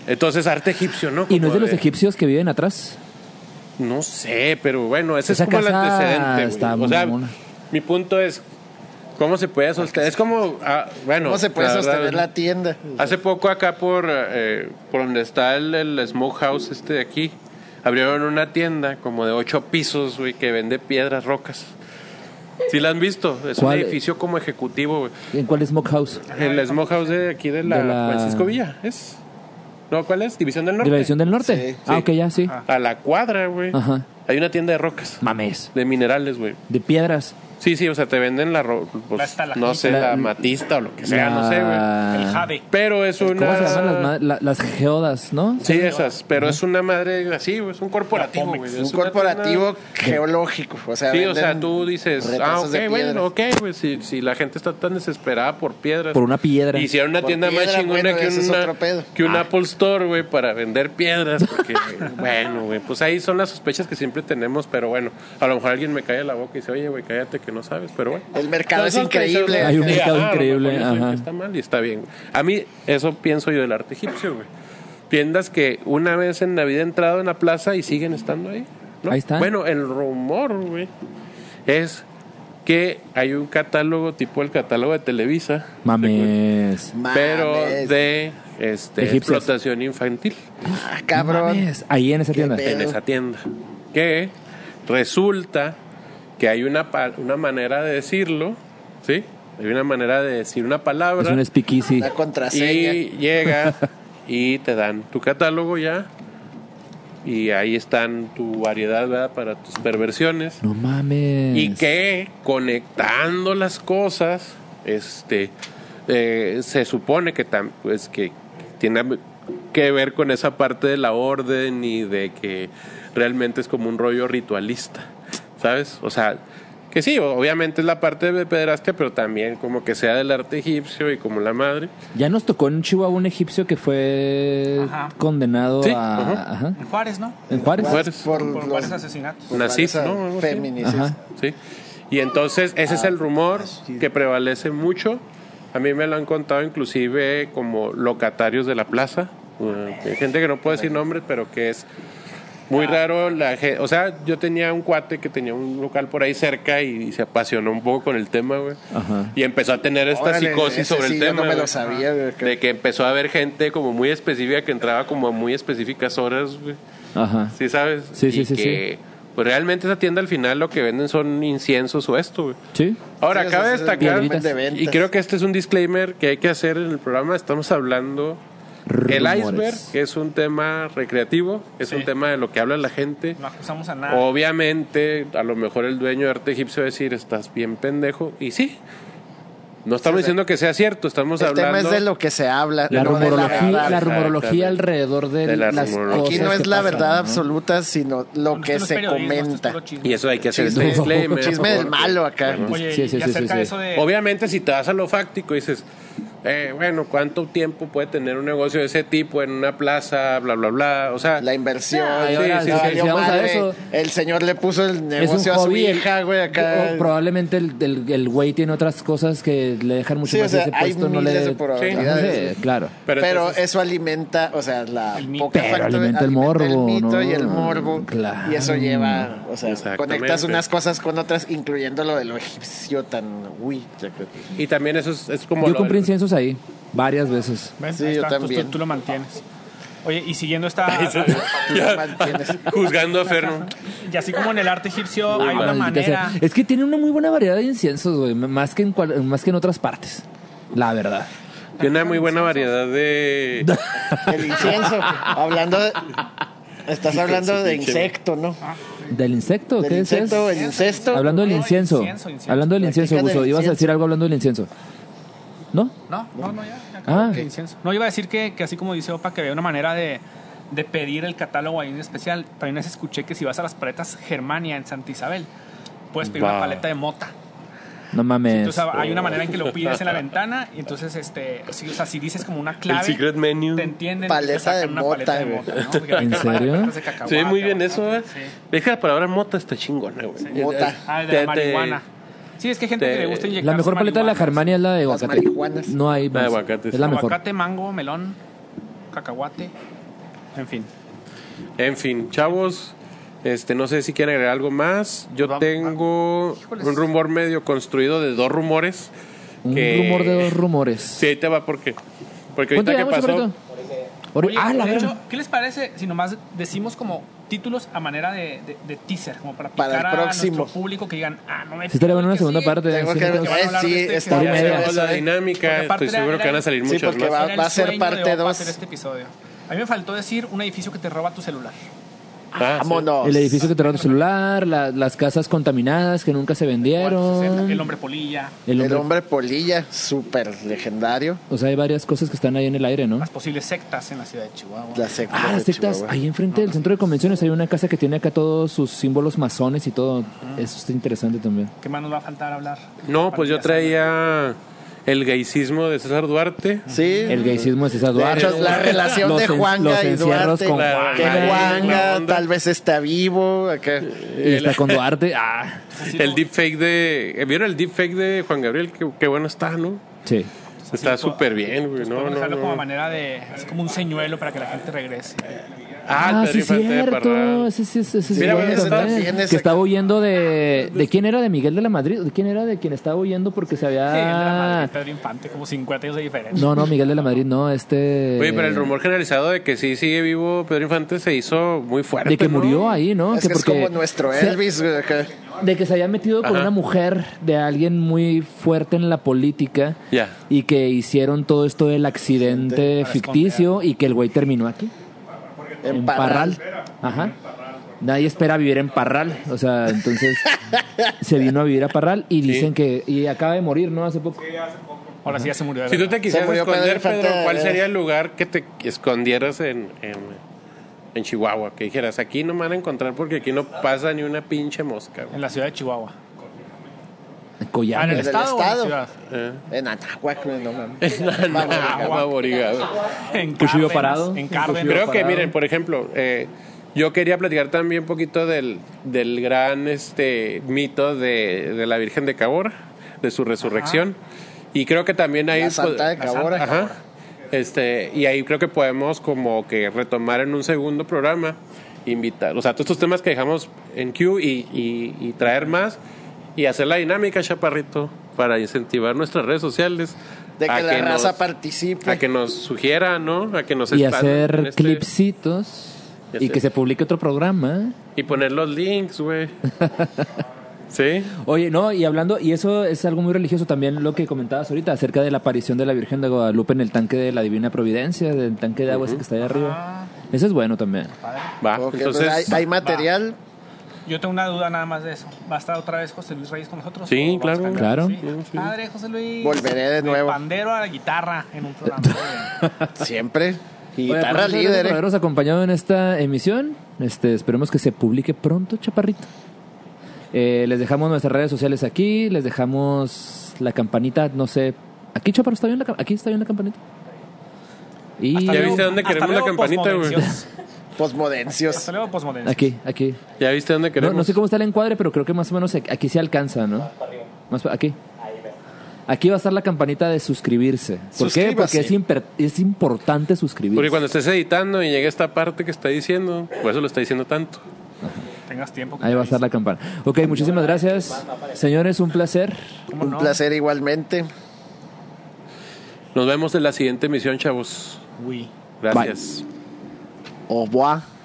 Entonces, arte egipcio, ¿no? Ah, Y no es de Como los egipcios que viven atrás. No sé, pero bueno, ese Esa es como el casa antecedente. güey. Pues está o sea, mamona. mi punto es, ¿cómo se puede sostener? Es como, ah, bueno. ¿Cómo se puede la verdad, sostener la tienda? Hace poco acá por, eh, por donde está el, el Smokehouse este de aquí, abrieron una tienda como de ocho pisos, güey, que vende piedras, rocas. ¿Sí la han visto? Es ¿Cuál? un edificio como ejecutivo, güey. ¿En cuál smokehouse? Ah, El Smokehouse de aquí de la, De la- Francisco Villa, ¿es? No, ¿cuál es? División del Norte. División del Norte. Sí, ah, sí. ok, ya sí. A la cuadra, güey. Ajá. Hay una tienda de rocas, Mames. de minerales, güey. De piedras. Sí, sí, o sea, te venden la ropa, La estalactita. no sé, La- la, matista o lo que sea, no sé, güey. La- El jade. Pero es una... ¿Cómo se llaman las, ma- la- las geodas, no? Sí, esas, pero es una madre así, güey, es un corporativo, güey. es Un una tienda- corporativo geológico. O sea, Sí, o sea, venden tú dices, ah, retazos ok, de piedra. bueno, ok, güey, si, si la gente está tan desesperada por piedras. Por una piedra. Hicieron una Por tienda más piedra, chingona bueno, que, ese es una- otro pedo. Ah. que un Apple Store, güey, para vender piedras. Porque, bueno, güey, pues ahí son las sospechas que siempre tenemos, pero bueno, a lo mejor alguien me cae la boca y dice, oye, güey, cállate que no sabes, pero bueno. El mercado No, es son increíble. precios, Hay un Sí, mercado ajá, a lo mejor increíble, yo soy el que ajá. Está mal y está bien. güey. A mí, eso pienso yo del arte egipcio, güey. Tiendas que una vez en la vida he entrado en la plaza y siguen estando ahí. ¿no? Ahí están. Bueno, el rumor, güey, es que hay un catálogo tipo el catálogo de Televisa. Mames. Mames. Pero de este, Egipcios. explotación infantil Ah, cabrón. Mames. Ahí en esa tienda. pe- en Pero- esa tienda. Que resulta que hay una, pa- una manera de decirlo, ¿sí? Hay una manera de decir una palabra. Es un speakeasy. La contraseña. Y llega y te dan tu catálogo ya. Y ahí están tu variedad ¿verdad? para tus perversiones. No mames. Y que conectando las cosas, este, eh, se supone que, tam- pues, que tiene que ver con esa parte de la orden y de que realmente es como un rollo ritualista, ¿sabes? O sea, que sí, o- obviamente es la parte de pederastia, pero también como que sea del arte egipcio y como la madre. Ya nos tocó en Chihuahua un egipcio que fue Ajá. condenado Sí, a. ajá. ajá, En Juárez, ¿no? En Juárez. Juárez. Por, Por los- varios asesinatos. por Nasif, varios ¿no? Algo así. feminicidios. Ajá. Sí. Y entonces ese es el rumor que prevalece mucho. A mí me lo han contado inclusive como locatarios de la plaza. Eh, que hay gente que no puedo decir nombres, pero que es muy raro. La ge- o sea, yo tenía un cuate que tenía un local por ahí cerca y se apasionó un poco con el tema, güey. Ajá. Y empezó a tener esta Órale, psicosis ese sobre sí el yo tema. no me güey. lo sabía. güey, que- De que empezó a haber gente como muy específica que entraba como a muy específicas horas, güey. Ajá. Sí, sabes. Sí, sí, Y sí, que, Pues realmente esa tienda al final lo que venden son inciensos o esto, güey. Sí. Ahora, Sí, o sea, cabe es el destacar, volumen de ventas. y creo que este es un disclaimer que hay que hacer en el programa, estamos hablando el Rumores. iceberg, que es un tema recreativo, es un tema de lo que habla la gente. No acusamos a Ah. nada. Obviamente, a lo mejor el dueño de arte egipcio va a decir, estás bien pendejo, y sí. No estamos diciendo que sea cierto, estamos El hablando... tema es de lo que se habla. La no de la rumorología, la verdad. rumorología Exactamente. alrededor de, De la las rumorología. Aquí cosas no que es la pasan, verdad ¿no? absoluta, sino lo Esto que no es se periodismo, esto es comenta. puro chisme. Y eso hay que hacer Chisme. este disclaimer. Chisme del porque- malo acá. Oye, Sí, y sí, sí, acerca sí, sí. de eso de... Obviamente, si te vas a lo fáctico, dices, eh, bueno, ¿cuánto tiempo puede tener un negocio de ese tipo en una plaza, bla, bla, bla? O sea, La inversión. Ay, ahora, le si- valió si Ah, vamos a madre. eso- El señor le puso el Es un negocio a su hobby. hija, güey, acá. O probablemente el, el, el güey tiene otras cosas que le dejan mucho Sí, o más sea, ese hay puesto. no le... miles de probabilidades. Ajá, sí, claro. Pero, entonces- eso alimenta, o sea, la El mito. poca Pero factor- alimenta el morbo, mito ¿no? y el morbo. Claro. Y eso lleva, o sea, Exactamente. conectas unas cosas con otras, incluyendo lo de lo egipcio tan. Uy, ya creo que- y también eso es, es como... Yo lo- compré inciensos ahí varias veces. ¿Ves? Sí, Ahí yo está, tú- también. Tú, tú lo mantienes. Oye, y siguiendo esta... tú lo mantienes. Juzgando a Ferno. y así como en el arte egipcio hay Ah, una maldita sea. manera... Es que tiene una muy buena variedad de inciensos, güey, más que en cual- más que en otras partes. La verdad. Y una muy buena variedad de... El incienso. hablando de. Estás hablando de insecto, ¿no? Ah, ¿Del insecto? Del ¿Qué es eso? insecto, el incesto. Hablando del No, incienso. incienso, incienso. Hablando del incienso, Practica del Guso. Ibas a incienso. decir algo hablando del incienso. ¿No? No, no, no, ya. ya Ah. acabó. Incienso. No, iba a decir que, que así como dice Opa, que había una manera de, de pedir el catálogo ahí en especial. También les escuché que si vas a las paletas Germania en Santa Isabel, puedes pedir Va. una paleta de mota. No mames. Entonces hay una manera en que lo pides en la ventana y entonces, este, si, o sea, si dices como una clave, El secret menu. te entienden. Paleta te sacan de una mota, paleta de güey. mota, ¿no? Porque ¿En hay paletas serio? de Se cacahuate, ve muy bien eso, ¿eh? aguacate, sí. Es que la palabra mota está chingona, güey. Mota. Ah, de Te- la te- marihuana. Sí, es que hay gente te- que le gusta inyectar La mejor su paleta de la marihuana. Germania es la de Las aguacate. marihuanas. No hay La de más. aguacate, Es la Aguacate, mejor. mango, melón, cacahuate. En fin. En fin, chavos, este, no sé si quieren agregar algo más. Yo Va- va- tengo ah, Híjoles. un rumor medio construido de dos rumores. Un que- rumor de dos rumores. Sí, ahí te va porque. Porque ¿Cuánto ahorita que llevamos, pasó. Chaparrito? Ori- Oye, ah, la de hecho, verga. ¿qué les parece si nomás decimos como títulos a manera de, de- de teaser? Como para picar Para el a próximo. nuestro público que digan, ah, no me Sí, estaría bueno una segunda parte. Tengo sí, que- tenemos- van a eh, hablar sí, de este está Hora y bien media. eso, la eh. Porque dinámica, aparte estoy seguro era- que van a salir Sí, muchos porque más. va- Era el a ser sueño parte de Opa dos. hacer este episodio. A mí me faltó decir un edificio que te roba tu celular. Ah, sí. Vámonos. El edificio que te roba tu celular, la- las casas contaminadas que nunca se vendieron. El hombre polilla, El El hombre- hombre polilla, súper legendario. O sea, hay varias cosas que están ahí en el aire, ¿no? las posibles sectas en la ciudad de Chihuahua. La secta. Ah, de las sectas. Chihuahua. Ahí enfrente del centro de convenciones hay una casa que tiene acá todos sus símbolos masones y todo. Eso está interesante también. ¿Qué más nos va a faltar hablar? No, pues yo Partidas traía el gaycismo de César Duarte. Sí. El gaycismo es esa Duarte. De hecho, la relación Los de en- Juanga los y encierros Duarte. con Claro. Juanga. que Juanga, buena Juanga onda. tal vez está vivo. Acá. Y está con Duarte. Ah, El deepfake de. ¿Vieron el deepfake de Juan Gabriel? Qué, qué bueno está, ¿no? sí. Está súper bien, güey. No, Podemos no, dejarlo pues, como no. manera de. Así como un señuelo para que la gente regrese. Ah, sí, te es rifaste de cierto. parranda. Ese sí ese sí Ah, pues es Mira, bueno ese también. también, ese Que estaba huyendo de. ¿De quién era? ¿De Miguel de la Madrid? ¿De quién era? ¿De quien estaba huyendo porque se Sí, el de la madre, había. Pedro Infante, como 50 años de diferencia. No, no, Miguel de la Madrid, no. Este. Oye, pero el rumor generalizado de que sí sigue vivo Pedro Infante se hizo muy fuerte. De que ¿no? murió ahí, ¿no? Es que es porque como nuestro se- Elvis. güey, acá. de que se había metido con Ajá. una mujer de alguien muy fuerte en la política Ya. y que hicieron todo esto del accidente Para ficticio y que el güey terminó aquí en En Parral, Parral. ajá nadie espera vivir en Parral o sea entonces se vino a vivir a Parral y dicen que y acaba de morir no hace poco Ahora sí ya se murió. de Si tú verdad. te quisieras murió Pedro esconder, Infante, Pedro, ¿cuál ¿verdad? sería el lugar que te escondieras en, en, en Chihuahua? Que dijeras, aquí no me van a encontrar porque aquí no pasa ni una pinche mosca. güey. En la ciudad de Chihuahua. Ah, en Coyame. el del estado. o en la estado. ciudad? ¿Eh? En Anahuac, güey, no mames. En Anahuac, Boriga, güey. En Cuchillo Cárdenas, parado. En Cuchillo Cárdenas. Creo que, parado. miren, por ejemplo, eh, yo quería platicar también un poquito del, del gran este mito de, de la Virgen de Cabora, de su resurrección. Y creo que también ahí... La Santa de La Cabora. Ajá. Este, y ahí creo que podemos como que retomar en un segundo programa, invitar, o sea, todos estos temas que dejamos en Q y, y- y traer más y hacer la dinámica, chaparrito, para incentivar nuestras redes sociales. De a que la raza nos- participe. a que nos sugiera, ¿no? A que nos y expanda en hacer este- clipsitos Ya y sé. que se publique otro programa Y poner los links, güey. ¿Sí? Oye, no, y hablando, y eso es algo muy religioso también, lo que comentabas ahorita acerca de la aparición de la Virgen de Guadalupe en el tanque de la Divina Providencia, del tanque de agua ese que está ahí arriba. Eso es bueno también. Va. Ok, pues Entonces, hay, hay material. Yo tengo una duda nada más de eso. ¿Va a estar otra vez José Luis Reyes con nosotros? Sí, ¿O vamos claro. a cambiar? Claro. Sí. Sí, sí. Padre José Luis. Volveré de nuevo. pandero a la guitarra en un programa. Muy bien. Siempre. Y Oye, guitarra pues, muchas gracias líder. por eh. habernos acompañado en esta emisión. Este, esperemos que se publique pronto, chaparrito. Eh, les dejamos nuestras redes sociales aquí, les dejamos la campanita, no sé. Aquí, chaparro, está bien la, cam- aquí está bien la campanita. Y Hasta ¿Ya luego- viste dónde hasta queremos la luego, campanita, güey? posmodencios. Posmodencios. Hasta luego, posmodencios. aquí, aquí. ¿Ya viste dónde No, queremos? no sé cómo está el encuadre, pero creo que más o menos aquí se alcanza, ¿no? Más pa- aquí. Aquí va a estar la campanita de suscribirse. ¿Por qué? Porque Suscríbase. es, imper- es importante suscribirse. Porque cuando estés editando y llegue esta parte que está diciendo, por eso lo está diciendo tanto. Tengas tiempo. que Ahí va a te estar la campana. Ok, muchísimas gracias. Señores, un placer. ¿Cómo Un no? placer igualmente. Nos vemos en la siguiente emisión, chavos. Uy. Gracias. Au revoir.